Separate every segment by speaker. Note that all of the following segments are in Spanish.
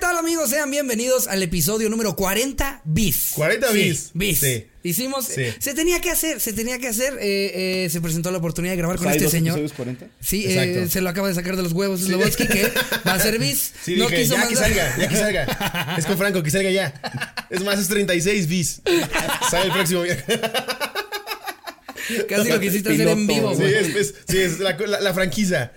Speaker 1: tal amigos? Sean bienvenidos al episodio número 40 bis.
Speaker 2: 40 bis.
Speaker 1: bis.
Speaker 2: Sí.
Speaker 1: Hicimos, eh,
Speaker 2: Sí.
Speaker 1: se tenía que hacer, se tenía que hacer, eh, eh, se presentó la oportunidad de grabar
Speaker 3: O
Speaker 1: con
Speaker 3: sea, hay
Speaker 1: este
Speaker 3: dos
Speaker 1: señor.
Speaker 3: episodios 40.
Speaker 1: Sí, eh,
Speaker 2: Exacto.
Speaker 1: se lo acaba de sacar de los huevos Slobodsky que va a ser bis.
Speaker 2: Sí, dije, ya que salga, ya que salga. Es con Franco, que salga ya. Es más, es 36 bis. Sale el próximo viaje.
Speaker 1: Casi lo quisiste hacer en
Speaker 3: Piloto,
Speaker 1: vivo,
Speaker 2: Sí,
Speaker 1: güey.
Speaker 2: es, es- sí, es la, la- la franquicia.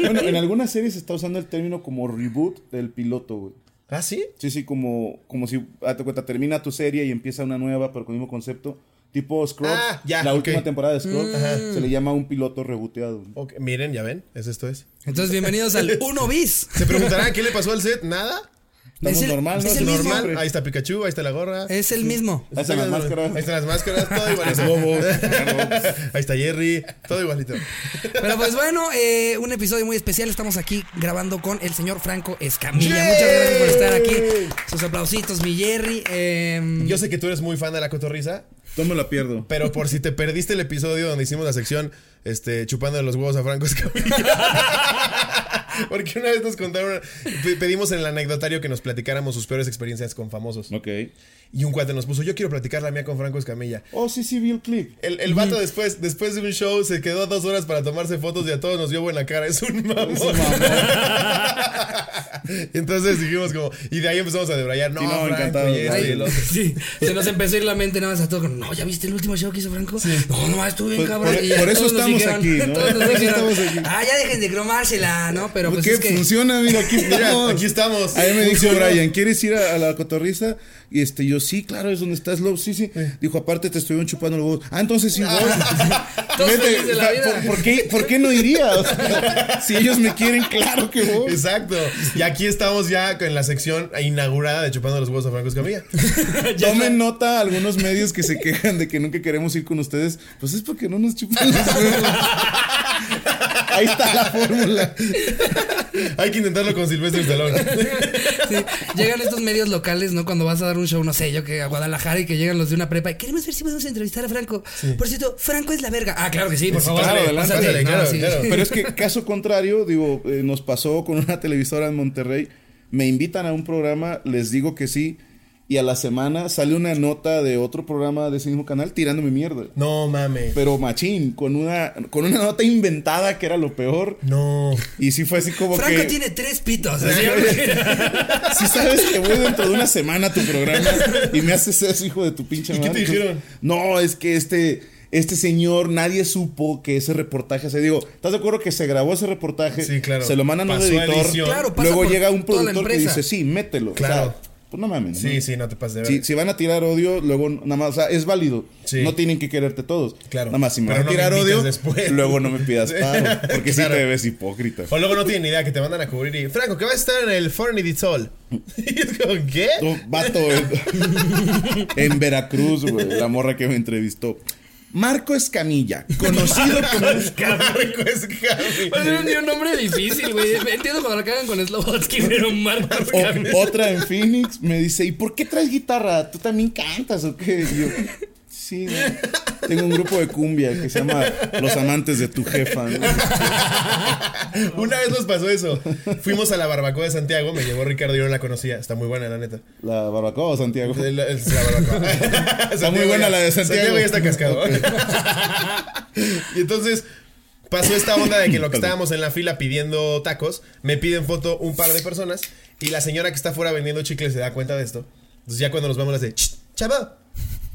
Speaker 3: Bueno, en algunas series se está usando el término como reboot del piloto, güey.
Speaker 2: ¿Ah, sí?
Speaker 3: Sí, sí, como, como si a tu cuenta termina tu serie y empieza una nueva, pero con el mismo concepto. Tipo Scrubs,
Speaker 2: Ah, ya,
Speaker 3: la
Speaker 2: ok.
Speaker 3: última temporada de
Speaker 1: Mm.
Speaker 3: Scrubs, se le llama un piloto reboteado.
Speaker 2: Ok, miren, ya ven, es esto es.
Speaker 1: Entonces, bienvenidos al 1 bis.
Speaker 2: Se preguntarán qué le pasó al set, nada.
Speaker 3: Estamos
Speaker 1: Es el-
Speaker 3: normal, ¿no?
Speaker 1: es el mismo. Eh,
Speaker 2: Normal, ahí está Pikachu, ahí está la gorra.
Speaker 1: Es el mismo.
Speaker 3: Ahí están las máscaras.
Speaker 2: Ahí están las máscaras, todo igualito. Ahí está Jerry, todo igualito.
Speaker 1: Pero pues bueno, eh, un episodio muy especial. Estamos aquí grabando con el señor Franco Escamilla.
Speaker 2: ¡Yay!
Speaker 1: Muchas gracias por estar aquí. Sus aplausitos, mi Jerry. Em,
Speaker 2: Yo sé que tú eres muy fan de la cotorriza,
Speaker 3: No me la pierdo.
Speaker 2: pero por si te perdiste el episodio donde hicimos la sección este, chupando los huevos a Franco Escamilla. Porque una vez nos contaron, pe- pedimos en el anecdotario que nos platicáramos sus peores experiencias con famosos.
Speaker 3: Ok.
Speaker 2: Y un cuate nos puso, yo quiero platicar la mía con Franco Escamilla.
Speaker 3: Oh, sí, sí, vi el clip.
Speaker 2: El, el vato después, después de un show se quedó dos horas para tomarse fotos y a todos nos dio buena cara. Es un mamón. Entonces dijimos como, y de ahí empezamos a debrayar. No,
Speaker 3: Sí, no,
Speaker 2: Franco,
Speaker 3: encantado,
Speaker 2: y esto
Speaker 3: Franco.
Speaker 2: y el otro".
Speaker 1: Sí, se nos empezó a ir la mente nada más a todos. con, No, ¿ya viste el último show que hizo Franco? No, no, estuvo bien
Speaker 3: Por-
Speaker 1: cabrón.
Speaker 3: por-
Speaker 1: Y ya
Speaker 3: por eso
Speaker 1: todos nos
Speaker 3: estamos aquí, ¿no?
Speaker 1: todos nos
Speaker 3: Por eso
Speaker 1: dijeron,
Speaker 3: estamos aquí.
Speaker 1: Ah, ya dejen de cromársela, ¿no? Pero pues
Speaker 3: ¿Qué?
Speaker 1: es que...
Speaker 3: Funciona, mira, aquí
Speaker 2: Mira,
Speaker 3: estamos.
Speaker 2: aquí estamos.
Speaker 3: Ahí me dijo
Speaker 2: Funciona.
Speaker 3: Brian, ¿quieres ir a, a la cotorriza? Y este, yo, sí, claro, es donde estás, Love, sí, sí. Dijo, aparte te estuvieron chupando los huevos. Ah, entonces sí, voy.
Speaker 1: Todos felices de la vida.
Speaker 3: ¿por, por qué, por qué no irías? si ellos me quieren, claro que voy.
Speaker 2: Exacto. Y aquí estamos ya en la sección inaugurada de chupando los huevos a Franco Escamilla.
Speaker 3: Tomen nota algunos medios que se quejan de que nunca queremos ir con ustedes. Pues es porque no nos chupan los huevos. Ahí está la fórmula.
Speaker 2: Hay que intentarlo con Silvestre Stallone.
Speaker 1: Sí, Llegan estos medios locales, ¿no? Cuando vas a dar un show, no sé, yo que a Guadalajara y que llegan los de una prepa. y, Queremos ver si podemos entrevistar a Franco. Por cierto, Franco es la verga. Ah, claro que sí, por
Speaker 2: Sí,
Speaker 1: favor.
Speaker 2: claro,
Speaker 1: dale,
Speaker 2: adelante,
Speaker 1: pásate,
Speaker 2: dale,
Speaker 1: ¿no?
Speaker 2: claro,
Speaker 1: Sí.
Speaker 2: claro.
Speaker 3: Pero es que caso contrario, digo, eh, nos pasó con una televisora en Monterrey, me invitan a un programa, les digo que sí, y a la semana sale una nota de otro programa de ese mismo canal tirándome mierda.
Speaker 2: No mames.
Speaker 3: Pero machín, con una, con una nota inventada que era lo peor.
Speaker 2: No.
Speaker 3: Y sí fue así como
Speaker 1: Franco
Speaker 3: que...
Speaker 1: tiene tres pitos.
Speaker 3: Si sabes que voy dentro de una semana a tu programa y me haces eso, hijo de tu pinche
Speaker 2: ¿Y qué
Speaker 3: madre.
Speaker 2: te dijeron?
Speaker 3: No, es que este, este señor, nadie supo que ese reportaje se. Digo, ¿estás de acuerdo que se grabó ese reportaje?
Speaker 2: Sí, claro.
Speaker 3: Se lo mandan a un
Speaker 2: Pasó a
Speaker 3: editor.
Speaker 2: edición.
Speaker 1: Claro, pasa
Speaker 3: luego
Speaker 1: por
Speaker 3: llega un
Speaker 1: toda la
Speaker 3: productor que
Speaker 1: empresa.
Speaker 3: dice, sí, mételo. O sea,
Speaker 2: Claro.
Speaker 3: pues no mames. ¿no?
Speaker 2: Sí, sí, no te pases de ver.
Speaker 3: Si, si van a tirar odio, luego nada más, o sea, es válido.
Speaker 2: Sí.
Speaker 3: No tienen que quererte todos.
Speaker 2: Claro.
Speaker 3: Nada más, si me
Speaker 2: Pero
Speaker 3: van a
Speaker 2: no me
Speaker 3: tirar
Speaker 2: invites
Speaker 3: odio,
Speaker 2: después.
Speaker 3: luego no me pidas paro. Porque
Speaker 2: Claro.
Speaker 3: sí te ves hipócrita.
Speaker 2: O luego no tienen ni idea que te mandan a cubrir y Franco, que vas a estar en el Foreign Edit Sol. Y es como, ¿qué?
Speaker 3: No, vato. en- en Veracruz, güey. La morra que me entrevistó. Marco Escamilla, conocido como.
Speaker 2: Franco es Javi.
Speaker 1: Pues era un nombre difícil, güey. Entiendo cuando la cagan con Slobodsky, pero Marco Escamilla.
Speaker 3: o- otra en Phoenix me dice: ¿Y por qué traes guitarra? ¿Tú también cantas o qué? Y yo, sí, güey. Tengo un grupo de cumbia que se llama Los Amantes de tu Jefa. ¿no?"
Speaker 2: Una vez nos pasó eso. Fuimos a la barbacoa de Santiago, me llevó Ricardo, yo no la conocía. Está muy buena, la neta.
Speaker 3: La barbacoa, Santiago.
Speaker 2: El- el- la barbacoa. Está
Speaker 3: muy buena la de Santiago.
Speaker 2: ya está cascado. y entonces pasó esta onda de que en lo que
Speaker 3: Perdón.
Speaker 2: estábamos en la fila pidiendo tacos, me piden foto un par de personas y la señora que está afuera vendiendo chicles se da cuenta de esto. Entonces ya cuando nos vamos las de, "Ch, chavo,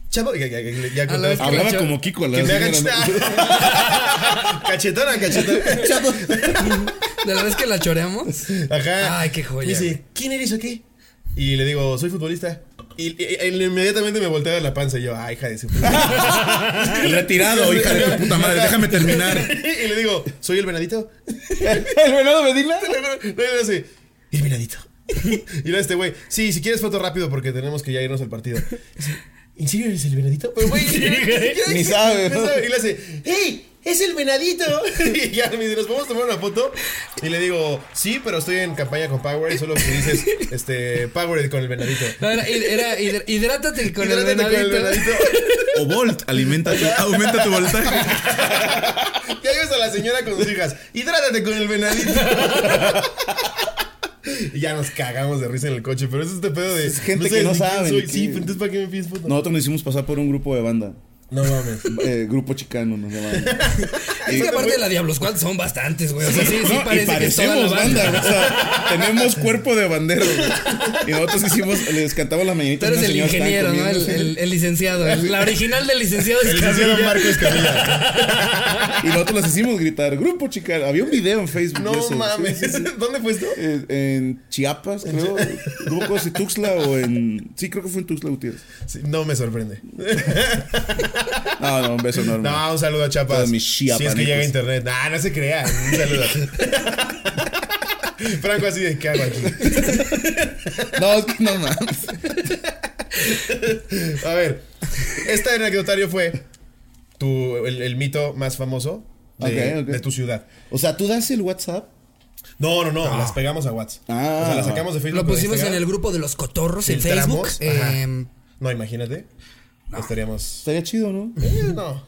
Speaker 2: chavo, ya, ya- ya- ya contaba-
Speaker 1: vez
Speaker 3: Hablaba
Speaker 1: Cacho.
Speaker 3: como Kiko a la
Speaker 2: que me hagan
Speaker 3: señora, ¿no?
Speaker 2: ch- Cachetona, cachetona.
Speaker 1: De la vez que la choreamos.
Speaker 2: Ajá.
Speaker 1: Ay, qué joya,
Speaker 2: Me dice,
Speaker 1: güey.
Speaker 2: ¿quién eres o qué? Y le digo, soy futbolista. Y, y- y inmediatamente me voltea la panza y yo, ay, hija de su puta
Speaker 3: Retirado, hija de tu puta madre. Déjame terminar.
Speaker 2: y le digo, ¿soy el venadito?
Speaker 3: ¿El venado Medina?
Speaker 2: No, no, no, no, sí. El venadito. Y luego este güey, sí, si quieres foto rápido porque tenemos que ya irnos al partido. Dice, ¿En serio eres el venadito? Pero güey, ni
Speaker 3: Ni sabe, ¿no?
Speaker 2: Y le hace, ¡Ey! ¡Es el venadito! Y ya me dice, ¿nos podemos tomar una foto? Y le digo, sí, pero estoy en campaña con Power y solo que dices, este, Power con el venadito.
Speaker 1: No, era, era hidr- hidrátate con el
Speaker 2: Hidrátate
Speaker 1: venadito.
Speaker 3: O Volt, alimenta tu, aumenta tu voltaje.
Speaker 2: Ya ves a la señora con sus hijas. Hidrátate con el venadito. Y ya nos cagamos de risa en el coche, pero eso es este pedo de.
Speaker 3: Es gente
Speaker 2: sabes
Speaker 3: que no
Speaker 2: ni quién
Speaker 3: sabe,
Speaker 2: soy.
Speaker 3: ni
Speaker 2: Sí,
Speaker 3: qué-
Speaker 2: pero entonces ¿para qué me pides foto?
Speaker 3: Nosotros nos hicimos pasar por un grupo de banda.
Speaker 2: No mames.
Speaker 3: eh, grupo chicano, nos llamaban.
Speaker 1: Es que aparte de la Diablo Squad son bastantes, güey. O sea, sí, sí
Speaker 3: No, y
Speaker 1: parece que es toda la
Speaker 3: parecemos
Speaker 1: banda.
Speaker 3: banda, güey, o sea, tenemos cuerpo de bandero. güey. Y nosotros hicimos, les cantamos las
Speaker 1: Tú
Speaker 3: mañanitas.
Speaker 1: eres
Speaker 3: unos
Speaker 1: el
Speaker 3: señores estaban
Speaker 1: ingeniero, ¿no? El,
Speaker 3: comiendo, sí.
Speaker 1: el- el licenciado. el- la original del licenciado es
Speaker 2: El licenciado Marcos Camilla.
Speaker 3: Y nosotros les hicimos gritar, grupo chicano. Había un video en Facebook. de
Speaker 2: No
Speaker 3: eso, sí,
Speaker 2: mames.
Speaker 3: sí, sí.
Speaker 2: ¿Dónde fue esto?
Speaker 3: Eh, en Chiapas, creo. No me acuerdo si Tuxtla o en. Sí, creo que fue en Tuxtla Gutiérrez.
Speaker 2: Sí, no me sorprende.
Speaker 3: Ah, no, un beso enorme.
Speaker 2: No, un saludo a Chapas.
Speaker 3: Todos mis
Speaker 2: Si es que
Speaker 3: chiapanecos.
Speaker 2: llega internet. Ah, no se crea. Un saludo. Franco así de qué hago aquí.
Speaker 3: No, es que no mames.
Speaker 2: A ver, este anecdotario fue tu, el, el mito más famoso de,
Speaker 3: Ok, ok.
Speaker 2: de tu ciudad.
Speaker 3: O sea, tú das el WhatsApp.
Speaker 2: No, no, no, las pegamos a WhatsApp.
Speaker 3: Ah.
Speaker 2: o sea, las sacamos de Facebook.
Speaker 1: Lo
Speaker 2: o de
Speaker 1: pusimos en
Speaker 2: Instagram,
Speaker 1: el grupo de los cotorros en Facebook.
Speaker 2: filtramos, ajá.
Speaker 1: Eh,
Speaker 2: No, imagínate. Estaríamos.
Speaker 3: Estaría chido, ¿no?
Speaker 2: Eh, no.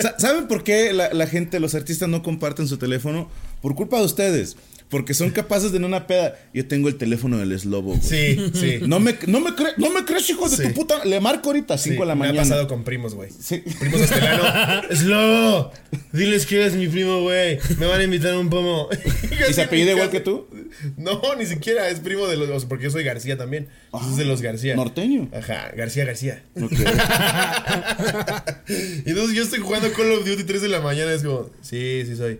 Speaker 3: Sa- ¿Saben por qué la, la gente, los artistas no comparten su teléfono? Por culpa de ustedes. Porque son capaces de en una peda. Yo tengo el teléfono del eslobo, güey.
Speaker 2: Sí, sí.
Speaker 3: No me, no me, cre- no me crees, hijo de
Speaker 2: Sí.
Speaker 3: tu puta. Le marco ahorita, 5
Speaker 2: Sí,
Speaker 3: de la
Speaker 2: me
Speaker 3: mañana.
Speaker 2: ha pasado con primos, güey.
Speaker 3: Sí.
Speaker 2: Primos Estelano. ¡Slobo! Diles que eres mi primo, güey. Me van a invitar a un pomo.
Speaker 3: ¿Y se apellida igual que tú?
Speaker 2: No, ni siquiera. Es primo de los. Porque yo soy García también. Entonces es de los García.
Speaker 3: Norteño.
Speaker 2: Ajá, García García.
Speaker 3: Ok.
Speaker 2: Y entonces yo estoy jugando Call of Duty 3 de la mañana. Es como, sí, sí soy.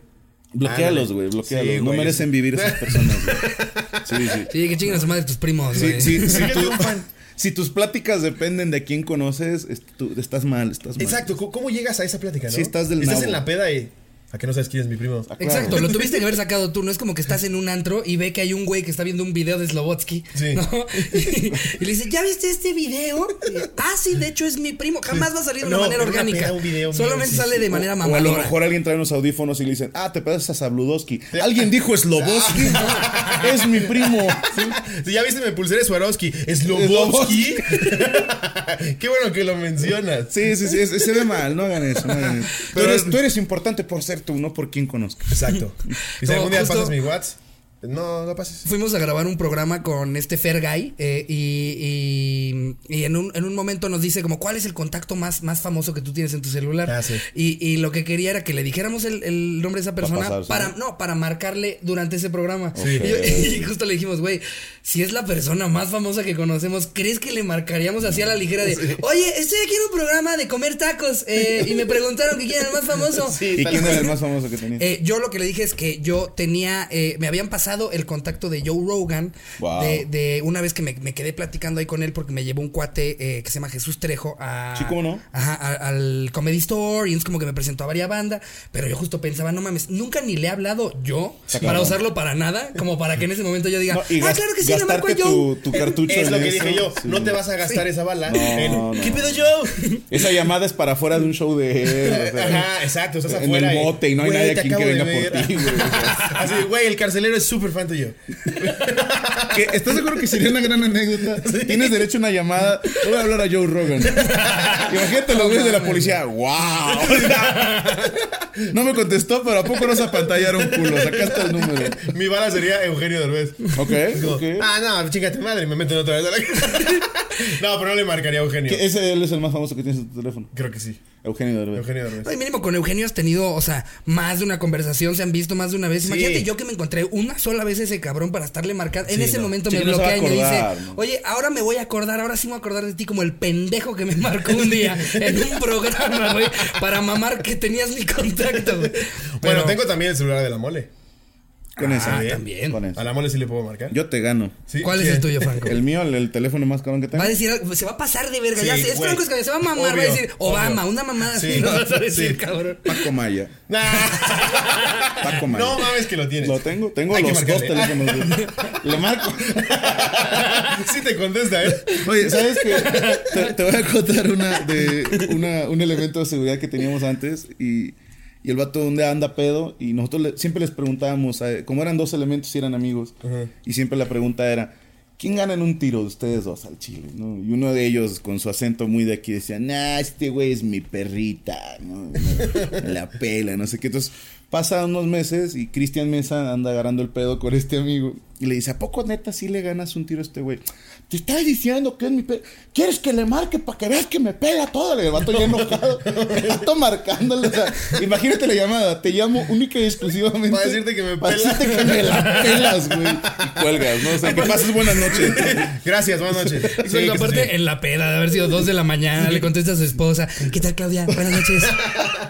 Speaker 3: Bloquealos, güey,
Speaker 2: Ándale.
Speaker 3: bloquealos.
Speaker 2: Sí,
Speaker 3: no
Speaker 2: güey.
Speaker 3: merecen vivir esas personas, güey. Sí, sí.
Speaker 1: sí, que chinguen a su madre tus primos.
Speaker 3: Sí,
Speaker 1: güey.
Speaker 3: sí, sí,
Speaker 2: Fíjate,
Speaker 3: tú-
Speaker 2: un fan.
Speaker 3: si tus pláticas dependen de quién conoces, est- tú- estás mal, estás mal.
Speaker 2: Exacto, ¿cómo- ¿cómo llegas a esa plática, no?
Speaker 3: Sí, estás del
Speaker 2: Estás
Speaker 3: nabo.
Speaker 2: en la peda y. ¿A qué no sabes quién es mi primo?
Speaker 3: Ah, claro.
Speaker 1: Exacto, lo tuviste que haber sacado tú. No es como que estás en un antro y ve que hay un güey que está viendo un video de Slobotsky.
Speaker 2: Sí.
Speaker 1: ¿no? Y, y le dice, ¿ya viste este video? Y, ah, sí, de hecho es mi primo. Jamás va a salir de una
Speaker 2: No,
Speaker 1: manera
Speaker 2: en una
Speaker 1: orgánica.
Speaker 2: peda, un video, un
Speaker 1: Solamente
Speaker 2: video, sí,
Speaker 1: sale de manera
Speaker 3: O a lo
Speaker 1: mamadora.
Speaker 3: mejor alguien trae unos audífonos y le dicen, ah, te pedas a Sabludowski. Alguien dijo Sloboski. es mi primo.
Speaker 2: Sí, ya viste, me pulsera Swarovski. ¿Slobowski? qué bueno que lo mencionas.
Speaker 3: Sí, sí, sí, es- se ve mal, no hagan eso, no hagan eso. Tú eres, tú eres importante por ser tú, no por quien conozcas.
Speaker 2: Exacto. Y si
Speaker 1: No,
Speaker 2: algún día
Speaker 1: justo-
Speaker 2: pasas mi WhatsApp, no, no pases.
Speaker 1: Fuimos a grabar un programa con este Fergay eh, y, y- y en, un, en un momento nos dice como cuál es el contacto más, más famoso que tú tienes en tu celular.
Speaker 2: Ah, sí.
Speaker 1: y, y lo que quería era que le dijéramos el, el nombre de esa persona
Speaker 3: pasarse,
Speaker 1: para,
Speaker 3: ¿no?
Speaker 1: ¿no? para marcarle durante ese programa.
Speaker 3: Sí.
Speaker 1: Y, yo- y justo le dijimos, güey, si es la persona más famosa que conocemos, ¿crees que le marcaríamos así a la ligera de, oye, estoy aquí en un programa de comer tacos eh, y me preguntaron que quién era el más famoso?
Speaker 3: ¿Y quién era el más famoso que tenía?
Speaker 1: Eh, yo lo que le dije es que yo tenía, eh, me habían pasado el contacto de Joe Rogan,
Speaker 3: Wow.
Speaker 1: de, de una vez que me, me quedé platicando ahí con él porque me llevó un cuate eh, que se llama Jesús Trejo a...
Speaker 3: Sí, ¿cómo no?
Speaker 1: Ajá, a- al Comedy Store y es como que me presentó a varias bandas, pero yo justo pensaba, no mames, nunca ni le he hablado yo
Speaker 3: Sí,
Speaker 1: para
Speaker 3: claro.
Speaker 1: usarlo para nada, como para que en ese momento yo diga,
Speaker 3: No,
Speaker 1: ah,
Speaker 3: gas-
Speaker 1: claro que sí, le marco a
Speaker 3: gastarte
Speaker 1: Joe.
Speaker 3: tu, tu cartucho
Speaker 2: Es lo
Speaker 3: en
Speaker 2: que
Speaker 3: eso,
Speaker 2: dije yo.
Speaker 3: sí.
Speaker 2: No te vas a gastar esa bala. en-
Speaker 3: no, no.
Speaker 2: ¿Qué pedo yo?
Speaker 3: Esa llamada es para afuera de un show de él, o sea,
Speaker 2: Ajá, exacto. Estás
Speaker 3: en
Speaker 2: afuera.
Speaker 3: el bote y no hay
Speaker 2: "Güey,
Speaker 3: nadie
Speaker 2: te
Speaker 3: aquí que
Speaker 2: acabo de
Speaker 3: venga por
Speaker 2: ver".
Speaker 3: ti, güey.
Speaker 2: Así, güey, el carcelero es súper fan tuyo.
Speaker 3: Que, ¿Estás seguro que sería una gran anécdota? Tienes derecho a una llamada. Le voy a hablar a Joe Rogan. Imagínate los güeyes de la policía. ¡Wow! No me contestó, pero ¿a poco no se apantallaron culo? Sacaste el número.
Speaker 2: Mi bala sería Eugenio Derbez.
Speaker 3: Ok,
Speaker 2: Digo,
Speaker 3: ok.
Speaker 2: Ah, no, chingate madre, me meten otra vez a la No, pero no le marcaría a Eugenio.
Speaker 3: Que Ese él es el más famoso que tienes en tu teléfono.
Speaker 2: Creo que sí.
Speaker 3: Eugenio Derbez.
Speaker 2: Eugenio Derbez.
Speaker 1: No, y mínimo con Eugenio has tenido, o sea, más de una conversación, se han visto más de una vez. Imagínate yo que me encontré una sola vez ese cabrón para estarle marcando. En
Speaker 2: Sí,
Speaker 1: ese
Speaker 2: no.
Speaker 1: momento
Speaker 3: Sí,
Speaker 1: me
Speaker 3: no se va a
Speaker 1: bloquea y me
Speaker 3: acordar,
Speaker 1: dice,
Speaker 3: ¿no?
Speaker 1: oye, ahora me voy a acordar, ahora sí me voy a acordar de ti como el pendejo que me marcó un día en un programa, güey, para mamar que tenías mi contacto, güey.
Speaker 2: Bueno,
Speaker 1: Pero-
Speaker 2: tengo también el celular de la mole.
Speaker 3: Con ese.
Speaker 1: Ah, también.
Speaker 3: Con ese.
Speaker 2: A la mole sí le puedo marcar.
Speaker 3: Yo te gano.
Speaker 2: Sí,
Speaker 1: ¿Cuál es
Speaker 2: ¿quién?
Speaker 1: el tuyo, Franco?
Speaker 3: El mío, el, el teléfono más caro que tengo.
Speaker 1: Va a decir, algo, se va a pasar de verga.
Speaker 2: Sí,
Speaker 1: ya sé, es
Speaker 2: güey.
Speaker 1: Franco Escamilla, se va a mamar, va
Speaker 2: Obvio,
Speaker 1: a decir Obama,
Speaker 2: obvio.
Speaker 1: una mamada
Speaker 2: Sí,
Speaker 1: así. No, vas a
Speaker 2: sí.
Speaker 1: decir, cabrón.
Speaker 3: Paco Maya.
Speaker 2: Nah.
Speaker 3: Paco Maya.
Speaker 2: No mames que lo tienes.
Speaker 3: Lo tengo. Tengo
Speaker 2: Hay que
Speaker 3: los dos
Speaker 2: marcarle.
Speaker 3: teléfonos. güey. Le marco.
Speaker 2: sí te contesta, ¿eh?
Speaker 3: Oye, ¿sabes qué? Te, te voy a contar una de una- un elemento de seguridad que teníamos antes y, y el vato donde anda pedo y nosotros le- siempre les preguntábamos, eh, como eran dos elementos y eran amigos, y siempre la pregunta era, ¿quién gana en un tiro de ustedes dos al chile? no? Y uno de ellos con su acento muy de aquí decía, nah, este güey es mi perrita, ¿no? Me la pela, no sé qué. Entonces, pasan unos meses y Cristian Mesa anda agarrando el pedo con este amigo. Y le dice, ¿a poco neta sí le ganas un tiro a este güey? Te está diciendo que es mi pe... ¿Quieres que le marque para que veas que me pela todo? Le vato ya enojado. El vato marcándole. o sea, imagínate la llamada. Te llamo única y exclusivamente.
Speaker 2: Para decirte que me
Speaker 3: para
Speaker 2: pela.
Speaker 3: decirte que me la pelas, güey. Y cuelgas, ¿no? O sea, que pases buenas noches.
Speaker 2: Gracias, buenas noches. Sí,
Speaker 1: Pero
Speaker 2: que
Speaker 1: aparte, eh, en la peda, de haber sido dos de la mañana, le contesta a su esposa. ¿Qué tal, Claudia? Buenas noches.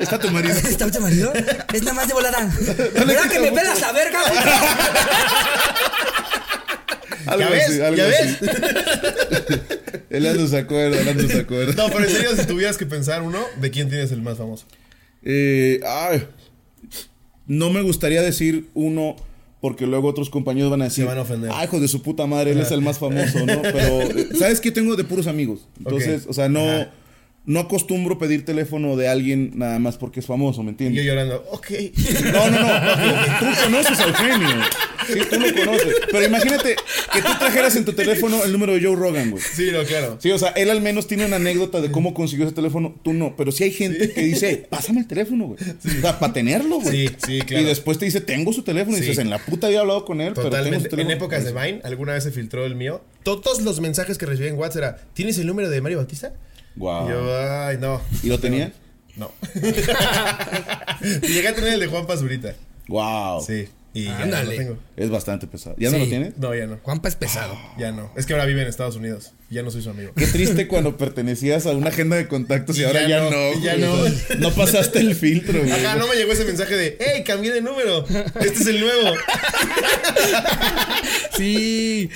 Speaker 3: Está tu marido.
Speaker 1: ¿Está tu marido? Es nada más de volada. ¿Verdad que me pelas la verga?
Speaker 2: ¿Ya ves? ¿Ya ves?
Speaker 3: Él anda se acuerda, él anda se acuerda.
Speaker 2: No, pero en serio, si tuvieras que pensar uno, ¿de quién tienes el más famoso?
Speaker 3: Eh, ay, no me gustaría decir uno porque luego otros compañeros van a decir,
Speaker 2: Se van a ofender.
Speaker 3: ay, hijo de su puta madre, él es el más famoso, ¿no? Pero, eh, ¿sabes qué tengo de puros amigos? Entonces,
Speaker 2: Ok.
Speaker 3: o sea, no,
Speaker 2: Ajá.
Speaker 3: no acostumbro pedir teléfono de alguien nada más porque es famoso,
Speaker 2: Y
Speaker 3: ¿me
Speaker 2: yo
Speaker 3: entiendes?
Speaker 2: llorando, ok.
Speaker 3: No, no, no, no, tú conoces a Eugenio. Sí, tú lo conoces. Pero imagínate que tú trajeras en tu teléfono el número de Joe Rogan, güey.
Speaker 2: Sí, no, claro.
Speaker 3: Sí, o sea, él al menos tiene una anécdota de cómo consiguió ese teléfono, tú no. Pero sí hay gente que dice, "Ey, pásame el teléfono, güey. O sea, para tenerlo, güey.
Speaker 2: Sí, sí, claro.
Speaker 3: Y después te dice, tengo su teléfono. Y
Speaker 2: Sí.
Speaker 3: dices, en la puta había hablado con él, pero tengo este su
Speaker 2: Totalmente. En
Speaker 3: teléfono.
Speaker 2: épocas de Vine, alguna vez se filtró el mío. Todos los mensajes que recibí en WhatsApp era, ¿tienes el número de Mario Bautista?
Speaker 3: Guau.
Speaker 2: Y yo,
Speaker 3: Ah.
Speaker 2: ay, no.
Speaker 3: ¿Y lo tenía?
Speaker 2: No. Llegué a tener el de Juan Pazurita.
Speaker 3: Wow.
Speaker 2: Sí. Y ya no lo
Speaker 1: Ándale.
Speaker 2: tengo.
Speaker 3: Es bastante pesado. ¿Ya no
Speaker 1: Sí.
Speaker 3: lo tienes?
Speaker 2: No, ya no.
Speaker 1: Juanpa es pesado.
Speaker 2: Ya no. Es que ahora vive en Estados Unidos. Ya no soy su amigo.
Speaker 3: Qué triste cuando pertenecías a una agenda de contactos y ahora ya, no.
Speaker 2: y ya
Speaker 3: güey.
Speaker 2: no.
Speaker 3: O sea, no pasaste el filtro, güey.
Speaker 2: Ajá, no me llegó ese mensaje de, hey, cambié de número. Este es el nuevo.
Speaker 1: Sí.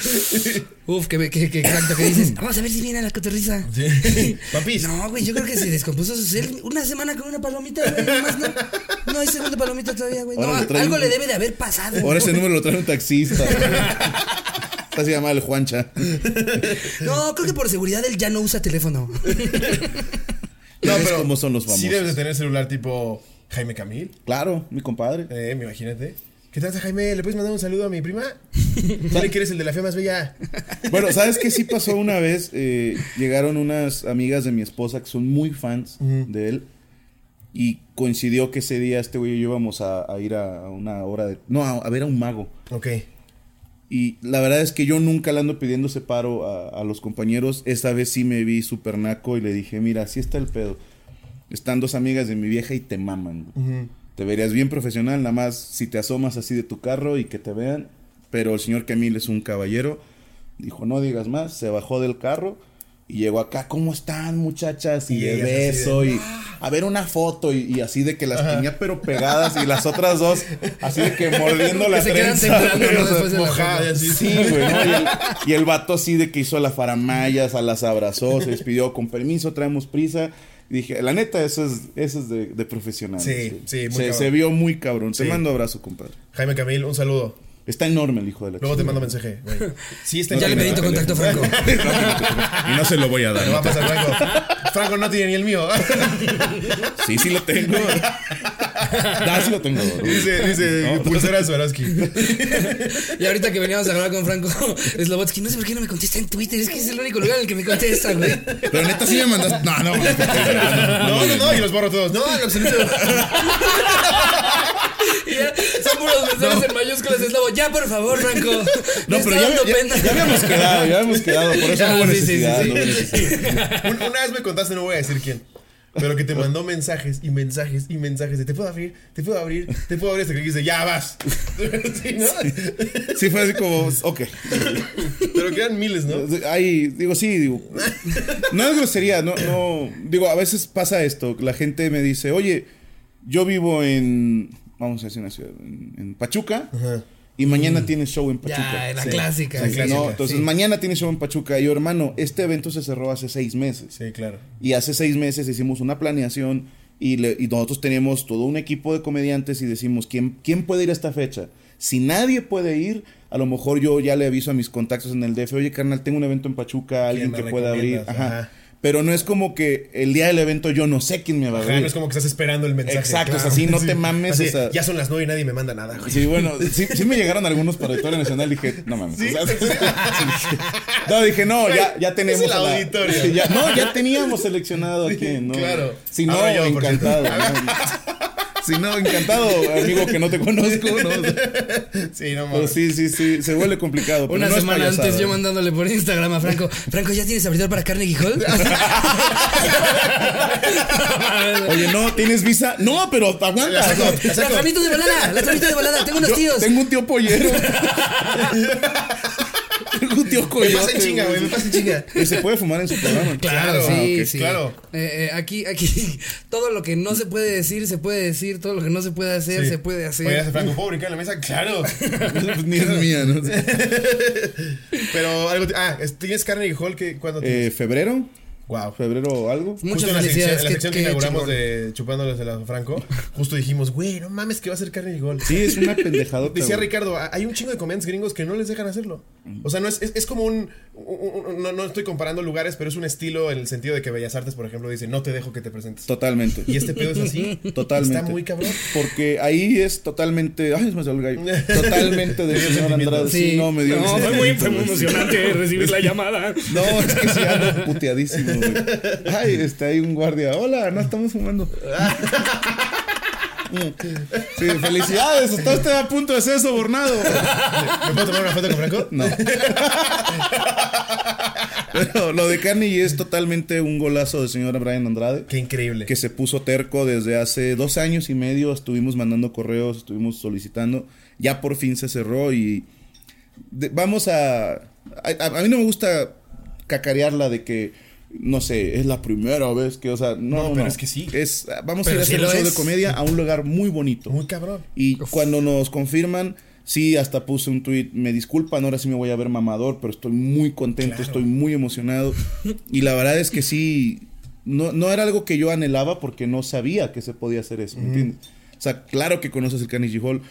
Speaker 1: Uf, que, que, que exacto, que dices. Vamos a ver si viene la cotorriza.
Speaker 2: Papis.
Speaker 1: No, güey, yo creo que se descompuso su cel una semana con una palomita, güey. nada más no, no hay segunda palomita todavía, güey. No,
Speaker 3: Ahora le traen-
Speaker 1: algo le debe de haber pasado.
Speaker 3: Ahora ese número lo trae un taxista. Esta se llama el Juancha.
Speaker 1: No, creo que por seguridad él ya no usa teléfono.
Speaker 3: No,
Speaker 2: No,
Speaker 3: pero
Speaker 2: pero
Speaker 3: cómo son los famosos.
Speaker 2: Sí debes de tener celular tipo Jaime Camil.
Speaker 3: Claro, mi compadre.
Speaker 2: Eh, me imagínate. ¿Qué tal, Jaime? ¿Le puedes mandar un saludo a mi prima? Dile que eres el de la fe más bella.
Speaker 3: Bueno, ¿sabes qué sí pasó una vez? Eh, llegaron unas amigas de mi esposa que son muy fans de él. Y coincidió que ese día este güey y yo íbamos a, a ir a a una hora de... No, a, a ver a un mago.
Speaker 2: Ok.
Speaker 3: Y la verdad es que yo nunca le ando pidiendo separo a, a los compañeros. Esta vez sí me vi súper naco y le dije, mira, así está el pedo. Están dos amigas de mi vieja y te maman. güey. Te verías bien profesional, nada más si te asomas así de tu carro y que te vean. Pero el señor Camil es un caballero. Dijo, no digas más. Se bajó del carro y llegó acá. ¿Cómo están, muchachas? Y
Speaker 2: Y
Speaker 3: de
Speaker 2: ellas así de,
Speaker 3: beso y a ver una foto. Y, y así de que las tenía pero pegadas y las otras dos así de que mordiendo
Speaker 1: Que
Speaker 3: la
Speaker 1: se quedan
Speaker 3: trenza,
Speaker 1: temblando,
Speaker 3: güey,
Speaker 1: ¿no?
Speaker 3: o sea,
Speaker 1: Después de la
Speaker 2: Mojada y así.
Speaker 3: Sí, güey, ¿no? Y el, y el vato así de que hizo las faramayas, a las abrazó, se despidió con permiso, traemos prisa. Y dije, la neta, eso es, eso es de, de profesional.
Speaker 2: Sí, sí, muy
Speaker 3: se,
Speaker 2: cabrón.
Speaker 3: se vio muy cabrón. Te
Speaker 2: Sí.
Speaker 3: mando abrazo, compadre.
Speaker 2: Jaime Camil, un saludo.
Speaker 3: Está enorme el hijo de la
Speaker 2: Luego te
Speaker 3: chingada.
Speaker 2: mando mensaje. güey. Sí, está
Speaker 1: Ya le
Speaker 2: en
Speaker 1: pedí tu
Speaker 2: Jaime.
Speaker 1: contacto, Franco.
Speaker 3: Y no se lo voy a
Speaker 2: Te va a
Speaker 3: dar.
Speaker 2: pasar, Franco. Franco no tiene ni el mío.
Speaker 3: Sí, sí lo tengo. Ah, sí lo tengo.
Speaker 2: dice dice
Speaker 3: No.
Speaker 2: Pulsera Swarovski.
Speaker 1: Y ahorita que veníamos a hablar con Franco Slobotsky, no sé por qué no me contesta en Twitter. Es que es el único lugar en el que me contesta, güey.
Speaker 3: Pero neta sí me mandaste. No, no.
Speaker 2: No, no, no, y los borro todos. No, en absoluto.
Speaker 1: Y ya son puros mensajes en mayúsculas de Slobo. Ya, por favor, Franco.
Speaker 3: No,
Speaker 1: Me
Speaker 3: pero
Speaker 1: está
Speaker 3: ya,
Speaker 1: dando
Speaker 3: ya-
Speaker 1: pena.
Speaker 3: ya habíamos quedado, ya habíamos quedado. Por eso
Speaker 1: Ah,
Speaker 3: no hubo
Speaker 1: sí, sí, sí,
Speaker 3: necesidad.
Speaker 1: sí.
Speaker 3: no hubo necesidad.
Speaker 2: Un- una vez me contaste, no voy a decir quién. Pero que te mandó mensajes y mensajes y mensajes de te puedo abrir, te puedo abrir, te puedo abrir hasta que dice ya vas. Sí, ¿no?
Speaker 3: Sí, fue así como, ok.
Speaker 2: Pero que eran miles, ¿no?
Speaker 3: Ahí, digo, sí, digo. No es grosería, no, no. Digo, a veces pasa esto. La gente me dice, oye, yo vivo en. Vamos a decir una ciudad, en, en Pachuca. Y mañana tienes show en Pachuca.
Speaker 1: Mm. Ya, la
Speaker 2: Sí.
Speaker 1: clásica.
Speaker 2: La
Speaker 1: sí.
Speaker 2: clásica.
Speaker 3: No, entonces
Speaker 1: sí.
Speaker 3: mañana tienes show en Pachuca. Y yo, hermano, este evento se cerró hace seis meses.
Speaker 2: Sí, claro.
Speaker 3: Y hace seis meses hicimos una planeación y, le- y nosotros tenemos todo un equipo de comediantes y decimos, ¿quién, ¿quién puede ir a esta fecha? Si nadie puede ir, a lo mejor yo ya le aviso a mis contactos en el DF, oye carnal, tengo un evento en Pachuca, alguien
Speaker 2: me
Speaker 3: que pueda abrir.
Speaker 2: recomiendas?
Speaker 3: Ajá.
Speaker 2: Ajá.
Speaker 3: Pero no es como que el día del evento yo no sé quién me va a
Speaker 2: Ajá,
Speaker 3: abrir.
Speaker 2: no es como que estás esperando el mensaje.
Speaker 3: Exacto, o sea, sí, no te mames,
Speaker 2: Así,
Speaker 3: o sea-
Speaker 2: ya son las nueve y nadie me manda nada. güey.
Speaker 3: Sí, bueno, sí, sí me llegaron algunos para Auditorio Nacional. Dije, no mames. o sea, sí, sí, dije, no, dije, no, ya, ya tenemos.
Speaker 2: es el
Speaker 3: a la-
Speaker 2: auditorio.
Speaker 3: sí, ya- no, ya teníamos seleccionado a quién, ¿no?
Speaker 2: claro.
Speaker 3: Si no,
Speaker 2: Ahora yo, por
Speaker 3: encantado.
Speaker 2: cierto.
Speaker 3: ¿no? Si no, encantado, amigo que no te conozco. ¿no? O sea,
Speaker 2: Sí, no
Speaker 3: pero
Speaker 2: mames.
Speaker 3: pues sí, sí, sí, se vuelve complicado. pero
Speaker 1: Una
Speaker 3: no es
Speaker 1: semana
Speaker 3: payasada.
Speaker 1: antes yo mandándole por Instagram a Franco. Franco, ¿ya tienes abridor para carne Hall?
Speaker 3: Oye, no, ¿tienes visa? No, pero aguanta.
Speaker 2: La saco, la
Speaker 1: la
Speaker 2: saco.
Speaker 1: tramito de volada, la tramito de volada. Tengo unos tíos.
Speaker 3: Tengo un tío pollero. Tengo un tío
Speaker 2: Me
Speaker 3: coyote.
Speaker 2: pasa en chinga, güey, me pasa en chinga.
Speaker 3: Y se puede fumar en su programa.
Speaker 1: Claro,
Speaker 2: Claro,
Speaker 1: sí,
Speaker 2: ah, ok,
Speaker 1: sí.
Speaker 2: claro.
Speaker 1: Eh, eh, aquí, aquí, todo lo que no se puede decir, se puede decir. Todo lo que no se puede hacer,
Speaker 2: Sí.
Speaker 1: se puede hacer.
Speaker 2: Oye, hace Franco, ¿puedo brincar en la mesa? Claro.
Speaker 3: Pues Ni es mía, ¿no?
Speaker 2: Pero algo. te- Ah, es- ¿tienes Carnegie Hall? que ¿Cuándo tienes?
Speaker 3: Eh, ¿Febrero?
Speaker 2: wow.
Speaker 3: ¿Febrero o algo?
Speaker 1: Muchas
Speaker 2: justo en la sección,
Speaker 1: felicidades.
Speaker 2: en la
Speaker 1: qué-
Speaker 2: sección
Speaker 1: qué
Speaker 2: que inauguramos
Speaker 1: chingón.
Speaker 2: de chupándoles el a Franco, justo dijimos, güey, no mames que va a ser Carnegie Hall.
Speaker 3: Sí, es una pendejadota.
Speaker 2: Decía
Speaker 3: güey.
Speaker 2: Ricardo, "Ah, hay un chingo de comediantes gringos que no les dejan hacerlo. O sea, no es, es, es como un, un- un- no, no estoy comparando lugares, pero es un estilo en el sentido de que Bellas Artes, por ejemplo, dice, no te dejo que te presentes.
Speaker 3: Totalmente.
Speaker 2: Y este pedo es así.
Speaker 3: Totalmente.
Speaker 2: Está muy cabrón.
Speaker 3: Porque ahí es totalmente. Ay, se me salió el gallo. Totalmente del señor Andrade. Sí,
Speaker 1: Sí.
Speaker 3: no, me dio.
Speaker 4: No, fue muy, fue muy
Speaker 3: sentimiento, güey.
Speaker 4: emocionante recibir la llamada.
Speaker 3: No, es que sí ando puteadísimo, güey. Ay, este, hay un guardia. Hola, no estamos fumando. Sí, felicidades. Usted está a punto de ser sobornado.
Speaker 2: ¿Me puedo tomar una foto con Franco?
Speaker 3: No. Pero lo de Carnegie es totalmente un golazo del señor Brian Andrade.
Speaker 2: Qué increíble.
Speaker 3: que se puso terco desde hace dos años y medio. Estuvimos mandando correos, estuvimos solicitando. Ya por fin se cerró y de- vamos a, a... a- a mí no me gusta cacarearla de que, no sé, es la primera vez que, o sea, no,
Speaker 2: pero
Speaker 3: no.
Speaker 2: es que sí.
Speaker 3: Es, vamos
Speaker 1: Pero
Speaker 3: a ir
Speaker 1: sí
Speaker 3: a hacer un
Speaker 1: lo
Speaker 3: show de
Speaker 1: es.
Speaker 3: comedia a un lugar muy bonito.
Speaker 2: Muy cabrón.
Speaker 3: Y cuando nos confirman, sí, hasta puse un tweet, me disculpan, ahora sí me voy a ver mamador, pero estoy muy contento,
Speaker 2: Claro.
Speaker 3: estoy muy emocionado. Y la verdad es que sí, no, no era algo que yo anhelaba porque no sabía que se podía hacer eso, ¿me entiendes? O sea, claro que conoces el Carnegie Hall.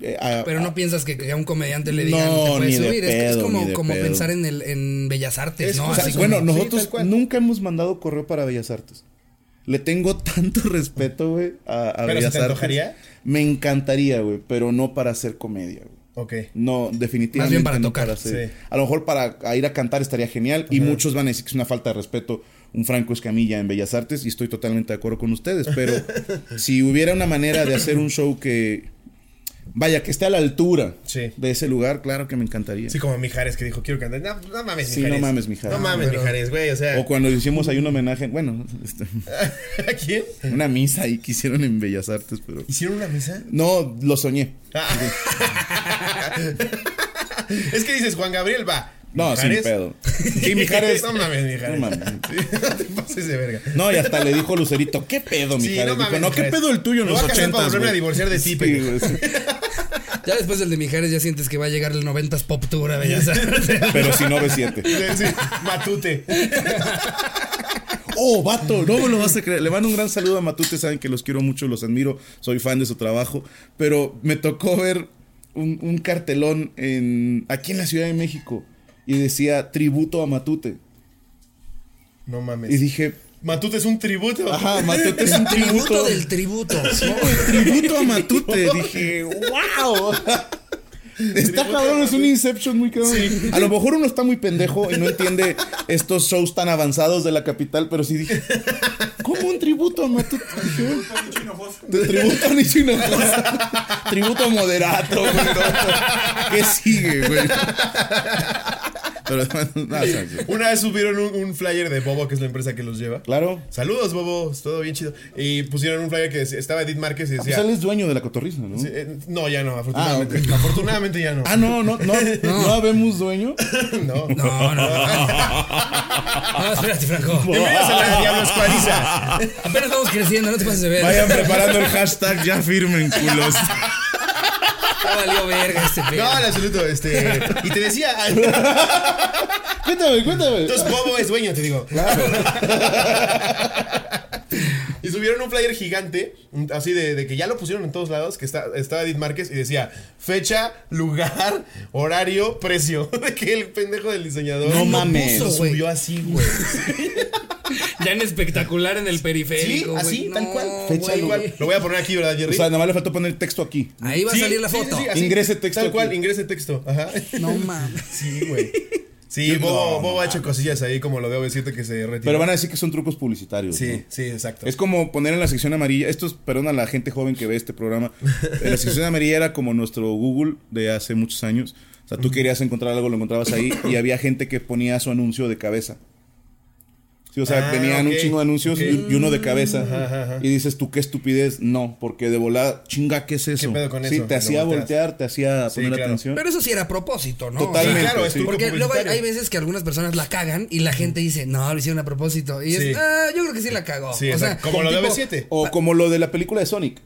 Speaker 3: eh, a-
Speaker 1: Pero no piensas que, que a un comediante le
Speaker 3: No,
Speaker 1: digan, te
Speaker 3: ni
Speaker 1: puedes
Speaker 3: de
Speaker 1: subir. Es- es,
Speaker 3: pedo, ni
Speaker 1: como,
Speaker 3: de
Speaker 1: como
Speaker 3: pedo.
Speaker 1: pensar en, el, en Bellas Artes,
Speaker 2: Es-
Speaker 1: ¿no?
Speaker 2: o sea,
Speaker 1: Así como-
Speaker 3: bueno,
Speaker 2: como-
Speaker 3: nosotros
Speaker 2: Sí, tal cual.
Speaker 3: nunca hemos mandado correo para Bellas Artes. Le tengo tanto respeto, güey, a, a
Speaker 2: ¿Pero se
Speaker 3: Bellas
Speaker 2: te
Speaker 3: Artes.
Speaker 2: antojaría?
Speaker 3: Me encantaría, güey, pero no para hacer comedia, güey.
Speaker 2: Ok.
Speaker 3: No, definitivamente.
Speaker 1: Más bien para
Speaker 3: no
Speaker 1: tocar,
Speaker 3: hacer.
Speaker 2: sí.
Speaker 3: A lo mejor para a ir a cantar estaría genial. Y muchos van a decir que es una falta de respeto un Franco Escamilla en Bellas Artes. Y estoy totalmente de acuerdo con ustedes. Pero si hubiera una manera de hacer un show que. Vaya, que esté a la altura
Speaker 2: Sí.
Speaker 3: de ese lugar, claro que me encantaría.
Speaker 2: Sí, como Mijares que dijo, quiero cantar. No, no mames,
Speaker 3: Sí,
Speaker 2: Mijares.
Speaker 3: no mames, Mijares.
Speaker 2: No mames,
Speaker 1: Pero-
Speaker 2: Mijares, güey. O sea,
Speaker 3: O cuando hicimos ahí un homenaje, bueno, este,
Speaker 2: ¿a quién?
Speaker 3: una misa ahí que hicieron en Bellas Artes, pero.
Speaker 2: ¿Hicieron una misa?
Speaker 3: No, lo soñé.
Speaker 2: Ah. es que dices, Juan Gabriel va.
Speaker 3: No, sin
Speaker 2: Mijares.
Speaker 3: pedo. Sí, Mijares.
Speaker 2: No mames, Mijares.
Speaker 3: No mames.
Speaker 2: Sí, no te pases de verga.
Speaker 3: No, y hasta le dijo Lucerito, ¿qué pedo,
Speaker 2: Sí,
Speaker 3: Mijares? Dijo, no, ¿qué
Speaker 2: Mijares.
Speaker 3: pedo el tuyo en
Speaker 2: Me
Speaker 3: los
Speaker 2: voy a casar para
Speaker 3: 80
Speaker 2: volverme a divorciar de ti, pendejo.
Speaker 1: Ya después del de Mijares ya sientes que va a llegar el 90s Pop Tour a Bellas Artes.
Speaker 3: Pero si no ve 7.
Speaker 2: Sí, matute.
Speaker 3: Oh, vato, no me lo vas a creer. Le mando un gran saludo a Matute, saben que los quiero mucho, los admiro, soy fan de su trabajo. Pero me tocó ver un, un cartelón en, aquí en la Ciudad de México y decía tributo a Matute.
Speaker 2: No
Speaker 3: Y
Speaker 2: mames.
Speaker 3: dije,
Speaker 2: Matute es un tributo.
Speaker 3: ajá, Matute es un
Speaker 1: Tributo
Speaker 3: tributo.
Speaker 1: del tributo.
Speaker 3: Tributo a Matute. Dije, wow. Está cabrón, es un Inception muy cabrón. A lo mejor uno está muy pendejo y no entiende estos shows tan avanzados de la capital, pero sí dije, ¿cómo un tributo a Matute? Dije, "Te tributo a Nicho Hinojosa. Tributo a Moderato, güey. ¿no? ¿Qué sigue, güey? Pero, no, o sea,
Speaker 2: Una vez subieron un, un flyer de Bobo, que es la empresa que los lleva.
Speaker 3: claro.
Speaker 2: Saludos, Bobo. Todo bien chido. Y pusieron un flyer que decía- estaba Edith Márquez y
Speaker 3: Ah, Pues él
Speaker 2: decía.
Speaker 3: es dueño de la cotorriza, ¿no?
Speaker 2: Sí, eh, No, ya no, afortunadamente.
Speaker 3: Ah,
Speaker 2: Afortunadamente ya no.
Speaker 3: Ah, no, no, no, no habemos dueño.
Speaker 2: No.
Speaker 1: No, no, no. No, espérate, Franco.
Speaker 2: Bienvenidos a la Diablo Escuadiza.
Speaker 1: Apenas vamos creciendo, no te pases de ver.
Speaker 3: Vayan preparando el hashtag ya firmen culos.
Speaker 1: Ya valió verga este pedo.
Speaker 2: No, en absoluto, este. Y te decía. Entonces
Speaker 3: cuéntame, cuéntame.
Speaker 2: Bobo es dueño, te digo. Y subieron un flyer gigante, así de, de que ya lo pusieron en todos lados, que está, estaba Edith Márquez y decía fecha, lugar, horario, precio. De que el pendejo del diseñador.
Speaker 3: No
Speaker 2: lo
Speaker 3: mames.
Speaker 2: puso,
Speaker 1: güey.
Speaker 2: subió así, güey.
Speaker 1: Ya en espectacular en el
Speaker 2: Sí,
Speaker 1: periférico.
Speaker 2: así,
Speaker 1: güey.
Speaker 2: tal
Speaker 1: No,
Speaker 2: cual.
Speaker 3: Fecha,
Speaker 2: Tal
Speaker 1: güey.
Speaker 2: cual. Lo voy a poner aquí, ¿verdad,
Speaker 3: O
Speaker 2: Jerry?
Speaker 3: sea, nada más le faltó poner texto aquí.
Speaker 1: Ahí va a
Speaker 2: Sí,
Speaker 1: salir la
Speaker 2: sí, sí,
Speaker 1: foto.
Speaker 2: sí, así.
Speaker 3: Ingrese texto
Speaker 2: Tal cual,
Speaker 3: aquí.
Speaker 2: ingrese texto. Ajá.
Speaker 1: No mames.
Speaker 2: Sí, güey. Sí,
Speaker 3: Yo-
Speaker 2: Bobo,
Speaker 3: no,
Speaker 2: Bobo
Speaker 3: no
Speaker 2: ha hecho cosillas ahí como lo de OV7 que se retira.
Speaker 3: Pero van a decir que son trucos publicitarios. ¿no?
Speaker 2: Sí, sí, exacto.
Speaker 3: Es como poner en la sección amarilla, esto es, perdón a la gente joven que ve este programa, Eh, la sección amarilla era como nuestro Google de hace muchos años. O sea, tú querías encontrar algo, lo encontrabas ahí y había gente que ponía su anuncio de cabeza. Sí, o sea,
Speaker 2: Ah,
Speaker 3: venían
Speaker 2: ok,
Speaker 3: un chingo de anuncios y-
Speaker 2: ok.
Speaker 3: y, uno de cabeza.
Speaker 2: ajá, ajá.
Speaker 3: Y dices, tú qué estupidez. No, porque de volada, chinga, ¿qué es eso?
Speaker 2: pedo con
Speaker 3: sí,
Speaker 2: eso?
Speaker 3: te
Speaker 2: Lo
Speaker 3: hacía
Speaker 2: volteas.
Speaker 3: voltear, te hacía
Speaker 2: Sí,
Speaker 3: poner
Speaker 2: claro.
Speaker 3: atención.
Speaker 1: Pero eso sí era a propósito, ¿no?
Speaker 3: Totalmente.
Speaker 1: O sea,
Speaker 2: claro, es
Speaker 3: sí.
Speaker 2: truco
Speaker 1: Porque luego hay,
Speaker 2: publicitario.
Speaker 1: hay veces que algunas personas la cagan y la gente dice, no, lo hicieron a propósito. Y es,
Speaker 2: Sí.
Speaker 1: "Ah, yo creo que sí la cagó.
Speaker 2: Sí,
Speaker 1: o sea,
Speaker 2: exacto. Como lo de
Speaker 1: tipo,
Speaker 2: OV7.
Speaker 3: O como lo de la película de Sonic.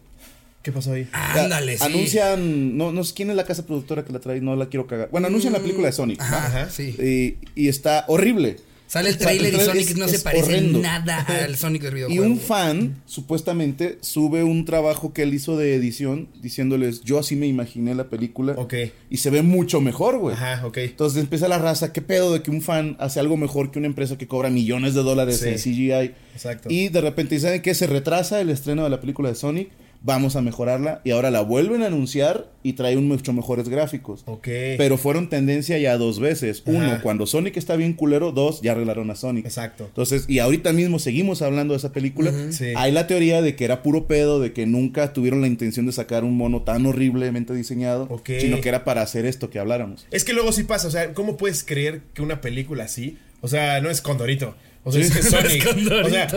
Speaker 2: ¿Qué pasó ahí?
Speaker 3: Ah.
Speaker 1: Ándale, sí.
Speaker 3: Anuncian, no, no sé quién es la casa productora que la trae, no la quiero cagar. Bueno, anuncian la película de Sonic. ¿no?
Speaker 1: Mm, Ajá,
Speaker 2: Ajá.
Speaker 1: sí.
Speaker 3: Y, y está horrible.
Speaker 1: Sale el
Speaker 3: O sea,
Speaker 1: trailer y
Speaker 3: trailer
Speaker 1: Sonic
Speaker 3: es-
Speaker 1: no se
Speaker 3: es
Speaker 1: parece
Speaker 3: horrendo.
Speaker 1: nada al Sonic del
Speaker 3: Y
Speaker 1: videojuego.
Speaker 3: un fan, supuestamente, sube un trabajo que él hizo de edición diciéndoles, yo así me imaginé la película.
Speaker 2: Ok.
Speaker 3: Y se ve mucho mejor, güey.
Speaker 2: Ajá, ok.
Speaker 3: Entonces empieza la raza, qué pedo de que un fan hace algo mejor que una empresa que cobra millones de dólares
Speaker 2: Sí.
Speaker 3: en CGI.
Speaker 2: Exacto.
Speaker 3: Y de repente, ¿saben qué? Se retrasa el estreno de la película de Sonic, vamos a mejorarla y ahora la vuelven a anunciar y trae un mucho mejores gráficos.
Speaker 2: Ok.
Speaker 3: Pero fueron tendencia ya dos veces. Uno,
Speaker 2: Ajá.
Speaker 3: cuando Sonic está bien culero. Dos, ya arreglaron a Sonic.
Speaker 2: Exacto.
Speaker 3: Entonces, y ahorita mismo seguimos hablando de esa película.
Speaker 2: Sí.
Speaker 3: Hay la teoría de que era puro pedo, de que nunca tuvieron la intención de sacar un mono tan horriblemente diseñado,
Speaker 2: Ok.
Speaker 3: sino que era para hacer esto que habláramos.
Speaker 2: Es que luego sí pasa, o sea, ¿cómo puedes creer que una película así? O sea, no es Condorito. O sea, es que es Sonic.
Speaker 1: Condorito.
Speaker 2: O sea,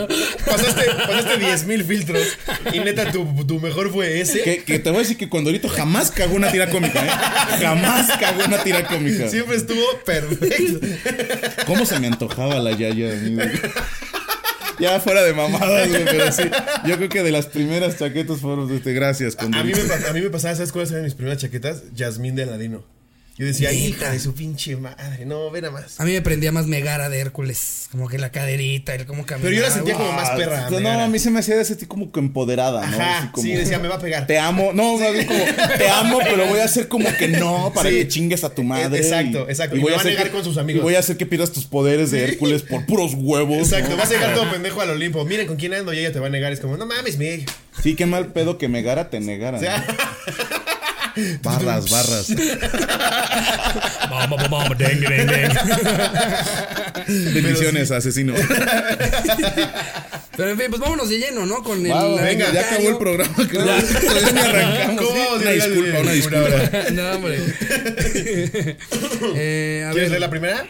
Speaker 2: pasaste, pasaste 10.000 filtros y neta, tu, tu mejor fue ese.
Speaker 3: Que, que te voy a decir que Condorito jamás cagó una tira cómica, ¿eh? Jamás cagó una tira cómica.
Speaker 2: Siempre estuvo perfecto.
Speaker 3: ¿Cómo se me antojaba la Yaya de mí, güey? Ya fuera de mamadas, güey, pero sí. Yo creo que de las primeras chaquetas fueron este, gracias,
Speaker 2: A mí,
Speaker 3: Condorito.
Speaker 2: me, pa- a mí me pasaba, ¿sabes cuáles eran mis primeras chaquetas? Jasmine de Aladino. Yo decía,
Speaker 1: Neta.
Speaker 2: hija de su pinche madre, no, ve nada más.
Speaker 1: A mí me prendía más Megara de Hércules. Como que la caderita, el cómo caminaba.
Speaker 2: Pero yo la sentía
Speaker 1: güey.
Speaker 2: como más perra.
Speaker 3: Ah, No,
Speaker 2: Megara.
Speaker 3: a mí se me hacía de ese tipo como que empoderada, ¿no?
Speaker 2: Ajá,
Speaker 3: Así como-
Speaker 2: sí, decía, me va a pegar.
Speaker 3: Te amo, no, más bien como, te amo, pero voy a hacer como que no, para
Speaker 2: Sí. E-,
Speaker 3: que chingues a tu madre.
Speaker 2: Exacto, exacto, y me va a negar
Speaker 3: que-
Speaker 2: con sus amigos.
Speaker 3: y voy a hacer que pierdas tus poderes de Hércules por puros huevos. ¿no?
Speaker 2: Exacto, vas a llegar todo pendejo al Olimpo. Miren con quién ando y ella te va a negar. Es como, no mames, mi.
Speaker 3: Sí, qué mal pedo que Megara te negara.
Speaker 2: O sea,
Speaker 3: ¿no? Barras, barras.
Speaker 4: Vamos, vamos, vamos, dengue, dengue.
Speaker 3: Bendiciones, asesino.
Speaker 1: Pero en fin, pues vámonos de lleno, ¿no? Con el.
Speaker 3: Wow, venga,
Speaker 1: anecdotario.
Speaker 3: ya acabó el programa. creo. Todavía ni arrancamos.
Speaker 2: ¿Cómo vamos a
Speaker 3: una
Speaker 2: llegar de-
Speaker 3: disculpa, una
Speaker 2: una
Speaker 3: disculpa.
Speaker 2: hora?
Speaker 1: no, hombre. Eh, a
Speaker 2: ¿Quieres
Speaker 1: ver.
Speaker 2: leer la primera?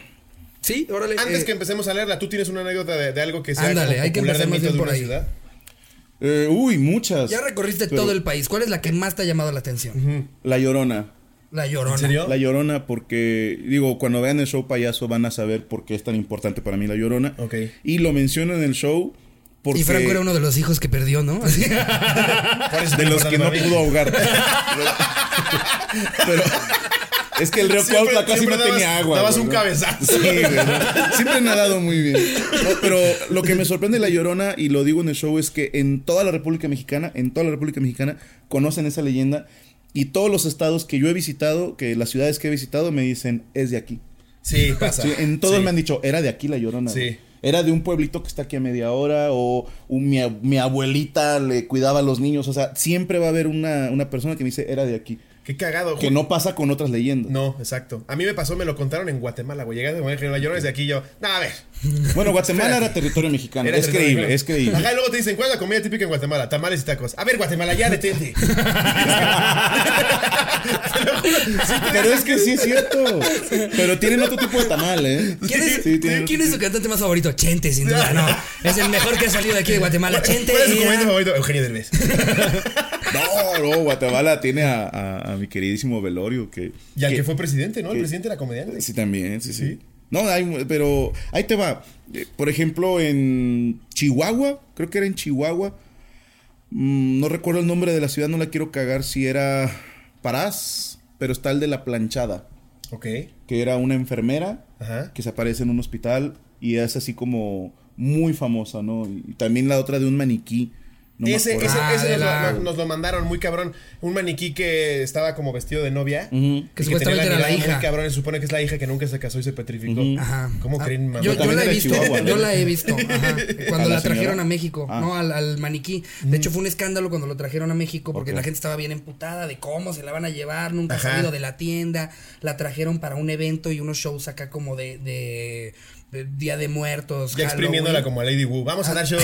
Speaker 1: Sí, órale.
Speaker 2: Antes
Speaker 1: eh,
Speaker 2: que empecemos a leerla, ¿tú tienes una anécdota de, de algo que sea
Speaker 1: Ándale,
Speaker 2: como
Speaker 1: hay que
Speaker 2: popular de
Speaker 1: empezar más
Speaker 2: mitos
Speaker 1: bien
Speaker 2: de
Speaker 1: por
Speaker 2: una
Speaker 1: ahí.
Speaker 2: ciudad?
Speaker 3: Eh, uy, muchas.
Speaker 1: Ya recorriste
Speaker 3: Pero
Speaker 1: todo el país. ¿Cuál es la que más te ha llamado la atención?
Speaker 3: La llorona.
Speaker 1: La llorona.
Speaker 2: ¿En serio?
Speaker 3: La llorona, porque, digo, cuando vean el show payaso van a saber por qué es tan importante para mí la llorona.
Speaker 2: Ok.
Speaker 3: Y lo menciono en el show porque.
Speaker 1: Y Franco era uno de los hijos que perdió, ¿no? Así.
Speaker 2: ¿Cuál es
Speaker 3: de los que
Speaker 2: importante
Speaker 3: no
Speaker 2: para mí?
Speaker 3: pudo ahogar. Pero. Es que el río
Speaker 2: Siempre-
Speaker 3: Cuautla casi
Speaker 2: siempre
Speaker 3: no
Speaker 2: dabas-
Speaker 3: tenía agua.
Speaker 2: dabas
Speaker 3: güey,
Speaker 2: un
Speaker 3: ¿no?
Speaker 2: cabezazo.
Speaker 3: Sí, güey, ¿no? Siempre he nadado muy bien. No, pero lo que me sorprende de La Llorona, y lo digo en el show, es que en toda la República Mexicana, en toda la República Mexicana, conocen esa leyenda. Y todos los estados que yo he visitado, que las ciudades que he visitado, me dicen, es de aquí.
Speaker 2: Sí, pasa.
Speaker 3: Sí, en todos
Speaker 2: Sí.
Speaker 3: me han dicho, era de aquí la llorona.
Speaker 2: Sí.
Speaker 3: güey. Era de un pueblito que está aquí a media hora, o un- mi, ab- mi abuelita le cuidaba a los niños. O sea, siempre va a haber una, una persona que me dice, era de aquí.
Speaker 2: Qué cagado.
Speaker 3: Que
Speaker 2: ju-
Speaker 3: no pasa con otras leyendas.
Speaker 2: No, exacto. A mí me pasó, me lo contaron en Guatemala, güey. Llegaste a Guatemala, yo desde aquí yo. No, a ver.
Speaker 3: Bueno, Guatemala era territorio mexicano.
Speaker 2: Era
Speaker 3: es
Speaker 2: territorio
Speaker 3: creíble,
Speaker 2: mexicano.
Speaker 3: es creíble.
Speaker 2: Ajá, y luego te dicen, ¿cuál es la comida típica en Guatemala? Tamales y tacos. A ver, Guatemala, ya detente.
Speaker 3: Pero es que sí es cierto. Pero tienen otro tipo de tamal, ¿eh?
Speaker 1: ¿Quién es,
Speaker 3: Sí, tienen
Speaker 1: ¿quién es su cantante más favorito? Chente, sin duda, no. Es el mejor que ha salido de aquí de Guatemala. Chente.
Speaker 2: ¿Cuál es tu
Speaker 1: era-
Speaker 2: comediante favorito? Eugenio Derbez.
Speaker 3: No, no, Guatemala tiene a, a- a mi queridísimo Velorio que...
Speaker 2: Y al
Speaker 3: que-
Speaker 2: que fue presidente, ¿no? El
Speaker 3: que-
Speaker 2: presidente era comediante.
Speaker 3: Sí, también, sí, sí.
Speaker 2: Sí.
Speaker 3: No, hay- pero ahí te va. Eh, Por ejemplo, en Chihuahua, creo que era en Chihuahua. mm, no recuerdo el nombre de la ciudad, no la quiero cagar si era Parás, pero está el de la planchada,
Speaker 2: Ok.
Speaker 3: que era una enfermera
Speaker 2: Ajá.
Speaker 3: que se aparece en un hospital y es así como muy famosa, ¿no? Y también la otra de un maniquí No me
Speaker 2: ese
Speaker 3: acuerdo.
Speaker 2: ese-
Speaker 1: Ah,
Speaker 2: ese
Speaker 1: de
Speaker 2: nos,
Speaker 1: la-
Speaker 2: lo, nos lo mandaron muy cabrón. Un maniquí que estaba como vestido de novia. y
Speaker 1: Que
Speaker 2: tenía
Speaker 1: supuestamente era la
Speaker 2: mirada
Speaker 1: hija.
Speaker 2: Muy cabrón, y se supone que es la hija que nunca se casó y se petrificó.
Speaker 1: Ajá.
Speaker 2: ¿Cómo
Speaker 1: Ah,
Speaker 2: creen, mamá?
Speaker 1: Yo, yo
Speaker 3: También
Speaker 1: la he
Speaker 3: era de
Speaker 1: visto,
Speaker 3: Chihuahua, ¿no?
Speaker 1: yo la he visto. ajá, Cuando
Speaker 3: ¿A
Speaker 1: la,
Speaker 3: la
Speaker 1: trajeron
Speaker 3: señora?
Speaker 1: a México,
Speaker 3: Ah.
Speaker 1: ¿no? Al, al maniquí. De hecho, fue un escándalo cuando lo trajeron a México porque la gente estaba bien emputada de cómo se la van a llevar, nunca ha
Speaker 2: Ajá.
Speaker 1: salido de la tienda. La trajeron para un evento y unos shows acá como de, de- de Día de Muertos.
Speaker 2: ya exprimiéndola como a Lady Wu. Vamos
Speaker 1: Ah.
Speaker 2: a dar shows.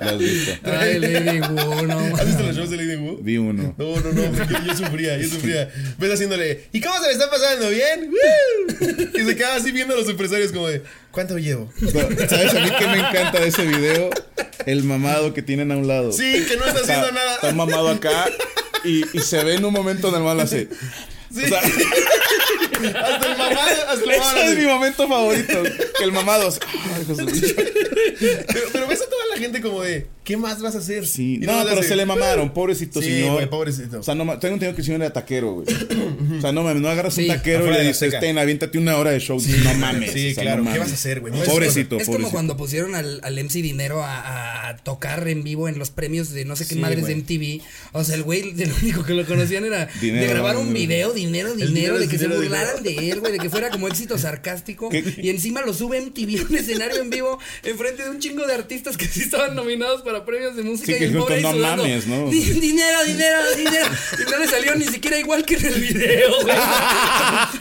Speaker 3: Lo has visto.
Speaker 1: Halloween. Ay, Lady Wu, no.
Speaker 2: ¿Has visto los shows de Lady Wu?
Speaker 3: Ah, Vi uno.
Speaker 2: No, no, no. Yo, yo sufría, yo sufría. Ves haciéndole, ¿y cómo se le está pasando? ¿Bien? ¡Woo!" Y se quedaba así viendo a los empresarios como de, ¿cuánto llevo?
Speaker 3: No, ¿Sabes a mí que me encanta de ese video? El mamado que tienen a un lado.
Speaker 2: Sí, que no está
Speaker 3: Está-
Speaker 2: haciendo nada.
Speaker 3: Está mamado acá y, y se ve en un momento normal así.
Speaker 2: Sí.
Speaker 3: O sea,
Speaker 2: hasta el mamado, hasta el mamado.
Speaker 3: ese es
Speaker 2: así.
Speaker 3: mi momento favorito. Que el mamado. así, "Ay, hijos de bicho".
Speaker 2: Pero, pero ves a toda la gente como de, ¿qué más vas a hacer?
Speaker 3: Sí.
Speaker 2: Y
Speaker 3: No,
Speaker 2: nomás
Speaker 3: pero
Speaker 2: hace,
Speaker 3: se le mamaron. Pobrecito
Speaker 2: Sí,
Speaker 3: señor.
Speaker 2: güey, pobrecito.
Speaker 3: O sea, no, ma- tengo entendido que el señor era taquero, güey. O sea, no mames, no agarras
Speaker 1: Sí.
Speaker 3: un taquero y
Speaker 2: Afuera
Speaker 3: le
Speaker 2: de la
Speaker 3: dices,
Speaker 2: Azteca.
Speaker 3: ten, aviéntate una hora de show. no mames.
Speaker 2: Sí,
Speaker 3: o sea,
Speaker 2: claro.
Speaker 3: no
Speaker 2: ¿Qué
Speaker 3: mames. Pues,
Speaker 2: vas a hacer, güey?
Speaker 3: Pobrecito,
Speaker 1: Es como
Speaker 3: pobrecito.
Speaker 1: cuando pusieron al, al MC Dinero a, a tocar en vivo en los premios de no sé qué
Speaker 2: Sí,
Speaker 1: madres
Speaker 2: güey.
Speaker 1: de MTV. O sea, el güey, el único que lo conocían era de
Speaker 3: Dinero,
Speaker 1: grabar un video,
Speaker 3: dinero.
Speaker 1: dinero, dinero,
Speaker 2: dinero
Speaker 1: de
Speaker 2: es
Speaker 1: que se
Speaker 2: dinero,
Speaker 1: burlaran de él, güey, de que fuera como éxito sarcástico.
Speaker 3: ¿Qué?
Speaker 1: Y encima lo sube MTV a un escenario en vivo enfrente de un chingo de artistas que sí estaban nominados para premios de música.
Speaker 3: Sí,
Speaker 1: y
Speaker 3: que
Speaker 1: el
Speaker 3: juntos
Speaker 1: pobre ahí
Speaker 3: no
Speaker 1: sudando,
Speaker 3: mames, ¿no?
Speaker 1: "Di- Dinero, dinero, dinero. Y no le salió ni siquiera igual que en el video, güey.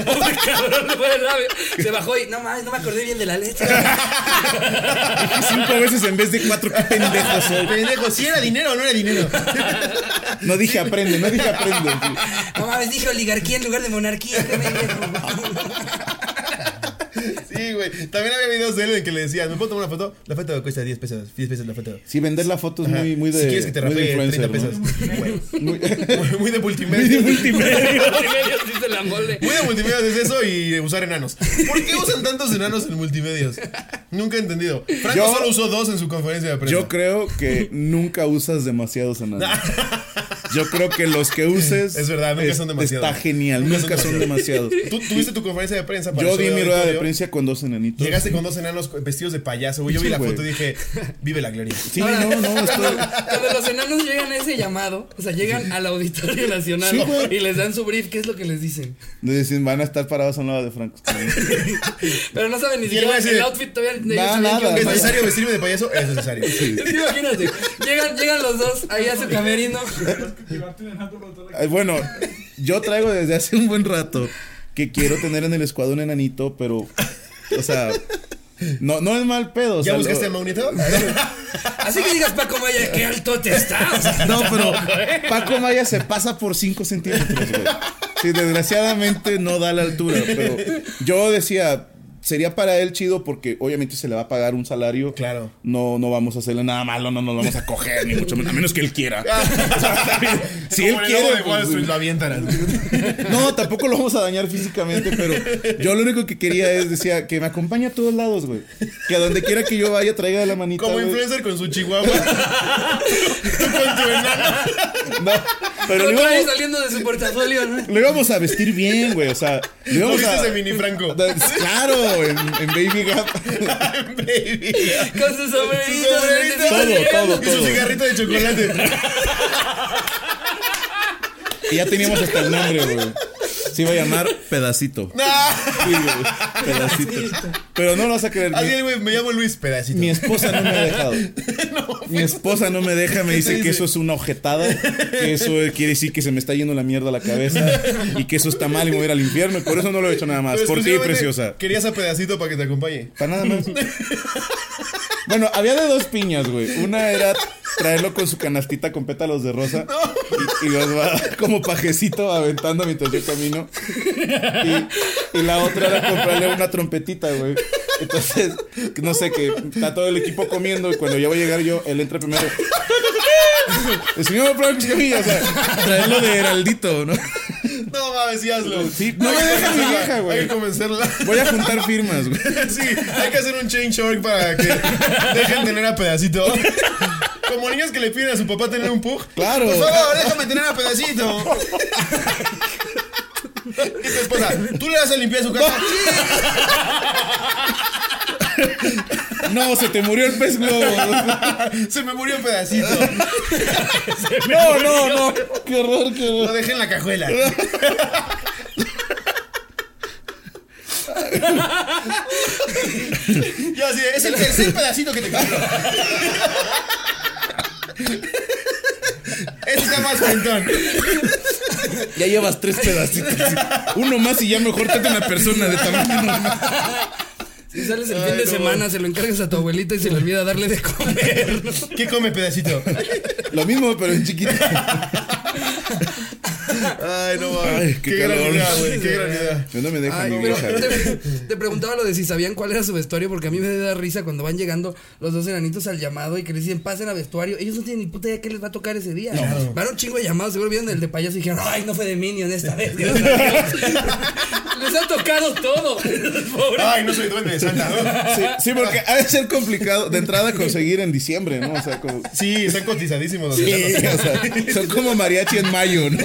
Speaker 1: Pobre cabrón, güey, ¿sabes? Se bajó y no mames, no me acordé bien de la letra.
Speaker 3: Dije cinco veces en vez de cuatro. Qué pendejo soy.
Speaker 2: Pendejo, si era dinero o no era dinero.
Speaker 3: No dije aprende, no dije aprende.
Speaker 1: No mames, dije oligarquía en lugar de monarquía. qué pendejo.
Speaker 2: Sí, güey. También había videos de él en que le decían, ¿me puedo tomar una foto? La foto cuesta 10 pesos, 10 pesos la foto.
Speaker 3: Sí, vender la foto es
Speaker 2: Ajá.
Speaker 3: muy, muy de.
Speaker 2: si quieres que te
Speaker 3: muy de
Speaker 2: rapee 30
Speaker 3: influencer,
Speaker 2: pesos.
Speaker 3: ¿no?
Speaker 2: Güey.
Speaker 3: Muy-
Speaker 2: Muy, muy de multimedia. Muy
Speaker 1: Multimedia sí se la mole.
Speaker 2: de multimedia es eso y de usar enanos. ¿Por qué usan tantos enanos en multimedios? Nunca he entendido. Franco
Speaker 3: Yo-
Speaker 2: solo usó dos en su conferencia de prensa.
Speaker 3: Yo creo que nunca usas demasiados enanos. Yo creo que los que uses.
Speaker 2: Es verdad, nunca son demasiados.
Speaker 3: Está genial,
Speaker 2: Nunca
Speaker 3: nunca,
Speaker 2: son
Speaker 3: son demasiados.
Speaker 2: Tú tuviste tu conferencia de prensa para
Speaker 3: Yo
Speaker 2: el
Speaker 3: di
Speaker 2: show
Speaker 3: mi rueda de
Speaker 2: auditorio?
Speaker 3: prensa con dos enanitos.
Speaker 2: Llegaste con dos enanos vestidos de payaso, güey. Yo vi
Speaker 3: Sí,
Speaker 2: la
Speaker 3: güey.
Speaker 2: foto y dije, vive la gloria.
Speaker 3: Sí, no, no, estoy.
Speaker 1: Cuando los enanos llegan a ese llamado, o sea, llegan al Auditorio Nacional
Speaker 3: Sí, güey.
Speaker 1: y les dan su brief, ¿qué es lo que les dicen?
Speaker 3: Les dicen, van a estar parados a un lado de Franco.
Speaker 1: Pero no saben ni
Speaker 2: Y el
Speaker 1: siquiera
Speaker 2: güey así
Speaker 1: el
Speaker 2: de-
Speaker 1: outfit todavía. ni
Speaker 3: Nada,
Speaker 1: sabían que iban a
Speaker 3: nada.
Speaker 2: ¿Es
Speaker 1: bailar.
Speaker 2: necesario vestirme de payaso? Es necesario.
Speaker 1: Imagínate, llegan, llegan los dos ahí a su camerino.
Speaker 3: Ay, Bueno, yo traigo desde hace un buen rato que quiero tener en el escuadro un enanito, pero. O sea. No, no es mal pedo. o
Speaker 2: ¿Ya
Speaker 3: sea,
Speaker 2: buscaste el
Speaker 3: lo-
Speaker 2: monito?
Speaker 1: Así que digas, Paco Maya, qué alto te estás.
Speaker 3: No, pero Paco Maya se pasa por 5 centímetros, güey. Sí, desgraciadamente no da la altura, pero yo decía, sería para él chido porque obviamente se le va a pagar un salario.
Speaker 2: Claro.
Speaker 3: No, no vamos a hacerle nada malo, no nos lo vamos a coger, ni mucho menos, a menos que él quiera. O sea, si él
Speaker 2: Como el lobo
Speaker 3: quiere.
Speaker 2: de Wall
Speaker 3: pues,
Speaker 2: Street, lo avientan.
Speaker 3: no, tampoco lo vamos a dañar físicamente, pero yo lo único que quería es, decía, que me acompañe a todos lados, güey. Que a donde quiera que yo vaya, traiga la manita.
Speaker 2: Como
Speaker 3: güey.
Speaker 2: influencer con su chihuahua. Tú con tu enano.
Speaker 3: No, pero
Speaker 1: Lo
Speaker 3: lo
Speaker 1: trae
Speaker 3: íbamos,
Speaker 1: saliendo de su portafolio, ¿no?
Speaker 3: lo íbamos a vestir bien, güey. O sea, lo
Speaker 2: ¿No
Speaker 3: íbamos
Speaker 2: viste
Speaker 3: a.
Speaker 2: ese mini Franco?
Speaker 3: Da- Claro, en, en Baby Gap.
Speaker 2: Baby.
Speaker 1: Con su
Speaker 2: Su
Speaker 1: sombrerito.
Speaker 2: sombrerito.
Speaker 1: de-
Speaker 3: Todo, todo,
Speaker 2: Y su
Speaker 3: todo.
Speaker 2: cigarrito de chocolate.
Speaker 3: Y ya teníamos hasta el nombre, güey. Se iba a llamar Pedacito. Sí, güey, Pedacito. Pero no lo vas a creer.
Speaker 2: Así
Speaker 3: Mi,
Speaker 2: es, güey, me llamo Luis Pedacito.
Speaker 3: mi esposa no me ha dejado. Mi esposa no me deja, me dice
Speaker 2: pues. dice?
Speaker 3: que eso es una ojetada, que eso quiere decir que se me está yendo la mierda a la cabeza y que eso está mal y me voy a ir al infierno. y Por eso no lo he hecho nada más.
Speaker 2: Pero
Speaker 3: Por ti,
Speaker 2: exclusivamente
Speaker 3: preciosa.
Speaker 2: Querías a Pedacito para que te acompañe.
Speaker 3: Para nada más. Bueno, había de dos piñas, güey. Una era traerlo con su canastita con pétalos de rosa y, y los va como pajecito aventando mientras yo camino. Y, y la otra era comprarle una trompetita, güey. Entonces, no sé, que está todo el equipo comiendo y cuando ya voy a llegar yo, él entra primero. El señor Frank Escamilla, o sea, traerlo de Heraldito, ¿no?
Speaker 2: No mames, sí hazlo.
Speaker 3: Sí, no me deja mi vieja, güey.
Speaker 2: Hay que convencerla.
Speaker 3: Voy a juntar firmas, güey.
Speaker 2: Sí, hay que hacer un change org para que dejen tener a pedacito. Como niños que le piden a su papá tener un pug.
Speaker 3: Claro.
Speaker 2: Por favor, déjame tener a pedacito. ¿Qué te esposa? ¿Tú le vas a limpiar su casa?
Speaker 3: No, se te murió el pez globo.
Speaker 2: Se me murió un pedacito.
Speaker 3: No, no, no. Qué horror, qué horror.
Speaker 2: Lo dejé en la cajuela. Yo así, de, es el tercer pedacito que te compro. Ese está más pintón.
Speaker 3: Ya llevas tres pedacitos. Uno más y ya mejor trata una persona de tamaño normal.
Speaker 1: Si sales el fin de semana, se lo encargas a tu abuelita y se le olvida darle de comer. ¿no?
Speaker 2: ¿Qué come pedacito?
Speaker 3: Lo mismo, pero en chiquito.
Speaker 2: Ay, no
Speaker 3: Ay,
Speaker 2: mames.
Speaker 3: qué
Speaker 2: Qué, gran
Speaker 3: calor.
Speaker 2: idea, güey. Qué gran idea.
Speaker 3: Yo no me dejo
Speaker 1: Ay,
Speaker 3: mi
Speaker 1: pero
Speaker 3: vieja.
Speaker 1: te, te preguntaba lo de si sabían cuál era su vestuario, porque a mí me da risa cuando van llegando los dos enanitos al llamado y que les dicen pasen a vestuario. Ellos no tienen ni puta idea qué les va a tocar ese día. Van a un chingo de llamados, seguro vieron el de payaso y dijeron, ay, no fue de Minion esta vez. gracias a Dios". les ha tocado todo. Pobre.
Speaker 2: Ay, no soy duende de Santa.
Speaker 3: Sí, sí, porque ha de ser complicado de entrada conseguir en diciembre, ¿no? O sea, como.
Speaker 2: Sí, están cotizadísimos los
Speaker 3: Sí,
Speaker 2: de
Speaker 3: o sea, son como mariachi en mayo, ¿no?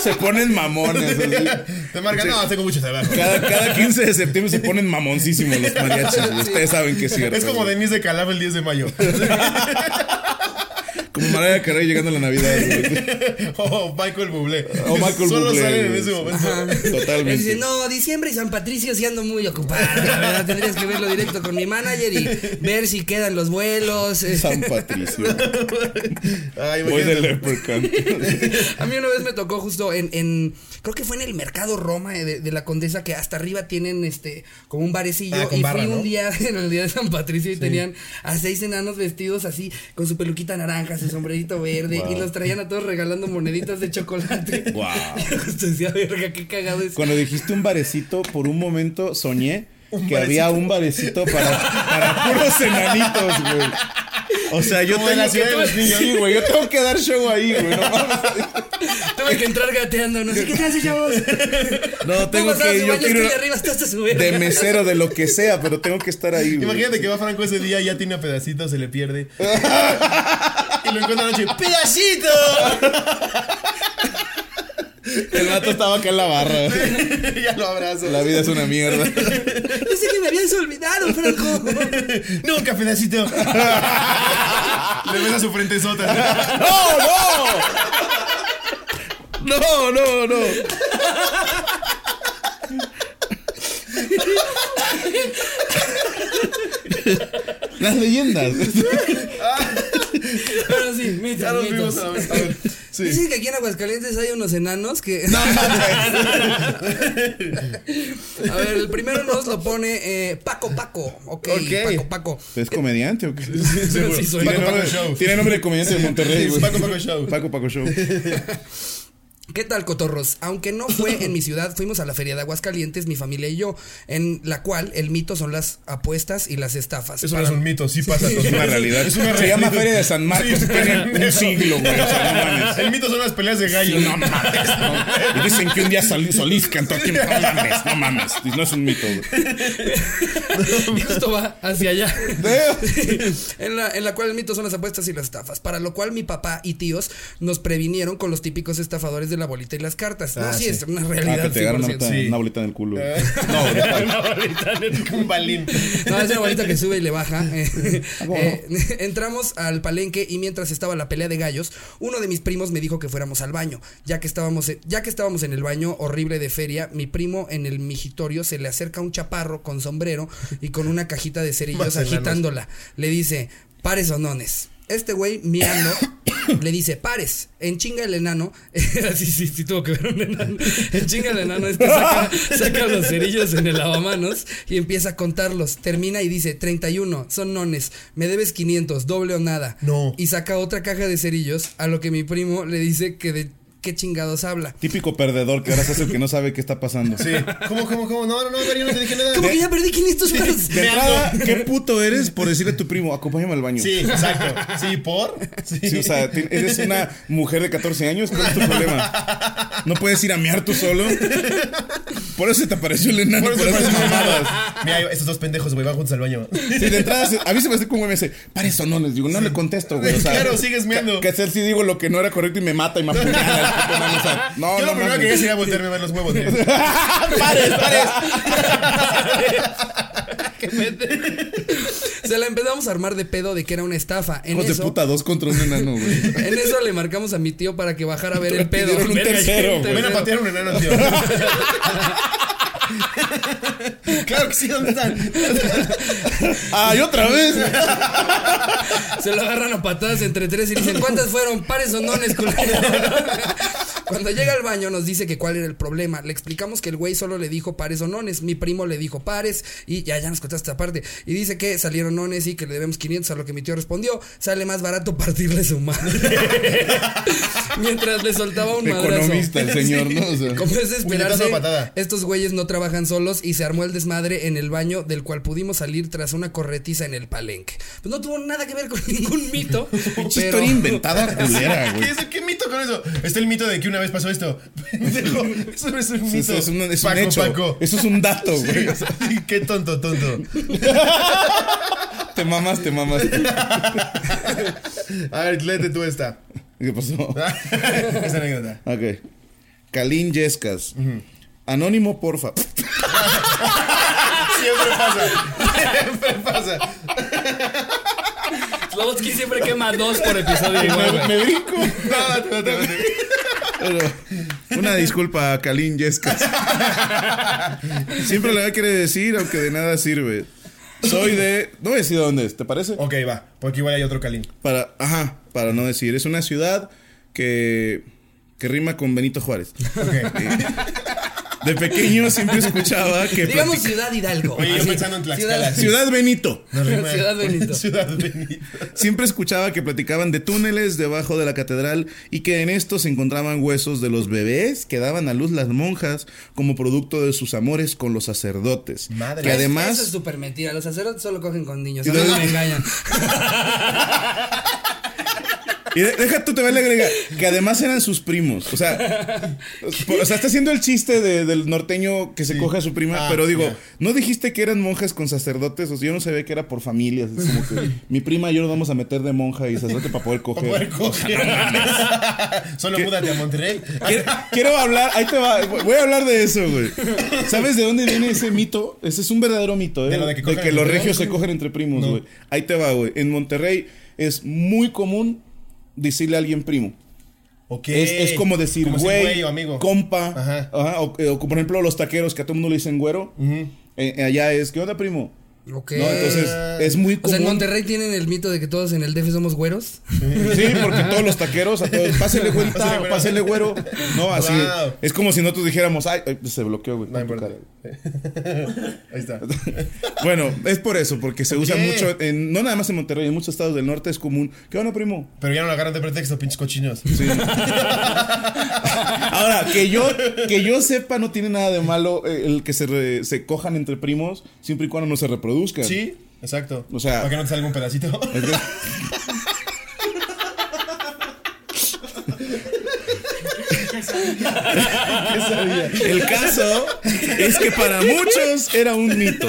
Speaker 3: Se ponen mamones.
Speaker 2: Santa.
Speaker 3: así.
Speaker 2: Te marcan, no, tengo mucho trabajo.
Speaker 3: Cada, cada 15 de septiembre se ponen mamoncísimos los mariachis. güey. Ustedes saben que es cierto.
Speaker 2: Es como
Speaker 3: güey.
Speaker 2: Denise de Calaf el 10 de mayo.
Speaker 3: Como Mariah Carey llegando a la Navidad. güey.
Speaker 2: o Michael Bublé.
Speaker 3: O Michael
Speaker 2: Solo
Speaker 3: Bublé,
Speaker 2: salen en
Speaker 3: güey.
Speaker 2: ese momento.
Speaker 1: Y dice,
Speaker 3: Ah, Totalmente.
Speaker 1: no, diciembre y San Patricio sí ando muy ocupada. La verdad, tendrías que verlo directo con mi manager y ver si quedan los vuelos. eh.
Speaker 3: San Patricio.
Speaker 2: Ay,
Speaker 3: Voy
Speaker 2: imagínate.
Speaker 3: de Leprechaun.
Speaker 1: A mí una vez me tocó justo en, en creo que fue en el mercado Roma eh, de, de la Condesa que hasta arriba tienen este como un barecillo
Speaker 2: Ah, con
Speaker 1: y
Speaker 2: barra,
Speaker 1: fui un
Speaker 2: ¿no?
Speaker 1: día en el día de San Patricio y tenían a seis enanos vestidos así con su peluquita naranja, su sombrerito verde y los traían a todos regalando moneditas de chocolate.
Speaker 3: Wow.
Speaker 1: Yo justo decía, verga, qué cagado es.
Speaker 3: Cuando dijiste un barecito, por un momento soñé
Speaker 2: Un
Speaker 3: que
Speaker 2: barecito.
Speaker 3: había un barecito para, para puros enanitos, güey. O sea, yo
Speaker 2: Como en
Speaker 3: tengo
Speaker 2: la ciudad
Speaker 3: que-
Speaker 2: de los niños.
Speaker 3: Sí, güey, yo tengo que dar show ahí, güey. No, mames.
Speaker 1: Tuve que entrar gateando, no sé qué te hace chavos.
Speaker 3: No, tengo
Speaker 1: Vamos a
Speaker 3: que
Speaker 1: su
Speaker 3: yo
Speaker 1: baño,
Speaker 3: quiero
Speaker 2: este
Speaker 1: estoy arriba hasta hasta su verga.
Speaker 3: de mesero de lo que sea, pero tengo que estar ahí, güey.
Speaker 2: Imagínate que va Franco ese día y ya tiene a pedacito, se le pierde. y lo encuentra anoche. ¡Pedacito!
Speaker 3: El gato estaba acá en la barra.
Speaker 2: ya lo abrazo.
Speaker 3: La vida es una mierda.
Speaker 1: Yo sé que me habías olvidado, Franco.
Speaker 2: Nunca, pedacito. le ves a su frente sota.
Speaker 3: ¡No, no! No, no, no. Las leyendas.
Speaker 1: Pero sí, mitos,
Speaker 2: ya nos
Speaker 1: mitos.
Speaker 2: vimos a la vez. A ver, sí.
Speaker 1: Dicen que aquí en Aguascalientes hay unos enanos que. A ver, el primero nos lo pone eh, Paco Paco. Ok,
Speaker 2: Ok.
Speaker 1: Paco Paco.
Speaker 3: ¿Es comediante o qué?
Speaker 2: seguro.
Speaker 1: Sí, soy.
Speaker 3: Tiene
Speaker 2: Paco
Speaker 3: nombre,
Speaker 2: Paco Show.
Speaker 3: tiene nombre de comediante de Monterrey, güey.
Speaker 2: Paco Paco Show.
Speaker 3: Paco Paco Show.
Speaker 1: ¿Qué tal, cotorros? Aunque no fue en mi ciudad, fuimos a la feria de Aguascalientes, mi familia y yo, en la cual el mito son las apuestas y las estafas.
Speaker 2: Eso no es un mito, sí pasa.
Speaker 3: Es una realidad.
Speaker 2: Es una
Speaker 3: Se
Speaker 2: realidad.
Speaker 3: llama Feria de San Marcos.
Speaker 2: Sí,
Speaker 3: tiene
Speaker 2: pendejo.
Speaker 3: un siglo, güey. O sea, no mames.
Speaker 2: El mito son las peleas de gallo.
Speaker 3: no mames, no. Y dicen que un día Sol- Solís cantó aquí. No mames, no mames. Y No es un mito, güey.
Speaker 1: Y justo va hacia allá. en, la, en la cual el mito son las apuestas y las estafas. Para lo cual mi papá y tíos nos previnieron con los típicos estafadores de la bolita y las cartas. no, sí, es una
Speaker 3: Ah, que
Speaker 1: realidad.
Speaker 3: te agarran una,
Speaker 1: 100%.
Speaker 3: bolita-
Speaker 2: Sí. Eh.
Speaker 3: una bolita en el culo. güey.
Speaker 2: Un balín.
Speaker 1: No, es una bolita que sube y le baja. Eh, eh, entramos al palenque y mientras estaba la pelea de gallos, uno de mis primos me dijo que fuéramos al baño. Ya que estábamos, eh, ya que estábamos en el baño horrible de feria, mi primo en el mijitorio se le acerca un chaparro con sombrero y con una cajita de cerillos
Speaker 2: Más enanos.
Speaker 1: agitándola. Le dice, pares o nones. Este güey mirando le dice, pares, en chinga el enano. sí, sí, sí, tuvo que ver un enano. En chinga el enano este saca, saca los cerillos en el lavamanos y empieza a contarlos. Termina y dice, 31, son nones, me debes 500, doble o nada.
Speaker 2: No.
Speaker 1: Y saca otra caja de cerillos, a lo que mi primo le dice que de qué chingados habla.
Speaker 3: Típico perdedor que ahora se hace el que no sabe qué está pasando.
Speaker 2: Sí. ¿Cómo, cómo, cómo? No, no, no, pero yo no te dije nada.
Speaker 1: Como que ya perdí 500 pesos.
Speaker 3: De entrada, ¿qué puto eres por decirle a tu primo, acompáñame al baño?
Speaker 2: Sí, exacto. Sí, por. Sí.
Speaker 3: Sí, o sea, ti- eres una mujer de 14 años, ¿cuál es tu problema? No puedes ir a mear tú solo. Por eso se te apareció el enano,
Speaker 2: Por
Speaker 3: por,
Speaker 2: eso
Speaker 3: esas
Speaker 2: parece-
Speaker 3: mamadas.
Speaker 2: Mira, estos dos pendejos, güey, van juntos al baño.
Speaker 3: Sí, de entrada, se- a mí se me hace como un güey me dice, para eso no les digo, no le contesto, güey. O sea,
Speaker 2: Claro, sigues meando.
Speaker 3: Que, que hacer si digo lo que no era correcto y me mata y me apuñala. el puto enano, o sea, no,
Speaker 2: Yo
Speaker 3: no,
Speaker 2: lo primero
Speaker 3: mames.
Speaker 2: que quería sería voltearme a ver los huevos. güey.
Speaker 3: pares, pares.
Speaker 1: Se Se la empezamos a armar de pedo de que era una estafa. En
Speaker 3: Hijos de
Speaker 1: eso,
Speaker 3: puta, dos contra un enano, güey.
Speaker 1: En eso le marcamos a mi tío para que bajara a ver el pedo.
Speaker 3: Pidieron un
Speaker 1: Verga,
Speaker 3: tercero,
Speaker 1: un
Speaker 3: güey.
Speaker 2: Ven a
Speaker 1: tercero.
Speaker 2: patear un enano, tío. claro que sí, ¿dónde están?
Speaker 3: ¡Ay, otra vez!
Speaker 1: Se lo agarran a patadas entre tres y dicen, ¿cuántas fueron? Pares o nones, culero?" Cuando llega al baño nos dice que cuál era el problema. Le explicamos que el güey solo le dijo pares o nones. Mi primo le dijo pares y ya, ya nos contaste esta parte. Y dice que salieron nones y que le debemos 500 a lo que mi tío respondió. Sale más barato partirle su madre. Mientras le soltaba un madrazo.
Speaker 3: Economista el señor, ¿no? O sea,
Speaker 1: Como es de
Speaker 2: Puñetazo
Speaker 1: esperarse,
Speaker 2: a patada.
Speaker 1: estos güeyes no trabajan solos y se armó el desmadre en el baño del cual pudimos salir tras una corretiza en el palenque. Pues no tuvo nada que ver con ningún mito. pero-
Speaker 3: pinche historia inventada culera,
Speaker 2: ¿Qué,
Speaker 3: güey.
Speaker 2: es- ¿Qué mito con eso? Está el mito de que una vez pasó esto. Pendejo, eso no es un mito.
Speaker 3: Eso es un, es un
Speaker 2: Paco,
Speaker 3: hecho.
Speaker 2: Paco.
Speaker 3: Eso es un dato,
Speaker 2: Sí,
Speaker 3: güey.
Speaker 2: o sea, sí, qué tonto, tonto.
Speaker 3: Te mamas, te mamas.
Speaker 2: A ver, léete tú esta.
Speaker 3: ¿Qué pasó?
Speaker 2: Ah. Esa anécdota.
Speaker 3: Ok. Kalin Yescas. Anónimo, porfa.
Speaker 2: Siempre pasa. Siempre pasa.
Speaker 1: Slobodsky siempre quema dos por episodio. igual, güey.
Speaker 2: brinco. No, no, no, no.
Speaker 3: Pero, una disculpa a Kalin Yescas. Siempre le quiere decir, aunque de nada sirve. Soy de. No voy a decir dónde es, ¿te parece?
Speaker 2: Ok, va. Porque igual hay otro Calín.
Speaker 3: Para, ajá, para no decir. Es una ciudad que, que rima con Benito Juárez.
Speaker 2: Ok.
Speaker 3: De pequeño siempre escuchaba que.
Speaker 1: Digamos
Speaker 3: platica-
Speaker 1: Ciudad Hidalgo.
Speaker 2: Oye, yo
Speaker 1: Así.
Speaker 2: pensando en Tlaxcala,
Speaker 1: Ciudad-
Speaker 2: así.
Speaker 3: Ciudad Benito.
Speaker 2: No rima.
Speaker 1: Ciudad Benito.
Speaker 2: Ciudad Benito.
Speaker 3: Siempre escuchaba que platicaban de túneles debajo de la catedral y que en estos se encontraban huesos de los bebés que daban a luz las monjas como producto de sus amores con los sacerdotes.
Speaker 2: Madre.
Speaker 3: Que
Speaker 2: Es-
Speaker 3: además...
Speaker 1: Eso es súper mentira. Los sacerdotes solo cogen con niños.
Speaker 3: Y
Speaker 1: A mí
Speaker 3: luego-
Speaker 1: no me engañan.
Speaker 3: Y de- deja tú, te vale agregar. Que además eran sus primos. O sea, por- o sea está haciendo el chiste de- del norteño que se coge a su prima.
Speaker 2: Ah,
Speaker 3: pero digo,
Speaker 2: ya.
Speaker 3: ¿no dijiste que eran monjas con sacerdotes? O sea, yo no sabía que era por familias. Es como que mi prima y yo nos vamos a meter de monja y sacerdote para poder coger.
Speaker 2: Puerco. Solo múdate a Monterrey.
Speaker 3: Quiero, quiero hablar, ahí te va, voy a hablar de eso, güey. ¿Sabes de dónde viene ese mito? Ese es un verdadero mito, ¿eh?
Speaker 2: De lo de que cogen
Speaker 3: los
Speaker 2: entre
Speaker 3: regios
Speaker 2: primos.
Speaker 3: se cogen entre primos, güey. Ahí te va, güey. En Monterrey es muy común decirle a alguien primo.
Speaker 2: Ok.
Speaker 3: Es, es como decir,
Speaker 2: si
Speaker 3: güey,
Speaker 2: o amigo.
Speaker 3: compa,
Speaker 2: Ajá. Mm.
Speaker 3: ajá, o, eh, o como por ejemplo los taqueros que a todo mundo le dicen güero, Eh, eh, allá es, ¿qué onda, primo?
Speaker 1: Ok.
Speaker 3: No, entonces es muy
Speaker 1: O sea,
Speaker 3: común.
Speaker 1: en Monterrey tienen el mito de que todos en el DF somos güeros.
Speaker 3: Sí, porque todos los taqueros, a todos,
Speaker 2: Pásele,
Speaker 3: pásele güerita,
Speaker 2: güero.
Speaker 3: pásele güero. No, así.
Speaker 2: Wow.
Speaker 3: Es como si nosotros dijéramos, ay, ay, se bloqueó, güey.
Speaker 2: No
Speaker 3: Ah,
Speaker 2: importa.
Speaker 3: tu
Speaker 2: Ahí está.
Speaker 3: cara. Bueno, es por eso, porque se usa
Speaker 2: Ok.
Speaker 3: mucho, en- no nada más en Monterrey, en muchos estados del norte es común. ¿Qué onda, primo?
Speaker 2: Pero ya no lo agarran de pretexto, pinches cochinos.
Speaker 3: Sí. Ahora, que yo, que yo sepa, no tiene nada de malo eh, el que se, re- se cojan entre primos siempre y cuando no se reproduzcan.
Speaker 2: Sí, exacto.
Speaker 3: O sea-
Speaker 2: ¿Para que no te salga un pedacito?
Speaker 3: El caso es que para muchos era un mito.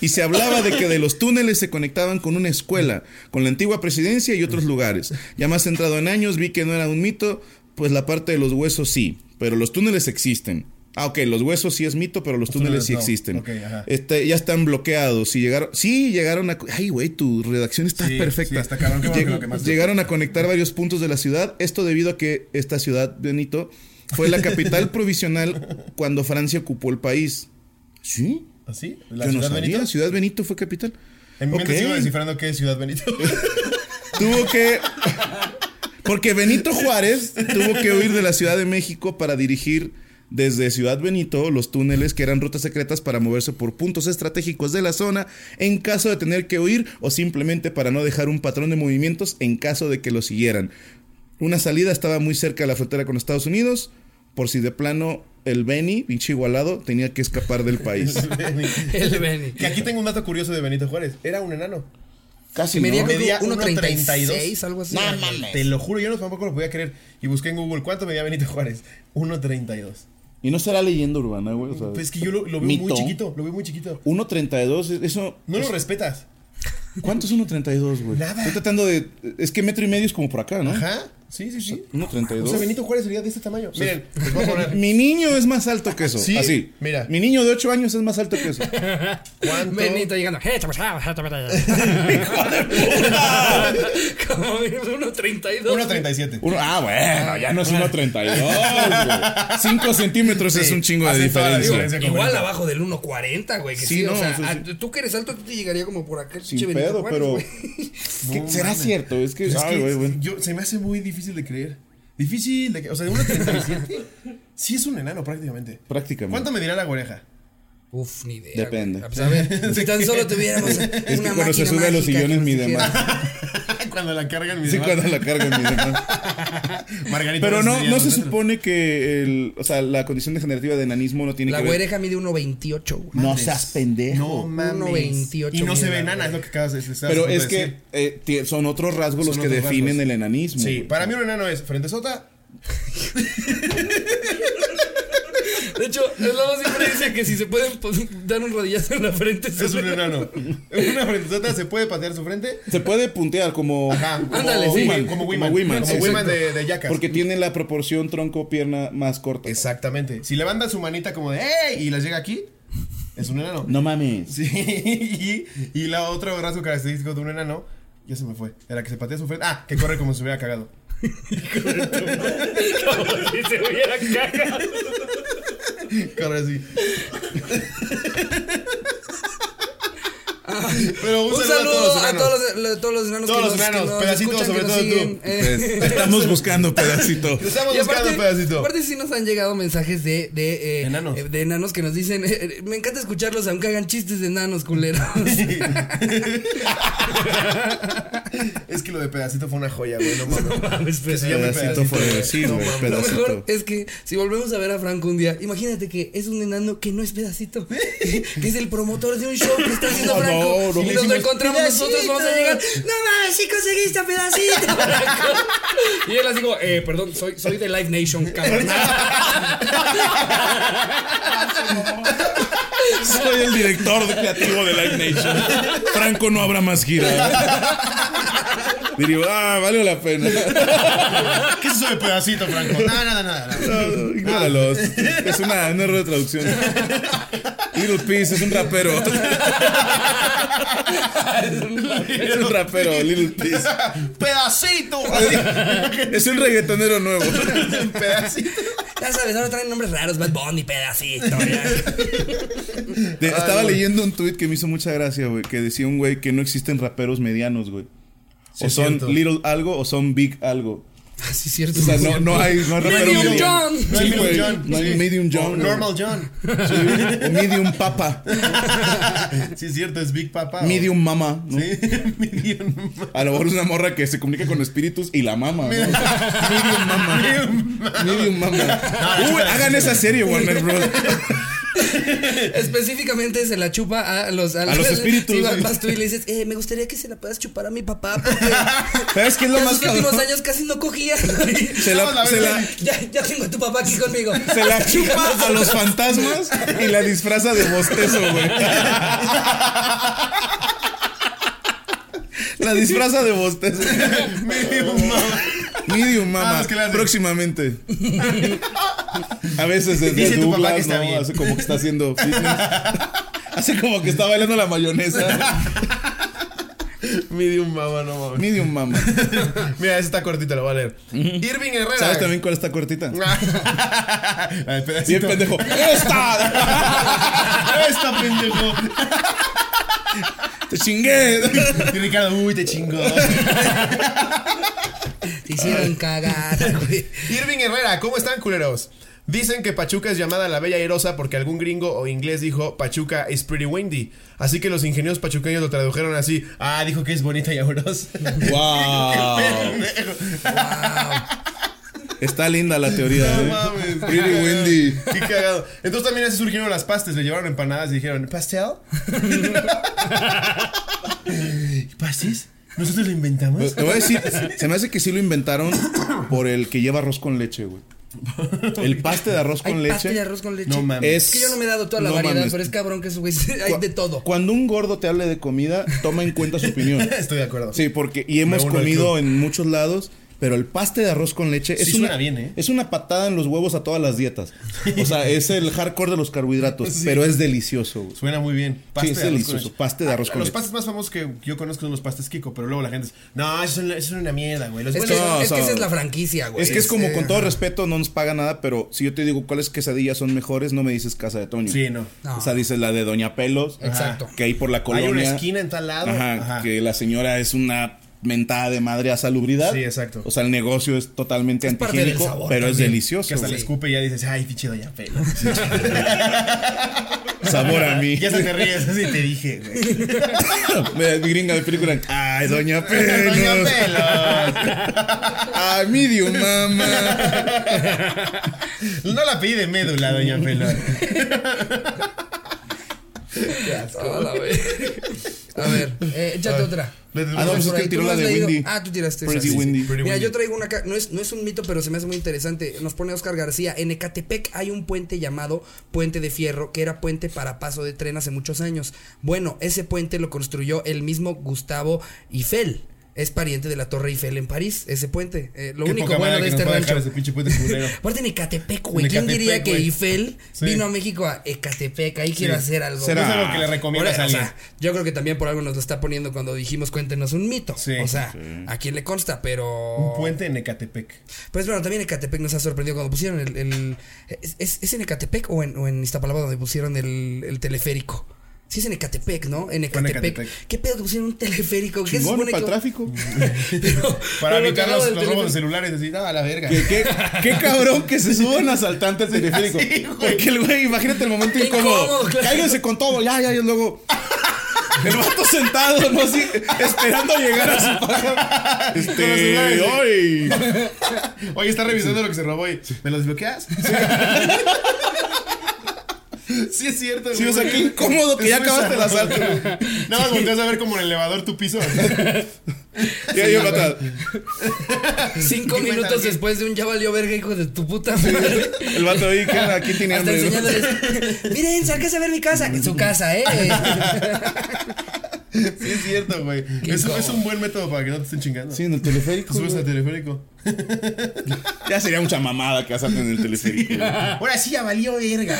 Speaker 3: Y se hablaba de que de los túneles se conectaban con una escuela, con la antigua presidencia y otros lugares. Ya más centrado en años vi que no era un mito, pues la parte de los huesos sí, pero los túneles existen. Ah, ok, los huesos sí es mito, pero los,
Speaker 2: túneles
Speaker 3: túneles, sí
Speaker 2: no.
Speaker 3: existen.
Speaker 2: Ok, ajá.
Speaker 3: Este, ya están bloqueados. Si llegaron, sí llegaron a. Ay, güey, tu redacción está
Speaker 2: Sí,
Speaker 3: perfecta.
Speaker 2: sí, está cabrón, qué bueno que
Speaker 3: Lleg-
Speaker 2: lo quemaste.
Speaker 3: Llegaron a conectar varios puntos de la ciudad. Esto debido a que esta ciudad, Benito, fue la capital provisional cuando Francia ocupó el país. ¿Sí?
Speaker 2: ¿Así? ¿La
Speaker 3: La Yo
Speaker 2: ciudad
Speaker 3: no sabía.
Speaker 2: Benito?
Speaker 3: Ciudad Benito fue capital.
Speaker 2: En mi mente
Speaker 3: Ok.
Speaker 2: sigo descifrando qué es Ciudad Benito.
Speaker 3: Tuvo que. Porque Benito Juárez tuvo que huir de la Ciudad de México para dirigir desde Ciudad Benito los túneles que eran rutas secretas para moverse por puntos estratégicos de la zona en caso de tener que huir o simplemente para no dejar un patrón de movimientos en caso de que lo siguieran. Una salida estaba muy cerca de la frontera con Estados Unidos, por si de plano el Beni, pinche igualado, tenía que escapar del país.
Speaker 1: El Beni.
Speaker 2: que aquí tengo un dato curioso de Benito Juárez. Era un enano.
Speaker 3: Casi
Speaker 1: Medía
Speaker 3: no.
Speaker 1: creo
Speaker 2: Medía
Speaker 1: que 1.36,
Speaker 2: 1.32.
Speaker 1: algo así.
Speaker 2: Te lo juro, yo no tampoco lo podía creer. Y busqué en Google cuánto medía Benito Juárez. 1.32.
Speaker 3: Y no será leyenda urbana, güey. o sea,
Speaker 2: Pues es que yo lo, lo veo muy
Speaker 3: Mito.
Speaker 2: chiquito. Lo veo muy chiquito.
Speaker 3: 1.32, eso.
Speaker 2: No lo respetas.
Speaker 3: ¿Cuánto es 1.32, güey?
Speaker 2: Nada.
Speaker 3: Estoy tratando de. Es que metro y medio es como por acá, ¿no?
Speaker 2: Ajá. Sí, sí, sí.
Speaker 3: 1.32.
Speaker 2: O sea, Benito Juárez sería de este tamaño. Miren, les voy a poner.
Speaker 3: Mi niño es más alto que eso.
Speaker 2: Sí,
Speaker 3: Así.
Speaker 2: mira.
Speaker 3: Mi niño de 8 años es más alto que eso.
Speaker 2: ¿Cuánto?
Speaker 1: Benito llegando. "Hey, chavos, ah, ah, ah, ah". Como 1.32.
Speaker 2: 1.37.
Speaker 3: Uno- ah, bueno, ya no es 1.32. 5 centímetros es
Speaker 2: Sí,
Speaker 3: un chingo de
Speaker 2: hace toda la
Speaker 3: diferencia.
Speaker 2: diferencia.
Speaker 1: Igual abajo del 1.40, güey. Que sí,
Speaker 3: Sí,
Speaker 1: o
Speaker 3: no,
Speaker 1: sea,
Speaker 3: eso sí.
Speaker 1: a- tú que eres alto, a ti te llegaría como por acá.
Speaker 3: Sin
Speaker 1: pinche Benito
Speaker 3: pedo,
Speaker 1: Juárez,
Speaker 3: pero-
Speaker 1: güey.
Speaker 3: ¿Qué-
Speaker 2: No
Speaker 3: ¿Será
Speaker 2: mames. Pues
Speaker 3: cierto? Es que.
Speaker 2: Es
Speaker 3: ay,
Speaker 2: que
Speaker 3: güey, güey.
Speaker 2: yo- se me hace muy difícil de creer. Difícil de que. O sea, 1.37. sí es un enano prácticamente.
Speaker 3: Prácticamente.
Speaker 2: ¿Cuánto medirá la oreja?
Speaker 1: Uf, ni idea.
Speaker 3: Depende.
Speaker 1: güey. Pues, a ver, si tan solo tuviéramos una
Speaker 3: Es que cuando se
Speaker 1: máquina
Speaker 3: sube a
Speaker 1: mágica
Speaker 3: los
Speaker 1: que
Speaker 3: sillones,
Speaker 1: nos
Speaker 3: mi
Speaker 1: dijera-
Speaker 3: demás.
Speaker 2: cuando la cargan mis
Speaker 3: Sí, cuando la cargan, mi demás.
Speaker 2: Margarita.
Speaker 3: Pero no,
Speaker 2: sería
Speaker 3: no se
Speaker 2: nosotros.
Speaker 3: supone que el, o sea, la condición degenerativa de enanismo no tiene
Speaker 1: La
Speaker 3: que ver.
Speaker 1: güereja mide 1.28, güey.
Speaker 3: No seas pendejo.
Speaker 2: No mames.
Speaker 1: 1.28
Speaker 2: Y no se
Speaker 1: mide
Speaker 2: ve
Speaker 1: la
Speaker 2: enana, es lo que acabas de estás
Speaker 3: Pero
Speaker 2: a punto de
Speaker 3: es que
Speaker 2: decir.
Speaker 3: eh, ti- son otros rasgos
Speaker 2: Son
Speaker 3: los que
Speaker 2: otros
Speaker 3: definen
Speaker 2: rasgos.
Speaker 3: el enanismo.
Speaker 2: Sí,
Speaker 3: güey.
Speaker 2: para mí un enano es frente sota.
Speaker 1: De hecho, el lobo siempre dice que si se pueden pues, dar un rodillazo en la frente,
Speaker 2: Es un enano. Una frente sota se puede patear su frente.
Speaker 3: Se puede puntear como.
Speaker 2: Ajá. como
Speaker 1: Ándale, sí.
Speaker 2: Wiman, Como Wiman.
Speaker 3: Como Wiman,
Speaker 2: Como
Speaker 3: exacto.
Speaker 2: Wiman de, de Jackass.
Speaker 3: Porque tiene la proporción tronco-pierna más corta.
Speaker 2: Exactamente. Si levanta su manita como de ¡Ey! y las llega aquí, es un enano.
Speaker 3: No mames.
Speaker 2: Sí. Y, y la otra rasgo característico de un enano, ya se me fue. Era que se patea su frente. Ah, que corre como si se hubiera cagado.
Speaker 4: Como si se hubiera cagado.
Speaker 2: Corre así. Pero un,
Speaker 1: Un
Speaker 2: saludo, a todos los
Speaker 1: a todos los,
Speaker 2: enanos.
Speaker 1: lo- todos los enanos
Speaker 2: Todos
Speaker 1: que
Speaker 2: los
Speaker 1: nos- que
Speaker 2: enanos,
Speaker 1: nos
Speaker 2: pedacitos,
Speaker 1: escuchan, que
Speaker 2: sobre
Speaker 1: nos
Speaker 2: todo tú.
Speaker 1: siguen, eh.
Speaker 3: Pues, estamos buscando pedacito.
Speaker 2: Te Estamos
Speaker 1: Y
Speaker 2: buscando un pedacito.
Speaker 1: aparte sí nos han llegado mensajes de, de, eh,
Speaker 2: Enanos.
Speaker 1: eh, de enanos que nos dicen, eh, eh, me encanta escucharlos aunque hagan chistes de enanos culeros.
Speaker 2: Sí. es que lo de pedacito fue una joya, güey. No mames.
Speaker 4: Mames,
Speaker 2: Que
Speaker 4: pues.
Speaker 2: se llame
Speaker 3: Pedacito fue
Speaker 2: güey.
Speaker 3: decir, güey,
Speaker 2: mames.
Speaker 1: Lo mejor
Speaker 3: Pedacito.
Speaker 1: es que si volvemos a ver a Franco un día, imagínate que es un enano que no es pedacito, que es el promotor de un show que está haciendo
Speaker 3: No,
Speaker 1: Franco.
Speaker 3: no, no.
Speaker 1: y nos lo
Speaker 3: Le
Speaker 2: hicimos,
Speaker 1: encontramos nosotros, vamos a llegar. No mames, sí conseguiste a pedacito. Franco". y él así como, eh, perdón, soy, soy de Live Nation, cabrón.
Speaker 3: Soy el director de creativo de Live Nation. Franco no habrá más gira. Diría, ah, vale la pena.
Speaker 2: ¿Qué es eso de pedacito, Franco? Nada, nada, nada. nada.
Speaker 3: No, Ignóralos. Es una, un error de traducción. Little Peace es un rapero. es un rapero, Little Peace.
Speaker 2: ¡Pedacito!
Speaker 3: Es un reggaetonero nuevo.
Speaker 2: ¡Pedacito!
Speaker 1: ya sabes, ahora traen nombres raros, Bad Bunny, pedacito. ya.
Speaker 3: De- estaba leyendo un tweet que me hizo mucha gracia, güey. Que decía un güey que no existen raperos medianos, güey. O
Speaker 2: es
Speaker 3: son
Speaker 2: cierto.
Speaker 3: little algo o son big algo.
Speaker 1: Ah, sí, cierto.
Speaker 3: O sea, no, no hay, no hay rapero
Speaker 1: Medium
Speaker 3: mediano.
Speaker 1: John.
Speaker 2: No hay
Speaker 3: Sí,
Speaker 2: medium
Speaker 3: güey,
Speaker 2: John.
Speaker 3: No hay
Speaker 2: Sí.
Speaker 3: medium
Speaker 2: O
Speaker 3: John. güey.
Speaker 2: Normal John.
Speaker 3: Sí, o medium papa.
Speaker 2: Sí, es cierto, es Big Papa. o-
Speaker 3: Medium mama. ¿no?
Speaker 2: Sí, medium.
Speaker 3: A lo mejor es una morra que se comunica con espíritus y la mama. ¿no? Medium mama.
Speaker 2: Medium
Speaker 3: Medium mama. Uy, hagan esa serie, Warner Bros.
Speaker 1: Específicamente se la chupa a los,
Speaker 3: A los espíritus.
Speaker 1: Sí, vas- vas tú y le dices, eh, me gustaría que se la puedas chupar a mi papá. Porque
Speaker 3: ¿Sabes qué es lo
Speaker 1: en
Speaker 3: más
Speaker 1: los últimos
Speaker 3: cabrón?
Speaker 1: años casi no cogía.
Speaker 3: Se la, se la-
Speaker 1: ya, ya tengo a tu papá aquí conmigo.
Speaker 3: se la chupa a los fantasmas y la disfraza de bostezo, güey. La disfraza de bostezo.
Speaker 2: Medium mama.
Speaker 3: Medium
Speaker 2: Ah,
Speaker 3: mama.
Speaker 2: es que la-
Speaker 3: Próximamente. A veces desde
Speaker 2: Dice tu papá
Speaker 3: Douglas,
Speaker 2: que está
Speaker 3: ¿no?
Speaker 2: bien.
Speaker 3: Hace como que está haciendo fitness. Hace como que está bailando la mayonesa.
Speaker 2: Medium mama, no mames.
Speaker 3: Medium mama.
Speaker 2: Mira, esa está cortita, la voy a leer. Irving Herrera.
Speaker 3: ¿Sabes también cuál está cortita?
Speaker 2: La del
Speaker 3: Bien
Speaker 2: pedacito.
Speaker 3: pendejo. ¡Esta!
Speaker 2: Esta pendejo.
Speaker 3: ¡Te chingué!
Speaker 2: Y Ricardo, uy, te chingo.
Speaker 1: Te hicieron cagada, güey.
Speaker 2: Irving Herrera, ¿cómo están, culeros? Dicen que Pachuca es llamada la Bella Airosa porque algún gringo o inglés dijo Pachuca is pretty windy. Así que los ingenieros pachuqueños lo tradujeron así. Ah, dijo que es bonita y amorosa.
Speaker 3: ¡Wow! Está linda la teoría.
Speaker 2: No
Speaker 3: ¿eh?
Speaker 2: mames.
Speaker 3: Pretty
Speaker 2: Qué cagado,
Speaker 3: windy.
Speaker 2: Qué cagado. Entonces también así surgieron las pastes. Le llevaron empanadas y dijeron, ¿pastel? ¿Y ¿Pastes? ¿Nosotros lo inventamos?
Speaker 3: Te voy a decir, se me hace que sí lo inventaron por el que lleva arroz con leche, güey. El paste de arroz con
Speaker 1: Hay pasta y
Speaker 3: leche.
Speaker 1: arroz con leche.
Speaker 2: No mames.
Speaker 1: Es que yo no me he dado toda la
Speaker 3: No
Speaker 1: variedad,
Speaker 3: mames.
Speaker 1: pero es cabrón que eso, güey. Hay
Speaker 3: Cu-
Speaker 1: de todo.
Speaker 3: Cuando un gordo te hable de comida, toma en cuenta su opinión.
Speaker 2: Estoy de acuerdo.
Speaker 3: Sí, porque y hemos
Speaker 2: uno al club.
Speaker 3: comido en muchos lados Pero el paste de arroz con leche es,
Speaker 2: Sí suena
Speaker 3: una,
Speaker 2: bien, ¿eh?
Speaker 3: es una patada en los huevos a todas las dietas. O sea, es el hardcore de los carbohidratos,
Speaker 2: Sí.
Speaker 3: pero es delicioso. güey.
Speaker 2: Suena muy bien.
Speaker 3: Sí, es
Speaker 2: de arroz con
Speaker 3: delicioso.
Speaker 2: leche.
Speaker 3: Paste de arroz
Speaker 2: Ah,
Speaker 3: con
Speaker 2: Los
Speaker 3: leche.
Speaker 2: pastes más famosos que yo conozco son los pastes Kiko, pero luego la gente es, no, eso es una, eso es una mierda, güey. Los
Speaker 1: Es que,
Speaker 2: buenos-
Speaker 3: No,
Speaker 1: es que
Speaker 3: o sea,
Speaker 1: esa es la franquicia, güey.
Speaker 3: Es que es como
Speaker 1: eh,
Speaker 3: con todo
Speaker 1: ajá.
Speaker 3: respeto, no nos paga nada, pero si yo te digo cuáles quesadillas son mejores, no me dices casa de Toño.
Speaker 2: Sí, no.
Speaker 1: No.
Speaker 3: O sea, dices la de Doña Pelos,
Speaker 1: Exacto.
Speaker 3: que hay por la colonia.
Speaker 2: Hay una esquina en tal lado.
Speaker 3: Ajá, que la señora es una mentada de madre a salubridad.
Speaker 2: Sí, exacto.
Speaker 3: O sea, el negocio es totalmente
Speaker 1: Es parte del
Speaker 3: antihigiénico,
Speaker 1: sabor
Speaker 3: pero es
Speaker 1: también,
Speaker 3: delicioso.
Speaker 2: Que hasta le
Speaker 3: güey.
Speaker 2: escupe y ya dices, ay, pinche doña pelo.
Speaker 3: Sabor a mí.
Speaker 2: ya se te ríes, así te dije, güey.
Speaker 3: Me- Gringa de película. Ay, Doña Pelos.
Speaker 2: Doña Pelos.
Speaker 3: A mí dio mamá.
Speaker 2: No la pide médula, doña Pelos. Ah,
Speaker 1: A la ver. A ver, eh, échate otra.
Speaker 3: Ah, no, pues es
Speaker 1: Por
Speaker 3: que
Speaker 1: ahí,
Speaker 3: él
Speaker 1: ¿tú
Speaker 3: tiró
Speaker 1: no
Speaker 3: la
Speaker 1: has
Speaker 3: de
Speaker 1: leído?
Speaker 3: Windy.
Speaker 1: Ah, tú tiraste esa,
Speaker 3: Pretty
Speaker 1: sí, sí.
Speaker 3: Windy.
Speaker 2: Pretty
Speaker 1: Mira,
Speaker 2: Windy.
Speaker 1: yo traigo una... ca- No es, no es un mito, pero se me hace muy interesante. Nos pone Oscar García. En Ecatepec hay un puente llamado Puente de Fierro, que era puente para paso de tren hace muchos años. Bueno, ese puente lo construyó el mismo Gustavo Eiffel. Es pariente de la Torre Eiffel en París, ese puente. Eh, lo
Speaker 2: Qué
Speaker 1: único
Speaker 2: poca
Speaker 1: bueno de
Speaker 2: madre que
Speaker 1: este
Speaker 2: nos va a dejar
Speaker 1: rancho.
Speaker 2: ese pinche puente culero.
Speaker 1: Aparte en Ecatepec, güey.
Speaker 2: En
Speaker 1: ¿Quién
Speaker 2: Ecatepec,
Speaker 1: diría que
Speaker 2: güey.
Speaker 1: Eiffel
Speaker 2: Sí.
Speaker 1: vino a México a Ecatepec? Ahí quiero hacer algo.
Speaker 3: Será-
Speaker 1: güey.
Speaker 2: Es algo que le recomiendas
Speaker 1: Por-
Speaker 2: a
Speaker 1: o
Speaker 2: alguien.
Speaker 1: sea, yo creo que también por algo nos lo está poniendo cuando dijimos cuéntenos un mito.
Speaker 2: Sí.
Speaker 1: o sea, a quién le consta, pero.
Speaker 2: Un puente en Ecatepec.
Speaker 1: Pues bueno, también Ecatepec nos ha sorprendido cuando pusieron el. el- ¿es, es- es en Ecatepec o en, o en Iztapalapa donde pusieron el, el teleférico? Sí, es en Ecatepec, ¿no? En Ecatepec.
Speaker 2: Ecatepec.
Speaker 1: ¿Qué pedo que pusieron un teleférico? ¿Qué se
Speaker 3: Chingón
Speaker 1: supone
Speaker 3: para el
Speaker 1: que-
Speaker 3: tráfico.
Speaker 1: Pero-
Speaker 2: Para
Speaker 1: pero lo
Speaker 2: evitar
Speaker 1: cagado
Speaker 2: los,
Speaker 1: del
Speaker 2: los robos
Speaker 1: teleférico-
Speaker 2: de celulares. Así, no, a la verga.
Speaker 3: ¿Qué, qué, qué cabrón que se suba un asaltante al teleférico.
Speaker 2: sí, güey.
Speaker 3: Porque el güey, imagínate el momento
Speaker 1: Qué
Speaker 3: incómodo.
Speaker 1: incómodo, claro.
Speaker 3: Cállense con todo, ya, ya, y luego. El vato sentado, ¿no? Así, esperando llegar a su paga.
Speaker 2: Con los
Speaker 3: Este.
Speaker 2: celulares.
Speaker 3: ¡Ay!
Speaker 2: Oye, está revisando lo que se robó y ¿me lo desbloqueas? Sí, es cierto.
Speaker 3: Sí, o sea,
Speaker 2: güey.
Speaker 3: qué incómodo que ya
Speaker 2: Es muy
Speaker 3: acabaste el
Speaker 2: zarrado.
Speaker 3: asalto.
Speaker 2: Nada más volteas a ver como en el elevador tu piso.
Speaker 3: Ya, yo para atrás.
Speaker 1: Cinco
Speaker 2: Qué buena
Speaker 1: minutos
Speaker 2: idea.
Speaker 1: después de un ya valió verga, hijo de tu puta madre.
Speaker 3: El vato ahí, ¿qué? aquí tiene
Speaker 1: Hasta
Speaker 3: hambre. ¿no?
Speaker 1: enseñándoles. Miren, salgas a ver mi casa. En su casa, ¿eh?
Speaker 2: Sí, es cierto, güey.
Speaker 1: Qué
Speaker 2: Es,
Speaker 1: incómodo.
Speaker 2: es un buen método para que no te estén chingando.
Speaker 3: Sí, en el teleférico.
Speaker 2: Te subes
Speaker 3: güey.
Speaker 2: al teleférico.
Speaker 3: Ya sería mucha mamada que asalten en el teleférico. güey.
Speaker 2: Ahora sí ya valió verga.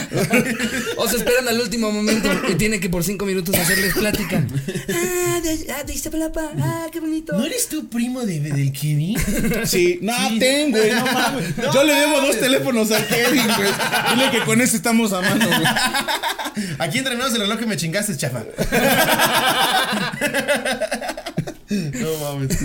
Speaker 1: O se esperan al último momento y tienen que por cinco minutos hacerles plática. Ah, de, ah, de Iztapalapa. Ah, qué bonito.
Speaker 2: ¿No eres tu primo de, del Kevin?
Speaker 3: Sí, no tengo, güey, no mames.
Speaker 2: No
Speaker 3: Yo le debo
Speaker 2: mames.
Speaker 3: dos teléfonos a Kevin, güey. Dile que con ese estamos a mano, güey.
Speaker 2: Aquí entrenamos el reloj que me chingaste, chafa. No mames.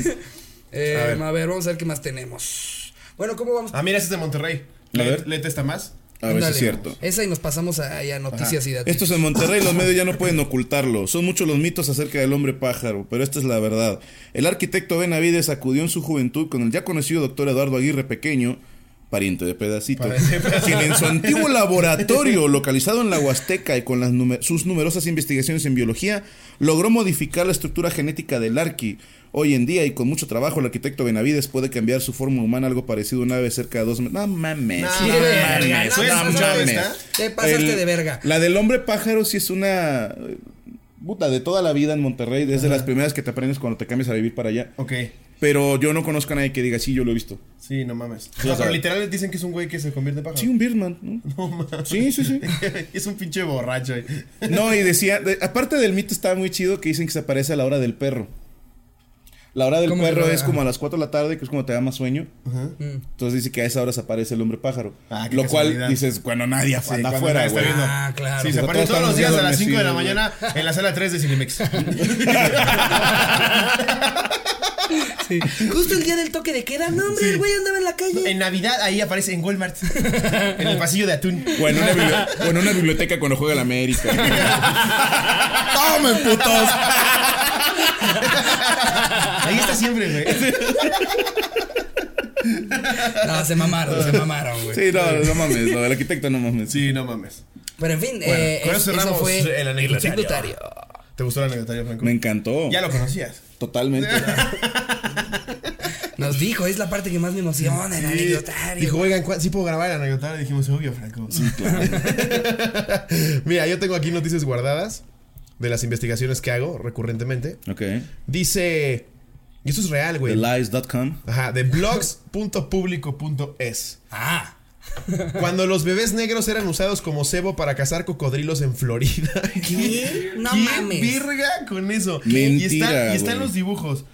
Speaker 1: Eh, a,
Speaker 2: A
Speaker 1: ver.
Speaker 2: ver.
Speaker 1: vamos a ver qué más tenemos. Bueno, ¿cómo vamos?
Speaker 2: Ah, mira, ese es de Monterrey.
Speaker 3: A ver.
Speaker 2: Le testa más.
Speaker 3: A ver si
Speaker 1: Ándale.
Speaker 3: es cierto.
Speaker 1: Esa y nos pasamos a, ahí a noticias y datos.
Speaker 3: Esto es en Monterrey, los medios ya no pueden ocultarlo. Son muchos los mitos acerca del hombre pájaro, pero esta es la verdad. El arquitecto Benavides acudió en su juventud con el ya conocido doctor Eduardo Aguirre Pequeño, pariente de pedacito,
Speaker 2: Pariente de Pedacito.
Speaker 3: quien en su antiguo laboratorio localizado en la Huasteca y con las nume- sus numerosas investigaciones en biología, logró modificar la estructura genética del arqui. Hoy en día y con mucho trabajo, el arquitecto Benavides puede cambiar su forma humana a algo parecido a un ave cerca de dos metros. No mames.
Speaker 2: No
Speaker 1: Qué
Speaker 2: mames,
Speaker 1: Ah, verga,
Speaker 2: güey,
Speaker 1: no
Speaker 2: es
Speaker 1: mames.
Speaker 2: mucha besta.
Speaker 1: Te pasaste
Speaker 3: El-
Speaker 1: de verga.
Speaker 3: La del hombre pájaro sí es una. eh, Puta, de toda la vida en Monterrey. Es de las primeras que te aprendes cuando te cambias a vivir para allá.
Speaker 2: Ok.
Speaker 3: Pero yo no conozco a nadie que diga, sí, yo lo he visto.
Speaker 2: Sí, no mames. O
Speaker 3: Sí,
Speaker 2: sea,
Speaker 3: o sea-
Speaker 2: pero literal dicen que es un güey que se convierte en pájaro.
Speaker 3: Sí, un Birdman. ¿no?
Speaker 2: No mames.
Speaker 3: Sí, sí, sí.
Speaker 2: es un pinche borracho. eh. güey.
Speaker 3: No, y decía, de- aparte del mito estaba muy chido que dicen que se aparece a la hora del perro. La hora del
Speaker 1: ¿Cómo que
Speaker 3: perro
Speaker 1: la-
Speaker 3: es como a las 4 de la tarde, que es cuando te da más sueño. Entonces dice que a esa hora se aparece el hombre pájaro.
Speaker 2: Ah, qué
Speaker 3: lo cual
Speaker 2: casualidad.
Speaker 3: dices, bueno, nadie
Speaker 2: Sí,
Speaker 3: anda
Speaker 2: cuando
Speaker 3: afuera,
Speaker 2: nadie está
Speaker 3: güey.
Speaker 2: viendo.
Speaker 1: Ah, claro.
Speaker 2: Sí, se
Speaker 3: O sea,
Speaker 2: aparece
Speaker 3: todos
Speaker 2: todos los
Speaker 3: estamos
Speaker 2: días a las
Speaker 3: dormidos,
Speaker 2: 5 de la
Speaker 3: güey.
Speaker 2: mañana en la sala 3 de Cinemex.
Speaker 1: Sí. Justo el día del toque de queda. No, hombre, el güey andaba en la calle.
Speaker 2: en Navidad ahí aparece en Walmart. en el pasillo de atún.
Speaker 3: O en, una bibli- o en una biblioteca cuando juega el América. ¡Tomen, putos!
Speaker 2: Ahí está siempre, güey.
Speaker 1: No, se mamaron, se mamaron, güey.
Speaker 3: Sí, no, no mames, lo del arquitecto no mames.
Speaker 2: Sí, no mames.
Speaker 1: Pero en fin,
Speaker 2: Bueno,
Speaker 1: eh,
Speaker 2: con
Speaker 1: es-
Speaker 2: eso
Speaker 1: eso
Speaker 2: cerramos
Speaker 1: fue
Speaker 2: el anecdotario.
Speaker 1: anecdotario.
Speaker 2: ¿Te gustó la anecdotario, Franco?
Speaker 3: Me encantó.
Speaker 2: Ya lo conocías.
Speaker 3: Totalmente.
Speaker 1: Nos dijo, es la parte que más me emociona, el anecdotario.
Speaker 2: Dijo, oigan, ¿cuál- ¿sí puedo grabar el anecdotario? Dijimos, obvio, Franco. Sí, claro. Mira, yo tengo aquí noticias guardadas de las investigaciones que hago recurrentemente.
Speaker 3: ok.
Speaker 2: Dice Y eso es real, güey.
Speaker 3: Thelies.com.
Speaker 2: Ajá, de blogs.publico.es.
Speaker 1: Ah.
Speaker 2: Cuando los bebés negros eran usados como cebo para cazar cocodrilos en Florida.
Speaker 1: ¿Qué? No
Speaker 2: ¿Quién
Speaker 1: mames.
Speaker 2: virga con eso? y
Speaker 3: Mentira,
Speaker 2: están, y están
Speaker 3: güey.
Speaker 2: los dibujos.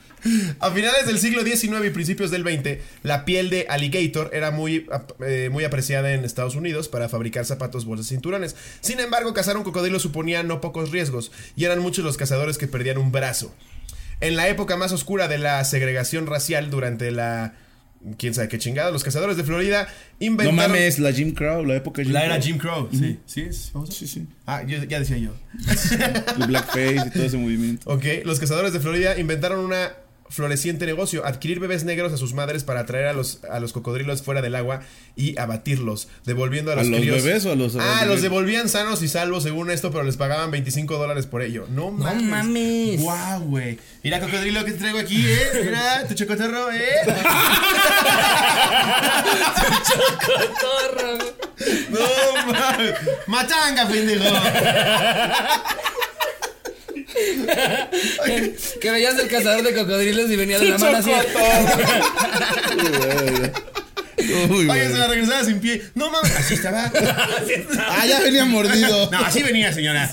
Speaker 2: A finales del siglo XIX y principios del XX, la piel de alligator era muy, ap- eh, muy apreciada en Estados Unidos para fabricar zapatos, bolsas y cinturones. Sin embargo, cazar un cocodrilo suponía no pocos riesgos, y eran muchos los cazadores que perdían un brazo. En la época más oscura de la segregación racial durante la... ¿Quién sabe qué chingada? Los cazadores de Florida
Speaker 3: No
Speaker 2: inventaron...
Speaker 3: mames, la Jim Crow, la época de Jim
Speaker 2: La era
Speaker 3: Crow.
Speaker 2: Jim Crow, sí. ¿Sí? es famoso?
Speaker 3: Sí, sí.
Speaker 2: Ah, yo- ya decía yo.
Speaker 3: El blackface y todo ese movimiento.
Speaker 2: Ok, los cazadores de Florida inventaron una floreciente negocio, adquirir bebés negros a sus madres para atraer a los, a los cocodrilos fuera del agua y abatirlos, devolviendo a
Speaker 3: ¿A
Speaker 2: los,
Speaker 3: los
Speaker 2: críos-
Speaker 3: bebés o a los- a los
Speaker 2: Ah, los
Speaker 3: bebés?
Speaker 2: devolvían sanos y salvos según esto, pero les pagaban 25 dólares por ello. No mames.
Speaker 1: mames.
Speaker 2: Guau, güey. Mira, cocodrilo que te traigo aquí, ¿eh? Mira, tu chocotorro, ¿eh?
Speaker 1: Cotorro.
Speaker 2: No mames. Machanga, pendejo.
Speaker 1: Que veías el cazador de cocodrilos y venía de la mano así.
Speaker 3: Uy,
Speaker 2: Oye,
Speaker 3: güey.
Speaker 2: se la regresaba sin pie. No mames, así estaba.
Speaker 3: Ah, ya venía mordido.
Speaker 2: No, así venía, señora.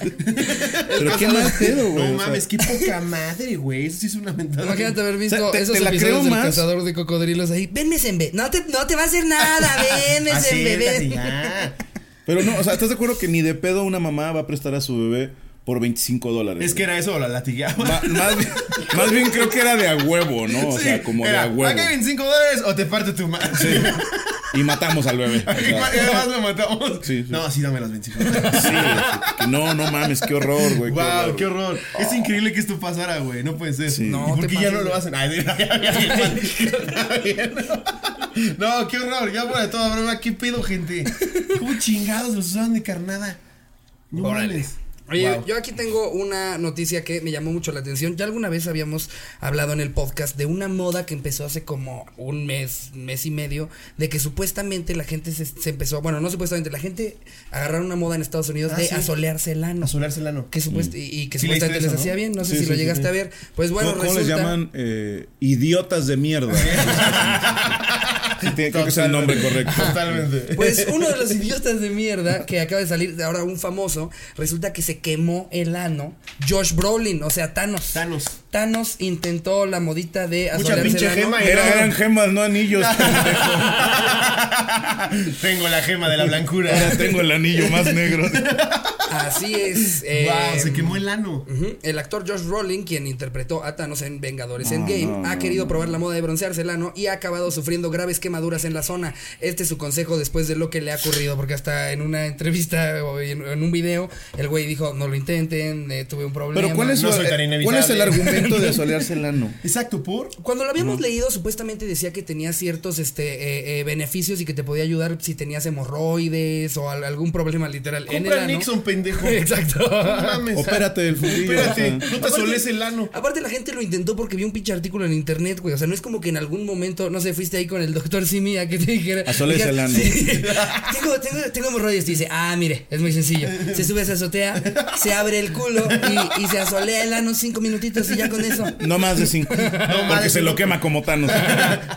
Speaker 3: Pero qué mal pedo, güey.
Speaker 2: No
Speaker 3: o sea,
Speaker 2: mames, qué poca madre, güey. Eso sí es una mentada.
Speaker 1: Imagínate haber visto
Speaker 3: O sea, te-
Speaker 1: esos
Speaker 3: te la creo
Speaker 1: episodios del
Speaker 3: más.
Speaker 1: cazador de cocodrilos ahí. Ven, mesembe. No te, no te va a hacer nada. Ven, mesembe.
Speaker 2: Acércate
Speaker 1: Ven.
Speaker 2: ya.
Speaker 3: Pero no, o sea, ¿estás de acuerdo que ni de pedo una mamá va a prestar a su bebé por 25 dólares?
Speaker 2: Es que
Speaker 3: güey?
Speaker 2: era eso, la latigaba.
Speaker 3: Ma- más, bien, más bien creo que era de a huevo, ¿no? O
Speaker 2: Sí,
Speaker 3: sea, como
Speaker 2: era,
Speaker 3: de a huevo.
Speaker 2: Paga 25 dólares o te parte tu madre. Sí.
Speaker 3: Y matamos al bebé. O
Speaker 2: y
Speaker 3: sea,
Speaker 2: además lo matamos.
Speaker 3: Sí, sí.
Speaker 2: No, sí, dame los 25 dólares.
Speaker 3: sí, güey. no, no mames, qué horror, güey.
Speaker 2: Wow, qué horror. Es increíble que esto pasara, güey. No puede ser.
Speaker 3: Sí.
Speaker 1: No,
Speaker 2: ¿Y por
Speaker 1: te
Speaker 2: qué ya
Speaker 1: pases,
Speaker 2: no lo
Speaker 1: güey.
Speaker 2: hacen? Ay, ya, ya, ya, ya. No, qué horror. Ya fuera de toda broma, qué pedo, gente. ¿Cómo chingados los usaban de carnada? No mames.
Speaker 1: Oye,
Speaker 2: Wow.
Speaker 1: yo aquí tengo una noticia que me llamó mucho la atención. Ya alguna vez habíamos hablado en el podcast de una moda que empezó hace como un mes, mes y medio, de que supuestamente la gente se, se empezó, bueno, no supuestamente, la gente agarraron una moda en Estados Unidos
Speaker 2: Ah,
Speaker 1: de
Speaker 2: sí.
Speaker 1: asolearse el ano.
Speaker 2: A Solar Celano.
Speaker 1: Que supuest- y, y que
Speaker 2: Sí,
Speaker 1: supuestamente
Speaker 2: leíste
Speaker 1: les
Speaker 2: eso,
Speaker 1: hacía
Speaker 2: ¿no?
Speaker 1: bien, no sé
Speaker 3: Sí,
Speaker 1: si
Speaker 3: sí,
Speaker 1: lo
Speaker 3: sí,
Speaker 1: llegaste
Speaker 3: sí.
Speaker 1: a ver. Pues bueno,
Speaker 3: ¿Cómo, cómo les
Speaker 1: resulta.
Speaker 3: llaman? Eh, idiotas de mierda. Sí, tiene- creo que es el nombre correcto.
Speaker 2: Totalmente.
Speaker 1: Pues uno de los idiotas de mierda que acaba de salir, de ahora un famoso, resulta que se quemó el ano. Josh Brolin, o sea, Thanos.
Speaker 2: Thanos.
Speaker 1: Thanos intentó la modita de asolearse
Speaker 2: pinche
Speaker 1: el ano.
Speaker 2: gema, eh.
Speaker 3: Era- eran gemas, no anillos.
Speaker 2: Tengo la gema de la blancura.
Speaker 3: Ahora tengo el anillo más negro.
Speaker 1: Así es. eh,
Speaker 2: Wow, se quemó el ano.
Speaker 1: ujú. El actor Josh Brolin, quien interpretó a Thanos en Vengadores Endgame, ha querido probar la moda de broncearse el ano y ha acabado sufriendo graves quemaduras en la zona. Este es su consejo después de lo que le ha ocurrido, porque hasta en una entrevista o en, en un video, el güey dijo, no lo intenten, eh, tuve un problema.
Speaker 3: Pero ¿cuál es,
Speaker 2: No
Speaker 3: su-
Speaker 2: soy tan
Speaker 3: eh,
Speaker 2: inevitable.
Speaker 3: ¿cuál es el argumento de solearse el ano?
Speaker 2: Exacto, por.
Speaker 1: Cuando lo habíamos leído, supuestamente decía que tenía ciertos este, eh, eh, beneficios y que te podía ayudar si tenías hemorroides o al- algún problema literal en el
Speaker 2: Compra
Speaker 1: ano.
Speaker 2: Nixon, pendejo.
Speaker 1: Exacto.
Speaker 2: No mames.
Speaker 3: Opérate el fundillo.
Speaker 2: Espérate,
Speaker 3: o sea.
Speaker 2: no te asoles el ano.
Speaker 1: Aparte la gente lo intentó porque vio un pinche artículo en internet, güey. O sea, no es como que en algún momento, no sé, fuiste ahí con el doctor Simi a que te dijera...
Speaker 3: Asoles
Speaker 1: dijeras,
Speaker 3: el ano.
Speaker 1: "Sí, tengo, tengo, tengo hemorroides. Te dice, ah, mire, es muy sencillo. Se sube a esa azotea, se abre el culo y, y se asolea el ano cinco minutitos y ya con eso.
Speaker 3: No más de cinco.
Speaker 2: más
Speaker 3: porque
Speaker 2: de
Speaker 3: se lo
Speaker 2: cinco.
Speaker 3: quema como Thanos.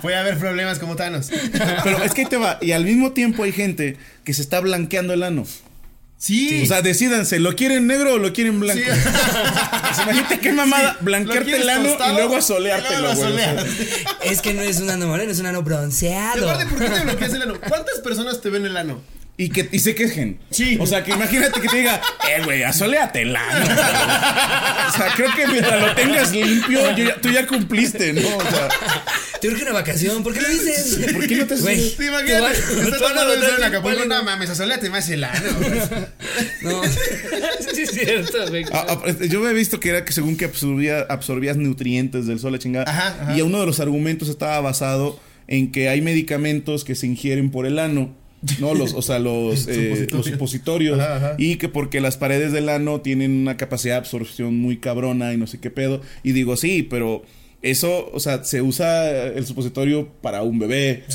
Speaker 2: Puede haber problemas como Thanos.
Speaker 3: Pero es que ahí te va. Y al mismo tiempo hay gente que se está blanqueando el ano.
Speaker 2: Sí.
Speaker 3: O sea, decídanse, ¿lo quieren negro o lo quieren blanco?
Speaker 2: Sí.
Speaker 3: Pues imagínate qué mamada,
Speaker 2: ¿Lo
Speaker 3: blanquearte
Speaker 2: quieres
Speaker 3: el ano
Speaker 2: tostado?
Speaker 3: y luego asoleártelo,
Speaker 2: Y luego lo
Speaker 3: güey. o sea.
Speaker 2: asoleas.
Speaker 1: Es que no es un ano moreno, es un ano
Speaker 2: Y
Speaker 1: bronceado.
Speaker 2: aparte, ¿por qué te bloqueas el ano? ¿Cuántas personas te ven el ano?
Speaker 3: Y que y se quejen.
Speaker 2: Sí.
Speaker 3: O sea, que imagínate que te diga, eh, güey, asoleate el ano. güey". O sea, creo que mientras lo tengas limpio, yo ya- tú ya cumpliste, ¿no? O sea,
Speaker 1: Te urge una vacación, ¿por qué lo dices?
Speaker 3: ¿por qué no te
Speaker 1: Güey.
Speaker 2: Sí,
Speaker 1: Te
Speaker 2: imagínate.
Speaker 1: vas- te
Speaker 2: Estás
Speaker 1: van a
Speaker 2: tratando de
Speaker 1: notar
Speaker 2: hacer en
Speaker 1: bien
Speaker 2: Acapulco.
Speaker 1: pálido.
Speaker 2: No mames, asoleate más el ano. güey.
Speaker 1: No. sí, es cierto, güey.
Speaker 3: Ah, ah, Yo había visto que era que según que absorbía, absorbías nutrientes del sol, la chingada.
Speaker 2: Ajá, ajá.
Speaker 3: Y uno de los argumentos estaba basado en que hay medicamentos que se ingieren por el ano. No, los, o sea, los, eh, los supositorios.
Speaker 2: Ajá, ajá.
Speaker 3: Y que porque las paredes del ano tienen una capacidad de absorción muy cabrona y no sé qué pedo. Y digo, sí, pero eso, o sea, se usa el supositorio para un bebé.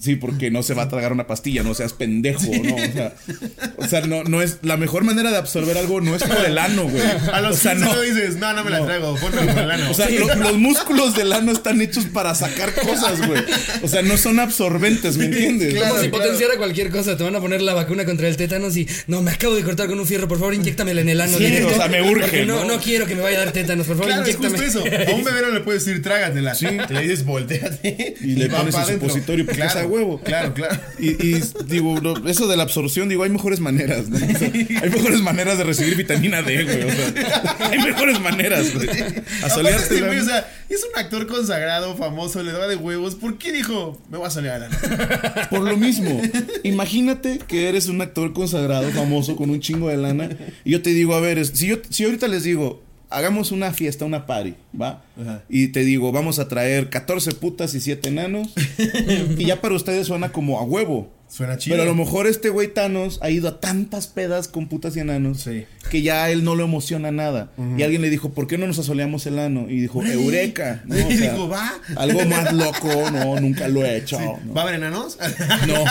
Speaker 3: Sí, porque no se va a tragar una pastilla, no seas pendejo, ¿no? O sea, o sea, no, no es. La mejor manera de absorber algo no es por el ano, güey.
Speaker 2: A los
Speaker 3: o sea,
Speaker 2: 15
Speaker 3: no.
Speaker 2: no dices, no, no me la
Speaker 3: No.
Speaker 2: traigo, ponme con el ano.
Speaker 3: O sea, lo- los músculos del ano están hechos para sacar cosas, güey. O sea, no son absorbentes, ¿me entiendes?
Speaker 2: claro.
Speaker 1: Como si potenciara cualquier cosa, te van a poner la vacuna contra el tétanos y no, me acabo de cortar con un fierro, por favor, inyéctamela en el ano.
Speaker 3: Sí,
Speaker 1: directo,
Speaker 3: o sea, me urge,
Speaker 1: porque No,
Speaker 3: ¿no?
Speaker 1: no quiero que me vaya a dar tétanos, por favor,
Speaker 2: Claro, es
Speaker 1: inyéctame.
Speaker 2: justo eso. A un bebé no le puedes decir trágatela. Le dices volteate.
Speaker 3: Y le
Speaker 2: va
Speaker 3: pones
Speaker 2: pa'
Speaker 3: el
Speaker 2: adentro.
Speaker 3: supositorio, porque es a huevo.
Speaker 2: Claro, claro.
Speaker 3: Y, y digo, no, eso de la absorción, digo, hay mejores maneras, ¿no? O sea, hay mejores maneras de recibir vitamina D, güey. o sea, hay mejores maneras, güey. A
Speaker 2: Aparte,
Speaker 3: solearte
Speaker 2: este
Speaker 3: el
Speaker 2: güey, o
Speaker 3: ano.
Speaker 2: sea, es un actor consagrado, famoso, le daba de huevos. ¿Por qué dijo, me voy a solear el ano?
Speaker 3: Por lo mismo, imagínate que eres un actor consagrado, famoso, con un chingo de lana. Y yo te digo, a ver, es- si yo si ahorita les digo, hagamos una fiesta, una party, ¿va?
Speaker 2: Ajá.
Speaker 3: Y te digo, vamos a traer 14 putas y 7 enanos. y ya para ustedes suena como a huevo.
Speaker 2: Suena chido.
Speaker 3: Pero a lo mejor este güey Thanos ha ido a tantas pedas con putas y enanos
Speaker 2: Sí.
Speaker 3: que ya a él no lo emociona nada. Y alguien le dijo, ¿por qué no nos asoleamos el ano? Y dijo, Eureka. ¿no? O
Speaker 2: Y
Speaker 3: sea,
Speaker 2: dijo, va.
Speaker 3: Algo más loco, no, nunca lo he hecho. ¿no?
Speaker 2: ¿Va a haber enanos?
Speaker 3: No.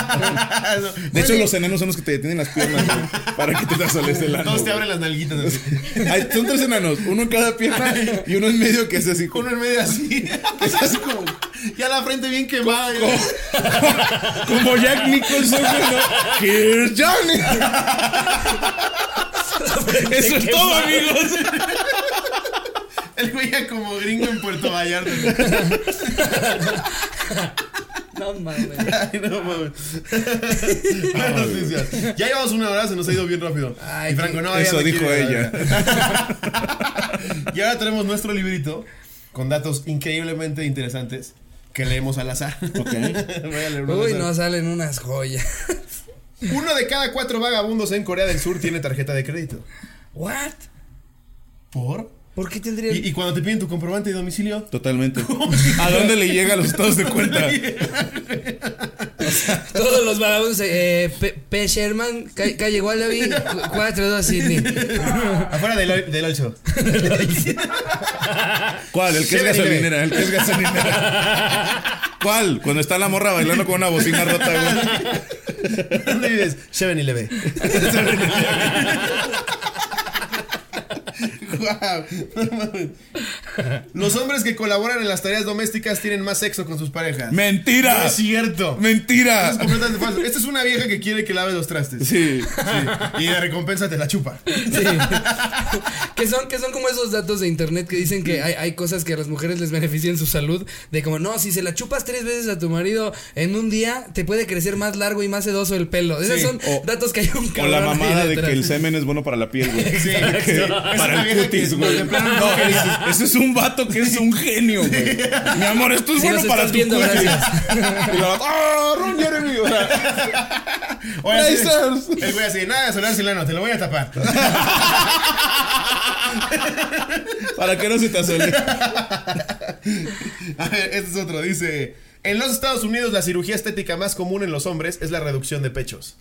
Speaker 3: De hecho,
Speaker 2: Bueno,
Speaker 3: los enanos son los que te detienen las piernas güey, para que te desoles el ano.
Speaker 2: Todos te
Speaker 3: güey.
Speaker 2: abren las nalguitas. así.
Speaker 3: Hay- son tres enanos, uno en cada pierna y uno en medio que es así.
Speaker 2: Uno en medio así. Es así como. Ya la frente bien quemada. ya.
Speaker 3: Como Jack Nicholson, güey, ¿no? Here's Johnny. Eso es todo, amigos.
Speaker 2: El güey ya como gringo en Puerto Vallarta.
Speaker 1: No mames.
Speaker 2: Ay, no mames. Buenas noticias. Ya llevamos una hora, se nos ha ido bien rápido.
Speaker 1: Ay,
Speaker 2: y Franco, no, ya
Speaker 3: Eso
Speaker 2: me
Speaker 3: dijo
Speaker 2: quiero ir a la
Speaker 3: ella.
Speaker 2: verga. Y ahora tenemos nuestro librito con datos increíblemente interesantes que leemos al azar.
Speaker 3: Ok.
Speaker 2: Voy a leer uno al
Speaker 1: Uy,
Speaker 2: azar.
Speaker 1: no salen unas joyas.
Speaker 2: Uno de cada cuatro vagabundos en Corea del Sur tiene tarjeta de crédito.
Speaker 1: ¿What?
Speaker 2: ¿Por?
Speaker 1: ¿Por qué tendría
Speaker 2: Y, y cuando te piden tu comprobante de domicilio.
Speaker 3: Totalmente. ¿A dónde le llega a los estados de cuenta?
Speaker 1: todos los vagabundos? Eh, P. P. Sherman, ca- calle Wallaby, 4-2 Sydney.
Speaker 2: Afuera del, del 8.
Speaker 3: ¿Cuál? El que es
Speaker 2: Chevy, dime.
Speaker 3: gasolinera, el que es gasolinera. ¿Cuál? Cuando está la morra bailando con una bocina rota, güey.
Speaker 2: ¿Dónde vives? 7-Eleven. Guau, no mames. Los hombres que colaboran en las tareas domésticas tienen más sexo con sus parejas. No
Speaker 3: ¡Mentira!
Speaker 2: es cierto.
Speaker 3: ¡Mentira!
Speaker 2: Eso es completamente falso. Esta es una vieja que quiere que laves los trastes.
Speaker 3: Sí.
Speaker 2: Sí. Y de recompensa te la chupa.
Speaker 1: Sí. que son que son como esos datos de internet que dicen que hay, hay cosas que a las mujeres les benefician su salud de como no si se la chupas tres veces a tu marido en un día te puede crecer más largo y más sedoso el pelo esos
Speaker 2: Sí,
Speaker 1: son
Speaker 3: o-
Speaker 1: datos que hay un
Speaker 3: O
Speaker 1: cabrón
Speaker 3: la
Speaker 1: ahí
Speaker 3: mamada de
Speaker 1: detrás.
Speaker 3: que el semen es bueno para la piel, güey.
Speaker 2: Sí, sí. Es una
Speaker 3: Para el
Speaker 2: vieja que
Speaker 3: cutis, güey.
Speaker 2: de plano
Speaker 3: No, eso, es- eso es un vato que es un genio, güey. Mi amor, esto es
Speaker 1: Si
Speaker 3: bueno
Speaker 1: nos
Speaker 3: para
Speaker 1: estás
Speaker 3: tu
Speaker 1: viendo,
Speaker 3: cutis.
Speaker 1: gracias.
Speaker 3: Y la vato, ¡ah, Ron Jeremy! O sea,
Speaker 2: Oye, así-
Speaker 3: Blazers.
Speaker 2: el güey así, nada, solar Silano, te lo voy a tapar.
Speaker 3: para que no se te asole.
Speaker 2: A ver, este es otro. Dice: En los Estados Unidos, la cirugía estética más común en los hombres es la reducción de pechos.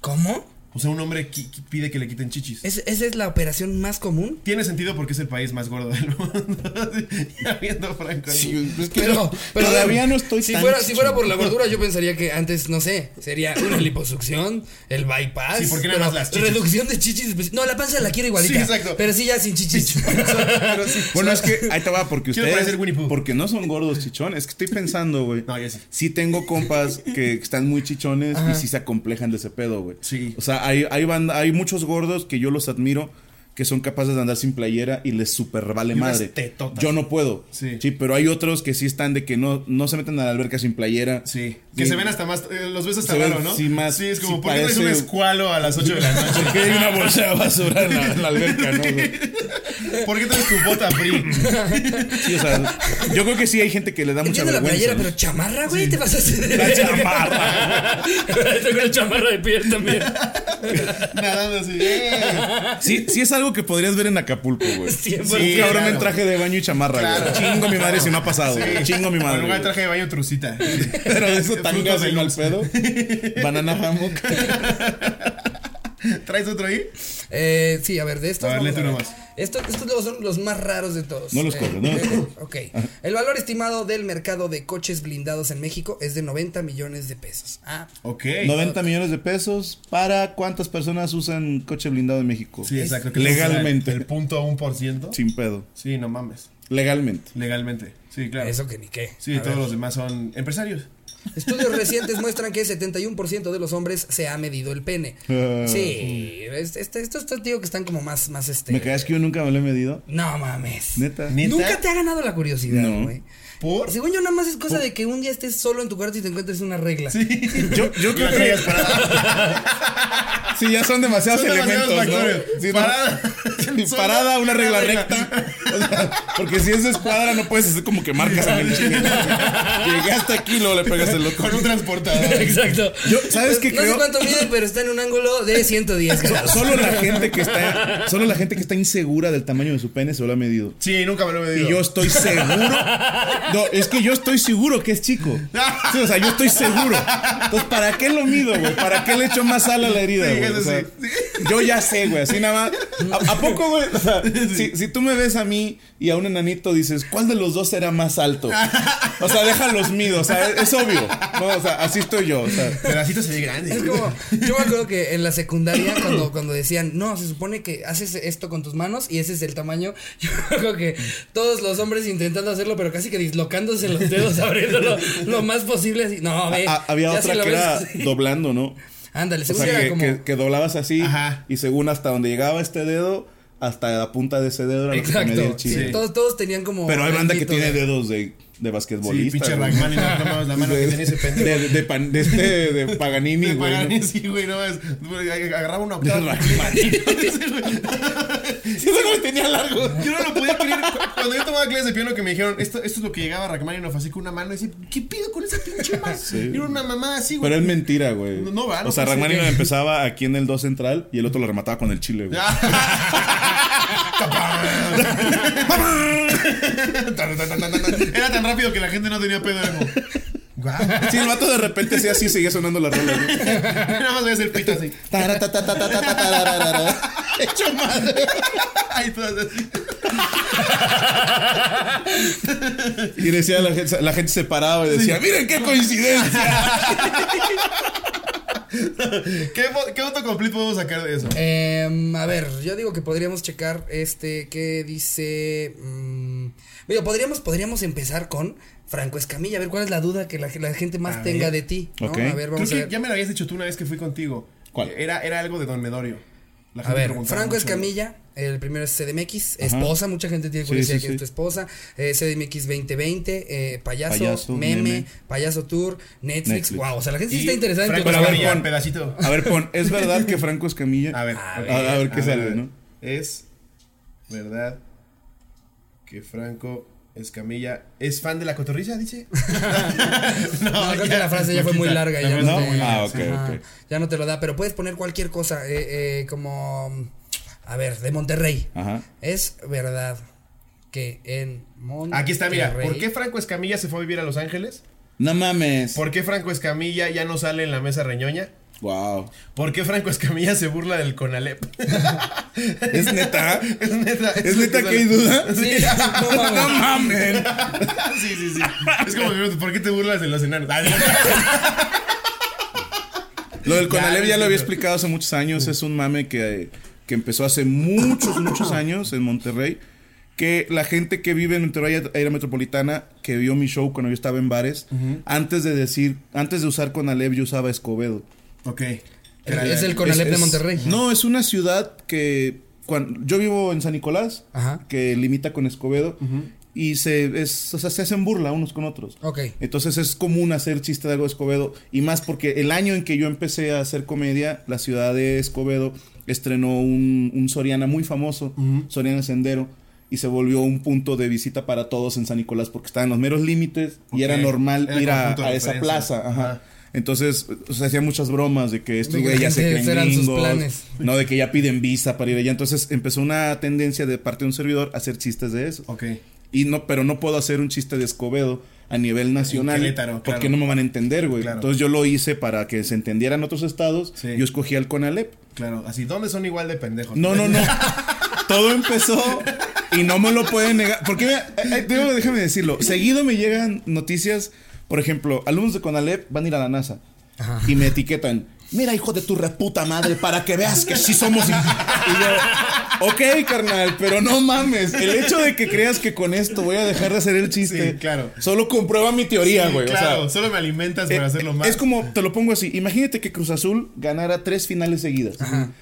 Speaker 1: cómo
Speaker 2: O sea, un hombre qui- qui- pide que le quiten chichis.
Speaker 1: ¿Es- esa es la operación más común
Speaker 2: Tiene sentido porque es el país más gordo del mundo. ya viendo a Franco. ahí.
Speaker 3: es que
Speaker 1: pero, pero
Speaker 3: todavía no estoy
Speaker 1: si
Speaker 3: tan
Speaker 1: fuera si fuera
Speaker 3: chichón.
Speaker 1: por la gordura yo pensaría que antes no sé sería una liposucción el bypass
Speaker 2: Sí, porque nada
Speaker 1: pero
Speaker 2: más las chichis.
Speaker 1: reducción de chichis espe- no la panza la quiero igualita
Speaker 2: Sí, exacto.
Speaker 1: pero sí ya sin chichis
Speaker 2: Pero sí.
Speaker 3: Bueno, es que ahí te va, porque
Speaker 2: Quiero
Speaker 3: ustedes.
Speaker 2: parecer Winnie Pooh.
Speaker 3: Porque no son gordos chichones. Es que estoy pensando, güey.
Speaker 2: No, yo sí.
Speaker 3: tengo compas que están muy chichones y sí se acomplejan de ese pedo, güey.
Speaker 2: Sí.
Speaker 3: O sea, hay, hay, banda- hay muchos gordos que yo los admiro que son capaces de andar sin playera y les super vale
Speaker 2: Y unas
Speaker 3: madre.
Speaker 2: tetotas.
Speaker 3: Yo no puedo.
Speaker 2: Sí.
Speaker 3: pero hay otros que sí están de que no, no se meten a la alberca sin playera.
Speaker 2: Sí. Que
Speaker 3: Y-
Speaker 2: se ven hasta más. eh, los ves hasta
Speaker 3: Se ven,
Speaker 2: raro, ¿no?
Speaker 3: sí, más-
Speaker 2: Sí, es como,
Speaker 3: sí
Speaker 2: ¿por qué traes un
Speaker 3: parece-
Speaker 2: escualo a las 8 de la noche?
Speaker 3: Porque hay una bolsa de basura en la, en la alberca, ¿no? güey?
Speaker 2: ¿Por qué traes tu bota free?
Speaker 3: Sí, o sea, yo creo que sí hay gente que le da mucha
Speaker 1: Entiendo la
Speaker 3: vergüenza.
Speaker 1: playera,
Speaker 3: ¿no?
Speaker 1: pero chamarra, güey, te vas a hacer.
Speaker 3: La chamarra.
Speaker 4: Tengo una chamarra de piel también.
Speaker 2: Nadando así. ¡eh!
Speaker 3: Sí, sí es algo que podrías ver en Acapulco, güey.
Speaker 1: Cien por
Speaker 3: un
Speaker 2: Sí, pues,
Speaker 3: cabrón
Speaker 2: claro.
Speaker 3: en traje de baño y chamarra,
Speaker 2: Claro.
Speaker 3: güey. Chingo mi madre si no ha pasado,
Speaker 2: Sí.
Speaker 3: güey. Chingo mi
Speaker 2: O en
Speaker 3: madre.
Speaker 2: lugar de
Speaker 3: güey.
Speaker 2: traje de baño, trucita.
Speaker 3: Pero de eso
Speaker 2: Frutas
Speaker 3: tangas
Speaker 2: de
Speaker 3: y mal
Speaker 2: luz.
Speaker 3: pedo. Banana hammock.
Speaker 2: ¿Traes otro ahí?
Speaker 1: Eh, sí, a ver, de estos.
Speaker 2: A ver,
Speaker 1: vamos
Speaker 2: léete uno
Speaker 1: ver.
Speaker 2: más.
Speaker 1: Esto- estos luego son los más raros de todos.
Speaker 3: No los corro, no los corro.
Speaker 1: Ok. El valor estimado del mercado de coches blindados en México es de 90 millones de pesos. Ah,
Speaker 2: Ok.
Speaker 3: 90 millones de pesos para cuántas personas usan coche blindado en México.
Speaker 2: Sí, exacto. que
Speaker 3: Legalmente.
Speaker 2: El punto un por ciento.
Speaker 3: Sin pedo.
Speaker 2: Sí, no mames.
Speaker 3: Legalmente.
Speaker 2: Legalmente. Sí, claro.
Speaker 1: eso que ni qué.
Speaker 2: Sí,
Speaker 1: A
Speaker 2: todos
Speaker 1: ver.
Speaker 2: los demás son empresarios.
Speaker 1: Estudios recientes muestran que 71% de los hombres se ha medido el pene.
Speaker 3: Ah.
Speaker 1: Sí, es- este- estos tíos que están como más, más este.
Speaker 3: ¿Me creas que yo nunca me lo he medido?
Speaker 1: No mames.
Speaker 3: Neta.
Speaker 2: Ni- ¿Neta?
Speaker 1: Nunca te ha ganado la curiosidad,
Speaker 3: No.
Speaker 1: güey.
Speaker 2: ¿Por?
Speaker 1: Según yo, nada más es cosa de que un día estés solo en tu cuarto y te encuentres una regla.
Speaker 3: Yo, yo creo
Speaker 2: La
Speaker 3: que.
Speaker 2: cagas parada.
Speaker 3: Sí, ya son demasiados
Speaker 2: Son demasiados
Speaker 3: elementos. ¿no?
Speaker 2: factores.
Speaker 3: Sí, ¿no?
Speaker 2: Parada.
Speaker 3: Sí,
Speaker 2: Son
Speaker 3: parada, una regla
Speaker 2: regla.
Speaker 3: recta. O sea, porque si es de escuadra, no puedes hacer como que marcas en el chingo. Llegaste aquí y luego le pegas el loco.
Speaker 2: Con un transportador.
Speaker 1: Exacto.
Speaker 3: Yo, ¿sabes qué
Speaker 1: no
Speaker 3: creo?
Speaker 1: sé cuánto mide, pero está en un ángulo de 110 grados.
Speaker 3: Solo la gente que está. Solo la gente que está insegura del tamaño de su pene se lo ha medido.
Speaker 2: Sí, nunca me lo he medido.
Speaker 3: Y yo estoy seguro. No, es que yo estoy seguro que es chico. Sí, o sea, yo estoy seguro. Entonces, ¿para qué lo mido, güey? ¿Para qué le echo más sal a la herida,
Speaker 2: Sí,
Speaker 3: güey?
Speaker 2: eso
Speaker 3: O sea,
Speaker 2: sí.
Speaker 3: Yo ya sé, güey. Así nada más. ¿A, a poco, güey? O sea, si, si tú me ves a mí y a un enanito, dices, ¿cuál de los dos será más alto? O sea, déjalos mido. O sea, es, es obvio. No, o sea, así estoy yo. O sea,
Speaker 2: Pedacito se ve grande.
Speaker 1: Es como, yo me acuerdo que en la secundaria, cuando, cuando decían, no, se supone que haces esto con tus manos y ese es el tamaño, yo me acuerdo que todos los hombres intentando hacerlo, pero casi que dislocándose los dedos, abriéndolo lo más posible, así, no, ve.
Speaker 3: a- Ah, había
Speaker 1: ya
Speaker 3: otra
Speaker 1: si lo
Speaker 3: que
Speaker 1: ves
Speaker 3: era
Speaker 1: así.
Speaker 3: doblando, ¿no?
Speaker 1: Ándale,
Speaker 3: O
Speaker 1: según
Speaker 3: sea,
Speaker 1: era
Speaker 3: que,
Speaker 1: como...
Speaker 3: que- que doblabas así
Speaker 2: Ajá.
Speaker 3: y según hasta donde llegaba este dedo, hasta la punta de ese dedo era lo que te medía el
Speaker 1: Exacto,
Speaker 3: chile.
Speaker 1: sí, todos, todos tenían como...
Speaker 3: Pero hay banda que
Speaker 1: ranguito
Speaker 3: tiene
Speaker 1: de-
Speaker 3: dedos de, de
Speaker 2: Sí,
Speaker 3: basquetbolista.
Speaker 2: pinche
Speaker 3: güey.
Speaker 2: Ragman y no no mames la mano que tenía ese pendejo.
Speaker 3: de, de pan- de este, de Paganini,
Speaker 2: Me
Speaker 3: güey. ¿no?
Speaker 2: pagan y sí, güey, no es. Agarraba una
Speaker 3: De
Speaker 2: octava.
Speaker 3: Rachmaninoff. Sí, ese güey tenía largo.
Speaker 2: Yo no lo podía creer. Cu- Cuando yo tomaba clases de piano que me dijeron, esto, esto es lo que llegaba Rachmaninoff así con una mano. Y decía, ¿qué pido con esa pinche mano? Era una mamá así, güey.
Speaker 3: Pero es mentira, güey.
Speaker 2: No, no, va, no
Speaker 3: o sea,
Speaker 2: puede ser
Speaker 3: Rachmaninoff
Speaker 2: que-
Speaker 3: empezaba aquí en el 2 central y el otro lo remataba con el chile, güey.
Speaker 2: Tan, tan, tan, tan, tan. Era tan rápido que la gente no tenía pedo. Era como, "Guau".
Speaker 3: Sí, el vato de repente hacía así seguía sonando la rola, güey.
Speaker 2: Nada más voy a hacer pito así.
Speaker 3: Taratatatatatatarararara. Hecho madre.
Speaker 2: Ay, todas así.
Speaker 3: Y decía la gente, la gente se paraba y decía, miren qué coincidencia.
Speaker 2: ¿Qué, mo- ¿Qué autocomplete podemos sacar de eso?
Speaker 1: Em, a ver, yo digo que podríamos checar este que dice. mm, digo, podríamos, podríamos empezar con Franco Escamilla. A ver, ¿cuál es la duda que la, la gente más
Speaker 2: A
Speaker 1: tenga
Speaker 2: ver.
Speaker 1: de ti? ¿no?
Speaker 3: Ok.
Speaker 1: A ver,
Speaker 2: Creo
Speaker 1: vamos a
Speaker 2: que
Speaker 1: ver.
Speaker 2: ya me lo habías dicho tú una vez que fui contigo.
Speaker 3: ¿Cuál?
Speaker 2: Era, era algo de Don Medorio. La
Speaker 1: A ver,
Speaker 2: preguntaba
Speaker 1: Franco
Speaker 2: mucho.
Speaker 1: Escamilla, el primero es CDMX, esposa, mucha gente tiene
Speaker 3: Sí,
Speaker 1: curiosidad
Speaker 3: sí,
Speaker 1: que
Speaker 3: sí.
Speaker 1: es tu esposa, eh, CDMX 2020, eh, payaso,
Speaker 3: Payaso,
Speaker 1: meme,
Speaker 3: meme.
Speaker 1: payaso tour, Netflix.
Speaker 3: Netflix.
Speaker 1: wow, o sea, la gente
Speaker 2: Y
Speaker 1: sí está interesada en tu
Speaker 2: Franco
Speaker 3: Pero a ver,
Speaker 2: Escamilla,
Speaker 3: Juan.
Speaker 2: pedacito.
Speaker 3: A ver, pon, ¿es verdad que Franco Escamilla?
Speaker 2: A ver,
Speaker 3: a
Speaker 2: ok.
Speaker 3: ver, a ver qué sale, ¿no?
Speaker 2: Es verdad que Franco Escamilla es fan de la cotorriza, dice. no,
Speaker 1: No, creo que la frase ya fue muy larga. Ya
Speaker 3: ¿No?
Speaker 1: no, te,
Speaker 3: Ah, ok,
Speaker 1: ajá,
Speaker 3: ok.
Speaker 1: ya no te lo da, pero puedes poner cualquier cosa, eh, eh, como, a ver, de Monterrey.
Speaker 2: Ah.
Speaker 3: Ajá.
Speaker 1: Es verdad que en Monterrey...
Speaker 2: Aquí está, mira. ¿Por qué Franco Escamilla se fue a vivir a Los Ángeles?
Speaker 3: No mames.
Speaker 2: ¿Por qué Franco Escamilla ya no sale en la mesa reñoña?
Speaker 3: Wow.
Speaker 2: ¿Por qué Franco Escamilla se burla del Conalep?
Speaker 3: ¿Es neta?
Speaker 2: es neta.
Speaker 3: ¿Es
Speaker 2: lo
Speaker 3: neta que hay
Speaker 2: sale.
Speaker 3: duda?
Speaker 1: Sí, no mames.
Speaker 3: No mames.
Speaker 2: sí, sí, sí. Es como, que, ¿por qué te burlas de los enanos?
Speaker 3: Lo del
Speaker 2: Ya,
Speaker 3: Conalep ya
Speaker 2: entiendo.
Speaker 3: lo había explicado hace muchos años. Es un mame que, que empezó hace muchos, muchos años en Monterrey. Que la gente que vive en Monterrey era metropolitana, que vio mi show cuando yo estaba en bares, antes de decir, antes de usar Conalep, yo usaba Escobedo.
Speaker 2: ok.
Speaker 1: Es el Conalep
Speaker 3: Es-
Speaker 1: de
Speaker 3: es-
Speaker 1: Monterrey.
Speaker 3: No, es una ciudad que. cuan- yo vivo en San Nicolás,
Speaker 1: Ajá.
Speaker 3: que limita con Escobedo, y se, es- o sea, se hacen burla unos con otros.
Speaker 1: Ok.
Speaker 3: Entonces es común hacer chiste de algo de Escobedo. Y más porque el año en que yo empecé a hacer comedia, la ciudad de Escobedo estrenó un, un Soriana muy famoso, Soriana Sendero. Y se volvió un punto de visita para todos en San Nicolás porque estaban los meros límites y
Speaker 2: Ok.
Speaker 3: era normal
Speaker 2: Era
Speaker 3: ir a,
Speaker 2: conjunto de
Speaker 3: a esa
Speaker 2: referencias.
Speaker 3: plaza. Ajá.
Speaker 2: Ajá.
Speaker 3: Entonces, o sea, hacían muchas bromas de que estos
Speaker 1: De que
Speaker 3: güeyes ya se
Speaker 1: esos
Speaker 3: creen
Speaker 1: eran sus
Speaker 3: gringos,
Speaker 1: planes.
Speaker 3: No, de que ya piden visa para ir allá. Entonces empezó una tendencia de parte de un servidor a hacer chistes de eso.
Speaker 2: Ok.
Speaker 3: Y no, pero no puedo hacer un chiste de Escobedo a nivel nacional.
Speaker 2: Querétaro, claro.
Speaker 3: Porque no me van a entender, güey.
Speaker 2: Claro.
Speaker 3: Entonces yo lo hice para que se entendieran otros estados.
Speaker 2: Sí.
Speaker 3: Yo escogí al Conalep.
Speaker 2: Claro, así, ¿dónde son igual de pendejos?
Speaker 3: No, no, no. Todo empezó y no me lo pueden negar. Porque mira, eh, eh, debo- déjame decirlo. Seguido me llegan noticias, por ejemplo, alumnos de Conalep van a ir a la NASA y me etiquetan. Mira, hijo de tu reputa madre, para que veas que sí somos. Y yo, ok, carnal, pero no mames. El hecho de que creas que con esto voy a dejar de hacer el chiste.
Speaker 2: Sí, claro.
Speaker 3: Solo comprueba mi teoría, güey. o sea,
Speaker 2: claro, solo me alimentas para
Speaker 3: eh,
Speaker 2: hacerlo
Speaker 3: eh,
Speaker 2: más.
Speaker 3: Es como, te lo pongo así. Imagínate que Cruz Azul ganara tres finales seguidas.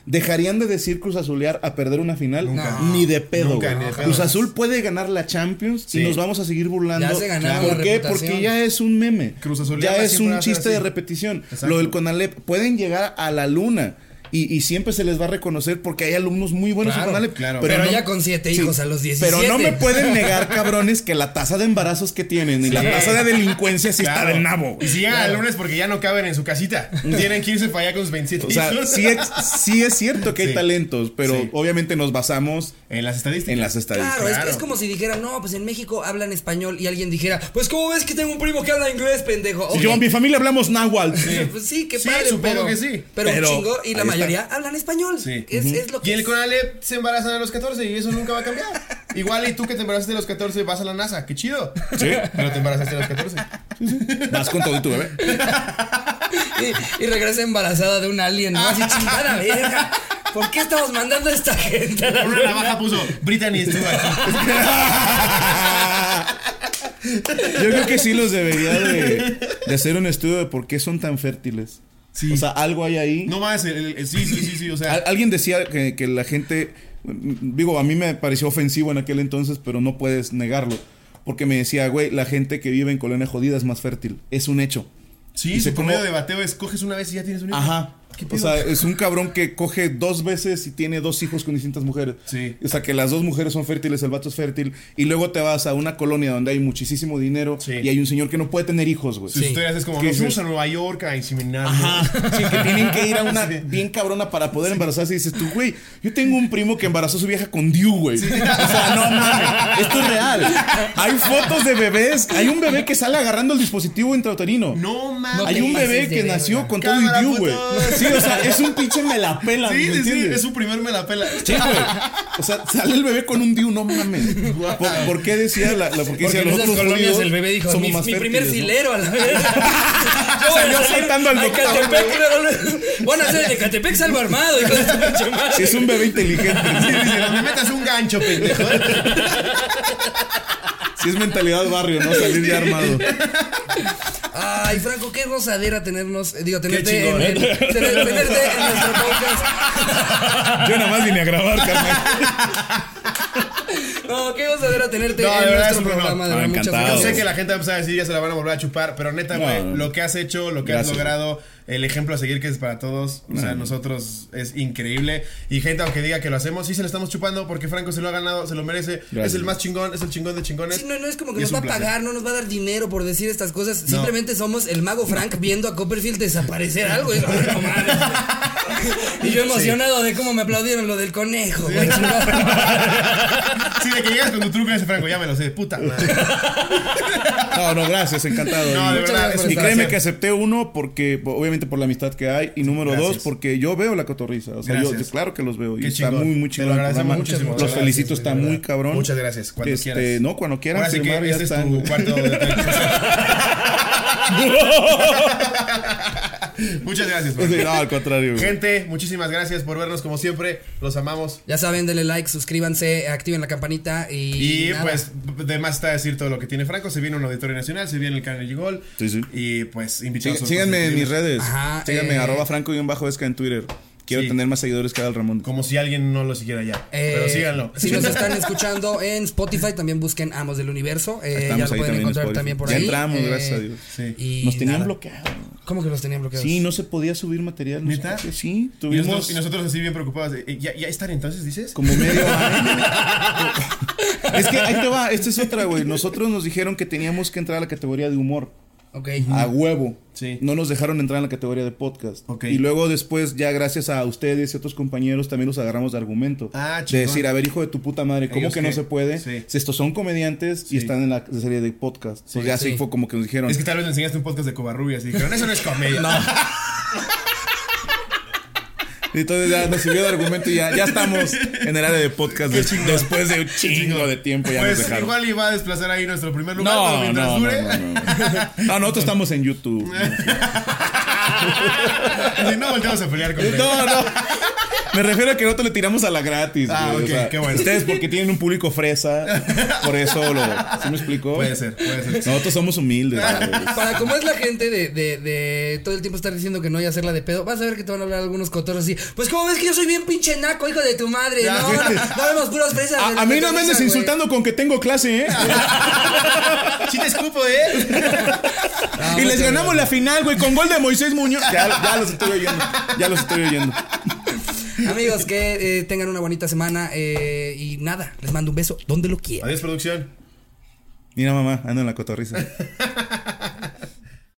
Speaker 3: ¿Dejarían de decir Cruz Azulear a perder una final?
Speaker 2: Nunca.
Speaker 3: Ni de pedo.
Speaker 2: Nunca,
Speaker 3: güey.
Speaker 2: ni de pedo.
Speaker 3: Cruz Azul puede ganar la Champions
Speaker 2: Sí.
Speaker 3: y nos vamos a seguir burlando.
Speaker 1: Ya se ganaron
Speaker 3: ¿Por
Speaker 1: la
Speaker 3: qué?
Speaker 1: reputación.
Speaker 3: Porque ya es un meme.
Speaker 2: Cruz Azulear
Speaker 3: ya es
Speaker 2: siempre va
Speaker 3: un
Speaker 2: a ser
Speaker 3: chiste
Speaker 2: así.
Speaker 3: de repetición.
Speaker 2: Exacto.
Speaker 3: Lo del Conalep. Pueden llegar a la luna. Y, y siempre se les va a reconocer porque hay alumnos muy buenos
Speaker 1: Claro,
Speaker 3: en Conalep.
Speaker 2: claro.
Speaker 1: Pero ya con siete hijos a los 17.
Speaker 3: Pero no me pueden negar, cabrones, que la tasa de embarazos que tienen y la
Speaker 2: Sí.
Speaker 3: tasa de delincuencia sí
Speaker 2: Claro.
Speaker 3: está del nabo.
Speaker 2: Y si llegan al lunes porque ya no caben en su casita. Tienen que irse para allá con sus 27
Speaker 3: O sea,
Speaker 2: hijos.
Speaker 3: sí es, sí es cierto que
Speaker 2: Sí.
Speaker 3: hay talentos, pero
Speaker 2: Sí.
Speaker 3: obviamente nos basamos
Speaker 2: En las estadísticas.
Speaker 3: en las estadísticas.
Speaker 1: Claro, eh, es-
Speaker 2: Claro.
Speaker 1: Es, como si dijeran, no, pues en México hablan español y alguien dijera, pues ¿cómo ves que tengo un primo que habla inglés, pendejo?
Speaker 3: Si
Speaker 1: Ok.
Speaker 3: Yo en mi familia hablamos náhuatl.
Speaker 1: Pues sí, qué
Speaker 2: Sí,
Speaker 1: padre,
Speaker 2: supongo
Speaker 1: pero,
Speaker 2: que sí.
Speaker 1: Pero,
Speaker 3: Pero
Speaker 1: chingo, y la
Speaker 3: ahí
Speaker 1: mayoría hablan español.
Speaker 2: Sí.
Speaker 1: Es, es lo que
Speaker 2: Y el
Speaker 1: es.
Speaker 2: Conalep se embarazan a los 14 y eso nunca va a cambiar. Igual y tú que te embarazaste a los 14 vas a la NASA, qué chido.
Speaker 3: Sí.
Speaker 2: Pero te embarazaste a los 14.
Speaker 3: Vas con todo y tu bebé.
Speaker 1: y, y regresa embarazada de un alien, ¿no? Así chingada verga. ¿Por qué estamos mandando a esta gente a la
Speaker 2: Una
Speaker 1: luna?
Speaker 2: navaja puso Brittany estuvo aquí.
Speaker 3: Yo creo que sí los debería de, de hacer un estudio de por qué son tan fértiles.
Speaker 2: Sí.
Speaker 3: O sea, algo hay ahí.
Speaker 2: No más, el- el- el- sí, sí, sí, sí, o sea.
Speaker 3: Al- alguien decía que, que la gente, mm, digo, a mí me pareció ofensivo en aquel entonces, pero no puedes negarlo. Porque me decía, güey, la gente que vive en colonia jodida es más fértil. Es un hecho.
Speaker 2: Sí,
Speaker 3: Y
Speaker 2: su
Speaker 3: se
Speaker 2: promedio de
Speaker 3: como-
Speaker 2: bateo es coges una vez y ya tienes un hijo.
Speaker 3: Ajá.
Speaker 2: ¿Qué
Speaker 3: O
Speaker 2: pedo?
Speaker 3: sea, es un cabrón que coge dos veces y tiene dos hijos con distintas mujeres.
Speaker 2: Sí.
Speaker 3: O sea, que las dos mujeres son fértiles, el vato es fértil. Y luego te vas a una colonia donde hay muchísimo dinero
Speaker 2: Sí.
Speaker 3: y hay un señor que no puede tener hijos, güey.
Speaker 2: Sus historias es como,
Speaker 3: ¿Qué
Speaker 2: nos fuimos
Speaker 3: dices?
Speaker 2: a Nueva York a inseminar. ¿no?
Speaker 3: Ajá. Sí, que tienen que ir a una bien cabrona para poder embarazarse. Y dices tú, güey, yo tengo un primo que embarazó a su vieja con Diu, güey. O sea, no mames. Esto es real. Hay fotos de bebés. Hay un bebé que sale agarrando el dispositivo intrauterino.
Speaker 2: No
Speaker 1: No
Speaker 2: mames.
Speaker 3: Hay un
Speaker 1: pases
Speaker 3: bebé
Speaker 1: de
Speaker 3: que
Speaker 1: verga.
Speaker 3: nació con todo
Speaker 2: Cámara,
Speaker 3: y Diu, güey.
Speaker 2: puto.
Speaker 3: Sí, o sea, es un pinche me la pela, ¿me
Speaker 2: Sí, sí, sí,
Speaker 3: entiendes?
Speaker 2: es su primer me la pela.
Speaker 3: Sí, güey. O sea, sale el bebé con un diu, no mames. ¿Por, por qué decía la, la- por
Speaker 1: Porque
Speaker 3: qué decía
Speaker 1: en
Speaker 3: los
Speaker 1: esas
Speaker 3: otros
Speaker 1: colonias
Speaker 3: judíos
Speaker 1: el bebé dijo,
Speaker 3: somos
Speaker 1: mi,
Speaker 3: más
Speaker 1: mi primer
Speaker 3: fértiles, ¿no?"
Speaker 1: filero a la verga. Yo voy a
Speaker 3: Salió
Speaker 1: salir
Speaker 3: saltando al
Speaker 1: a
Speaker 3: doctor,
Speaker 1: Ecatepec, pero- Van a hacer de Catepec salvo armado, hijo de su pinche madre.
Speaker 3: Sí, es un bebé inteligente.
Speaker 2: Sí, dice, donde metas un gancho, pendejo.
Speaker 3: Si es mentalidad barrio, ¿no? Salir ya armado.
Speaker 1: Ay, Franco, qué gozadera tenernos, eh, digo, tenerte,
Speaker 2: chingón,
Speaker 1: en,
Speaker 2: ¿eh?
Speaker 1: en- tener- tenerte en nuestro podcast.
Speaker 3: Yo nada más vine a grabar, carnal.
Speaker 1: No, qué gozadera tenerte
Speaker 2: No, de
Speaker 1: en
Speaker 2: verdad es
Speaker 1: nuestro
Speaker 2: un honor.
Speaker 1: programa. De
Speaker 3: Ah,
Speaker 1: verdad, muchas
Speaker 3: encantado.
Speaker 2: Yo
Speaker 1: gracias.
Speaker 2: sé que la gente va a empezar a decir, ya se la van a volver a chupar, pero neta,
Speaker 3: No,
Speaker 2: güey,
Speaker 3: no.
Speaker 2: lo que has hecho, lo que has
Speaker 3: Gracias.
Speaker 2: logrado, el ejemplo a seguir que es para todos, o sea, nosotros es increíble. Y gente, aunque diga que lo hacemos, sí se lo estamos chupando porque Franco se lo ha ganado, se lo merece, es
Speaker 3: Gracias.
Speaker 2: el más chingón, es el chingón de chingones.
Speaker 1: Sí, no, no es como que
Speaker 2: Y
Speaker 1: nos va a
Speaker 2: un placer.
Speaker 1: pagar, no nos va a dar dinero por decir estas cosas. Simplemente somos el mago Frank viendo a Copperfield desaparecer algo. Y, no mames. Y yo emocionado de cómo me aplaudieron lo del conejo. güey, chingada.
Speaker 2: Sí, de que llegas con tu truco y dices, Franco, ya me lo sé, puta madre.
Speaker 3: No, no, gracias, encantado.
Speaker 2: No, de
Speaker 1: Muchas
Speaker 2: verdad,
Speaker 1: gracias
Speaker 2: es
Speaker 1: por
Speaker 2: un
Speaker 3: Y créeme que
Speaker 2: placer.
Speaker 3: acepté uno porque, obviamente, por la amistad que hay. Y número
Speaker 2: Gracias.
Speaker 3: dos, porque yo veo la cotorriza. O sea, yo,
Speaker 2: Gracias.
Speaker 3: claro que los veo. Y
Speaker 2: Qué
Speaker 3: está
Speaker 2: chingón.
Speaker 3: muy, muy
Speaker 2: Te
Speaker 3: chingón.
Speaker 2: lo
Speaker 3: el
Speaker 2: agradecemos
Speaker 3: programa.
Speaker 2: muchísimo.
Speaker 3: Los
Speaker 2: Gracias,
Speaker 3: felicito,
Speaker 2: güey,
Speaker 3: está
Speaker 2: de
Speaker 3: muy
Speaker 2: verdad.
Speaker 3: cabrón.
Speaker 2: Muchas gracias, cuando
Speaker 3: Este,
Speaker 2: quieras.
Speaker 3: No, cuando quieran
Speaker 2: Ahora sí
Speaker 3: firmar,
Speaker 2: que
Speaker 3: ya
Speaker 2: este es
Speaker 3: están,
Speaker 2: tu
Speaker 3: güey.
Speaker 2: cuarto de- Muchas gracias, Franco.
Speaker 3: Sí, No, al contrario. güey.
Speaker 2: Gente, muchísimas gracias por vernos como siempre. Los amamos.
Speaker 1: ya saben, denle like, suscríbanse, activen la campanita y.
Speaker 2: Y
Speaker 1: nada.
Speaker 2: pues, de más está decir todo lo que tiene Franco. Se viene un auditorio nacional, se viene el Carnegie Gold.
Speaker 3: Sí, sí.
Speaker 2: Y pues,
Speaker 3: Sí,
Speaker 2: invitados. a
Speaker 3: síganme en
Speaker 2: otros
Speaker 3: mis redes.
Speaker 1: Ajá,
Speaker 3: síganme,
Speaker 1: eh.
Speaker 3: arroba franco y un bajo esca en Twitter. Quiero
Speaker 2: Sí.
Speaker 3: tener más seguidores que Adal Ramón.
Speaker 2: Como si alguien no lo siguiera ya.
Speaker 1: Eh,
Speaker 2: Pero síganlo.
Speaker 1: Si nos están escuchando en Spotify, también busquen Amos del Universo. eh, ya
Speaker 3: Estamos
Speaker 1: lo
Speaker 3: ahí
Speaker 1: pueden
Speaker 3: también en
Speaker 1: encontrar
Speaker 3: Spotify.
Speaker 1: también por
Speaker 3: Ya
Speaker 1: ahí.
Speaker 3: entramos,
Speaker 1: eh,
Speaker 3: gracias a Dios.
Speaker 2: Sí.
Speaker 1: y
Speaker 3: Nos tenían
Speaker 1: nada.
Speaker 3: bloqueados.
Speaker 1: ¿Cómo que los tenían bloqueados?
Speaker 3: Sí, no se podía subir material. No sé
Speaker 2: ¿Neta?
Speaker 3: por qué. sí,
Speaker 2: Y
Speaker 3: tuvimos
Speaker 2: nosotros, y nosotros así bien preocupados. de, eh, ¿Ya, ya están entonces, dices?
Speaker 3: como medio año. es que ahí te va, esta es otra, güey. Nosotros nos dijeron que teníamos que entrar a la categoría de humor.
Speaker 1: Ok.
Speaker 3: A huevo.
Speaker 2: Sí.
Speaker 3: No nos dejaron entrar en la categoría de podcast.
Speaker 2: Ok.
Speaker 3: Y luego después, ya gracias a ustedes y otros compañeros, también los agarramos de argumento.
Speaker 2: Ah,
Speaker 3: de
Speaker 2: chingón.
Speaker 3: decir, a ver, hijo de tu puta madre, ¿cómo
Speaker 2: Ellos
Speaker 3: que no
Speaker 2: qué?
Speaker 3: se puede?
Speaker 2: Sí.
Speaker 3: Si estos son comediantes
Speaker 2: Sí.
Speaker 3: y están en la serie de podcast. pues ya
Speaker 1: sí.
Speaker 3: así fue como que nos dijeron.
Speaker 2: Es que tal vez le enseñaste un podcast de Covarrubias y dijeron, eso no es comedia.
Speaker 3: Entonces ya nos sirvió de argumento y ya, ya estamos en el área de podcast de- después de un chingo de tiempo. Ya nos
Speaker 2: Pues
Speaker 3: dejaron.
Speaker 2: igual iba a desplazar ahí nuestro primer lugar, pero
Speaker 3: No, no,
Speaker 2: mientras
Speaker 3: no,
Speaker 2: dure. Eh.
Speaker 3: no, no, no. Ah, nosotros estamos en YouTube.
Speaker 2: Si no volteamos a pelear con él.
Speaker 3: No, no. Me refiero a que nosotros le tiramos a la gratis.
Speaker 2: Ah,
Speaker 3: güey,
Speaker 2: ok, qué bueno.
Speaker 3: Ustedes porque tienen un público fresa, por eso lo... ¿Sí me explicó?
Speaker 2: Puede ser, Ah. puede ser.
Speaker 3: Nosotros somos humildes. güey.
Speaker 1: Para como es la gente de, de, de todo el tiempo estar diciendo que no y hacerla de pedo, vas a ver que te van a hablar algunos cotorros así. Pues como ves que yo soy bien pinche naco, hijo de tu madre,
Speaker 2: Ya,
Speaker 1: no,
Speaker 2: güey.
Speaker 1: no vemos puras fresas. de
Speaker 3: A, a mí no
Speaker 1: la
Speaker 3: me andes
Speaker 1: mesa, güey.
Speaker 3: insultando con que tengo clase, ¿eh?
Speaker 2: Ah, Sí te escupo, ¿eh?
Speaker 1: Ah,
Speaker 3: y les
Speaker 1: muchas
Speaker 3: ganamos la final, güey, con gol de Moisés Muñoz. Ya, ya los estoy oyendo. Ya los estoy oyendo.
Speaker 1: gracias. Amigos, que eh, tengan una bonita semana eh, y nada, les mando un beso donde lo quieran.
Speaker 2: Adiós, producción.
Speaker 3: Mira, mamá, ando en la cotorriza.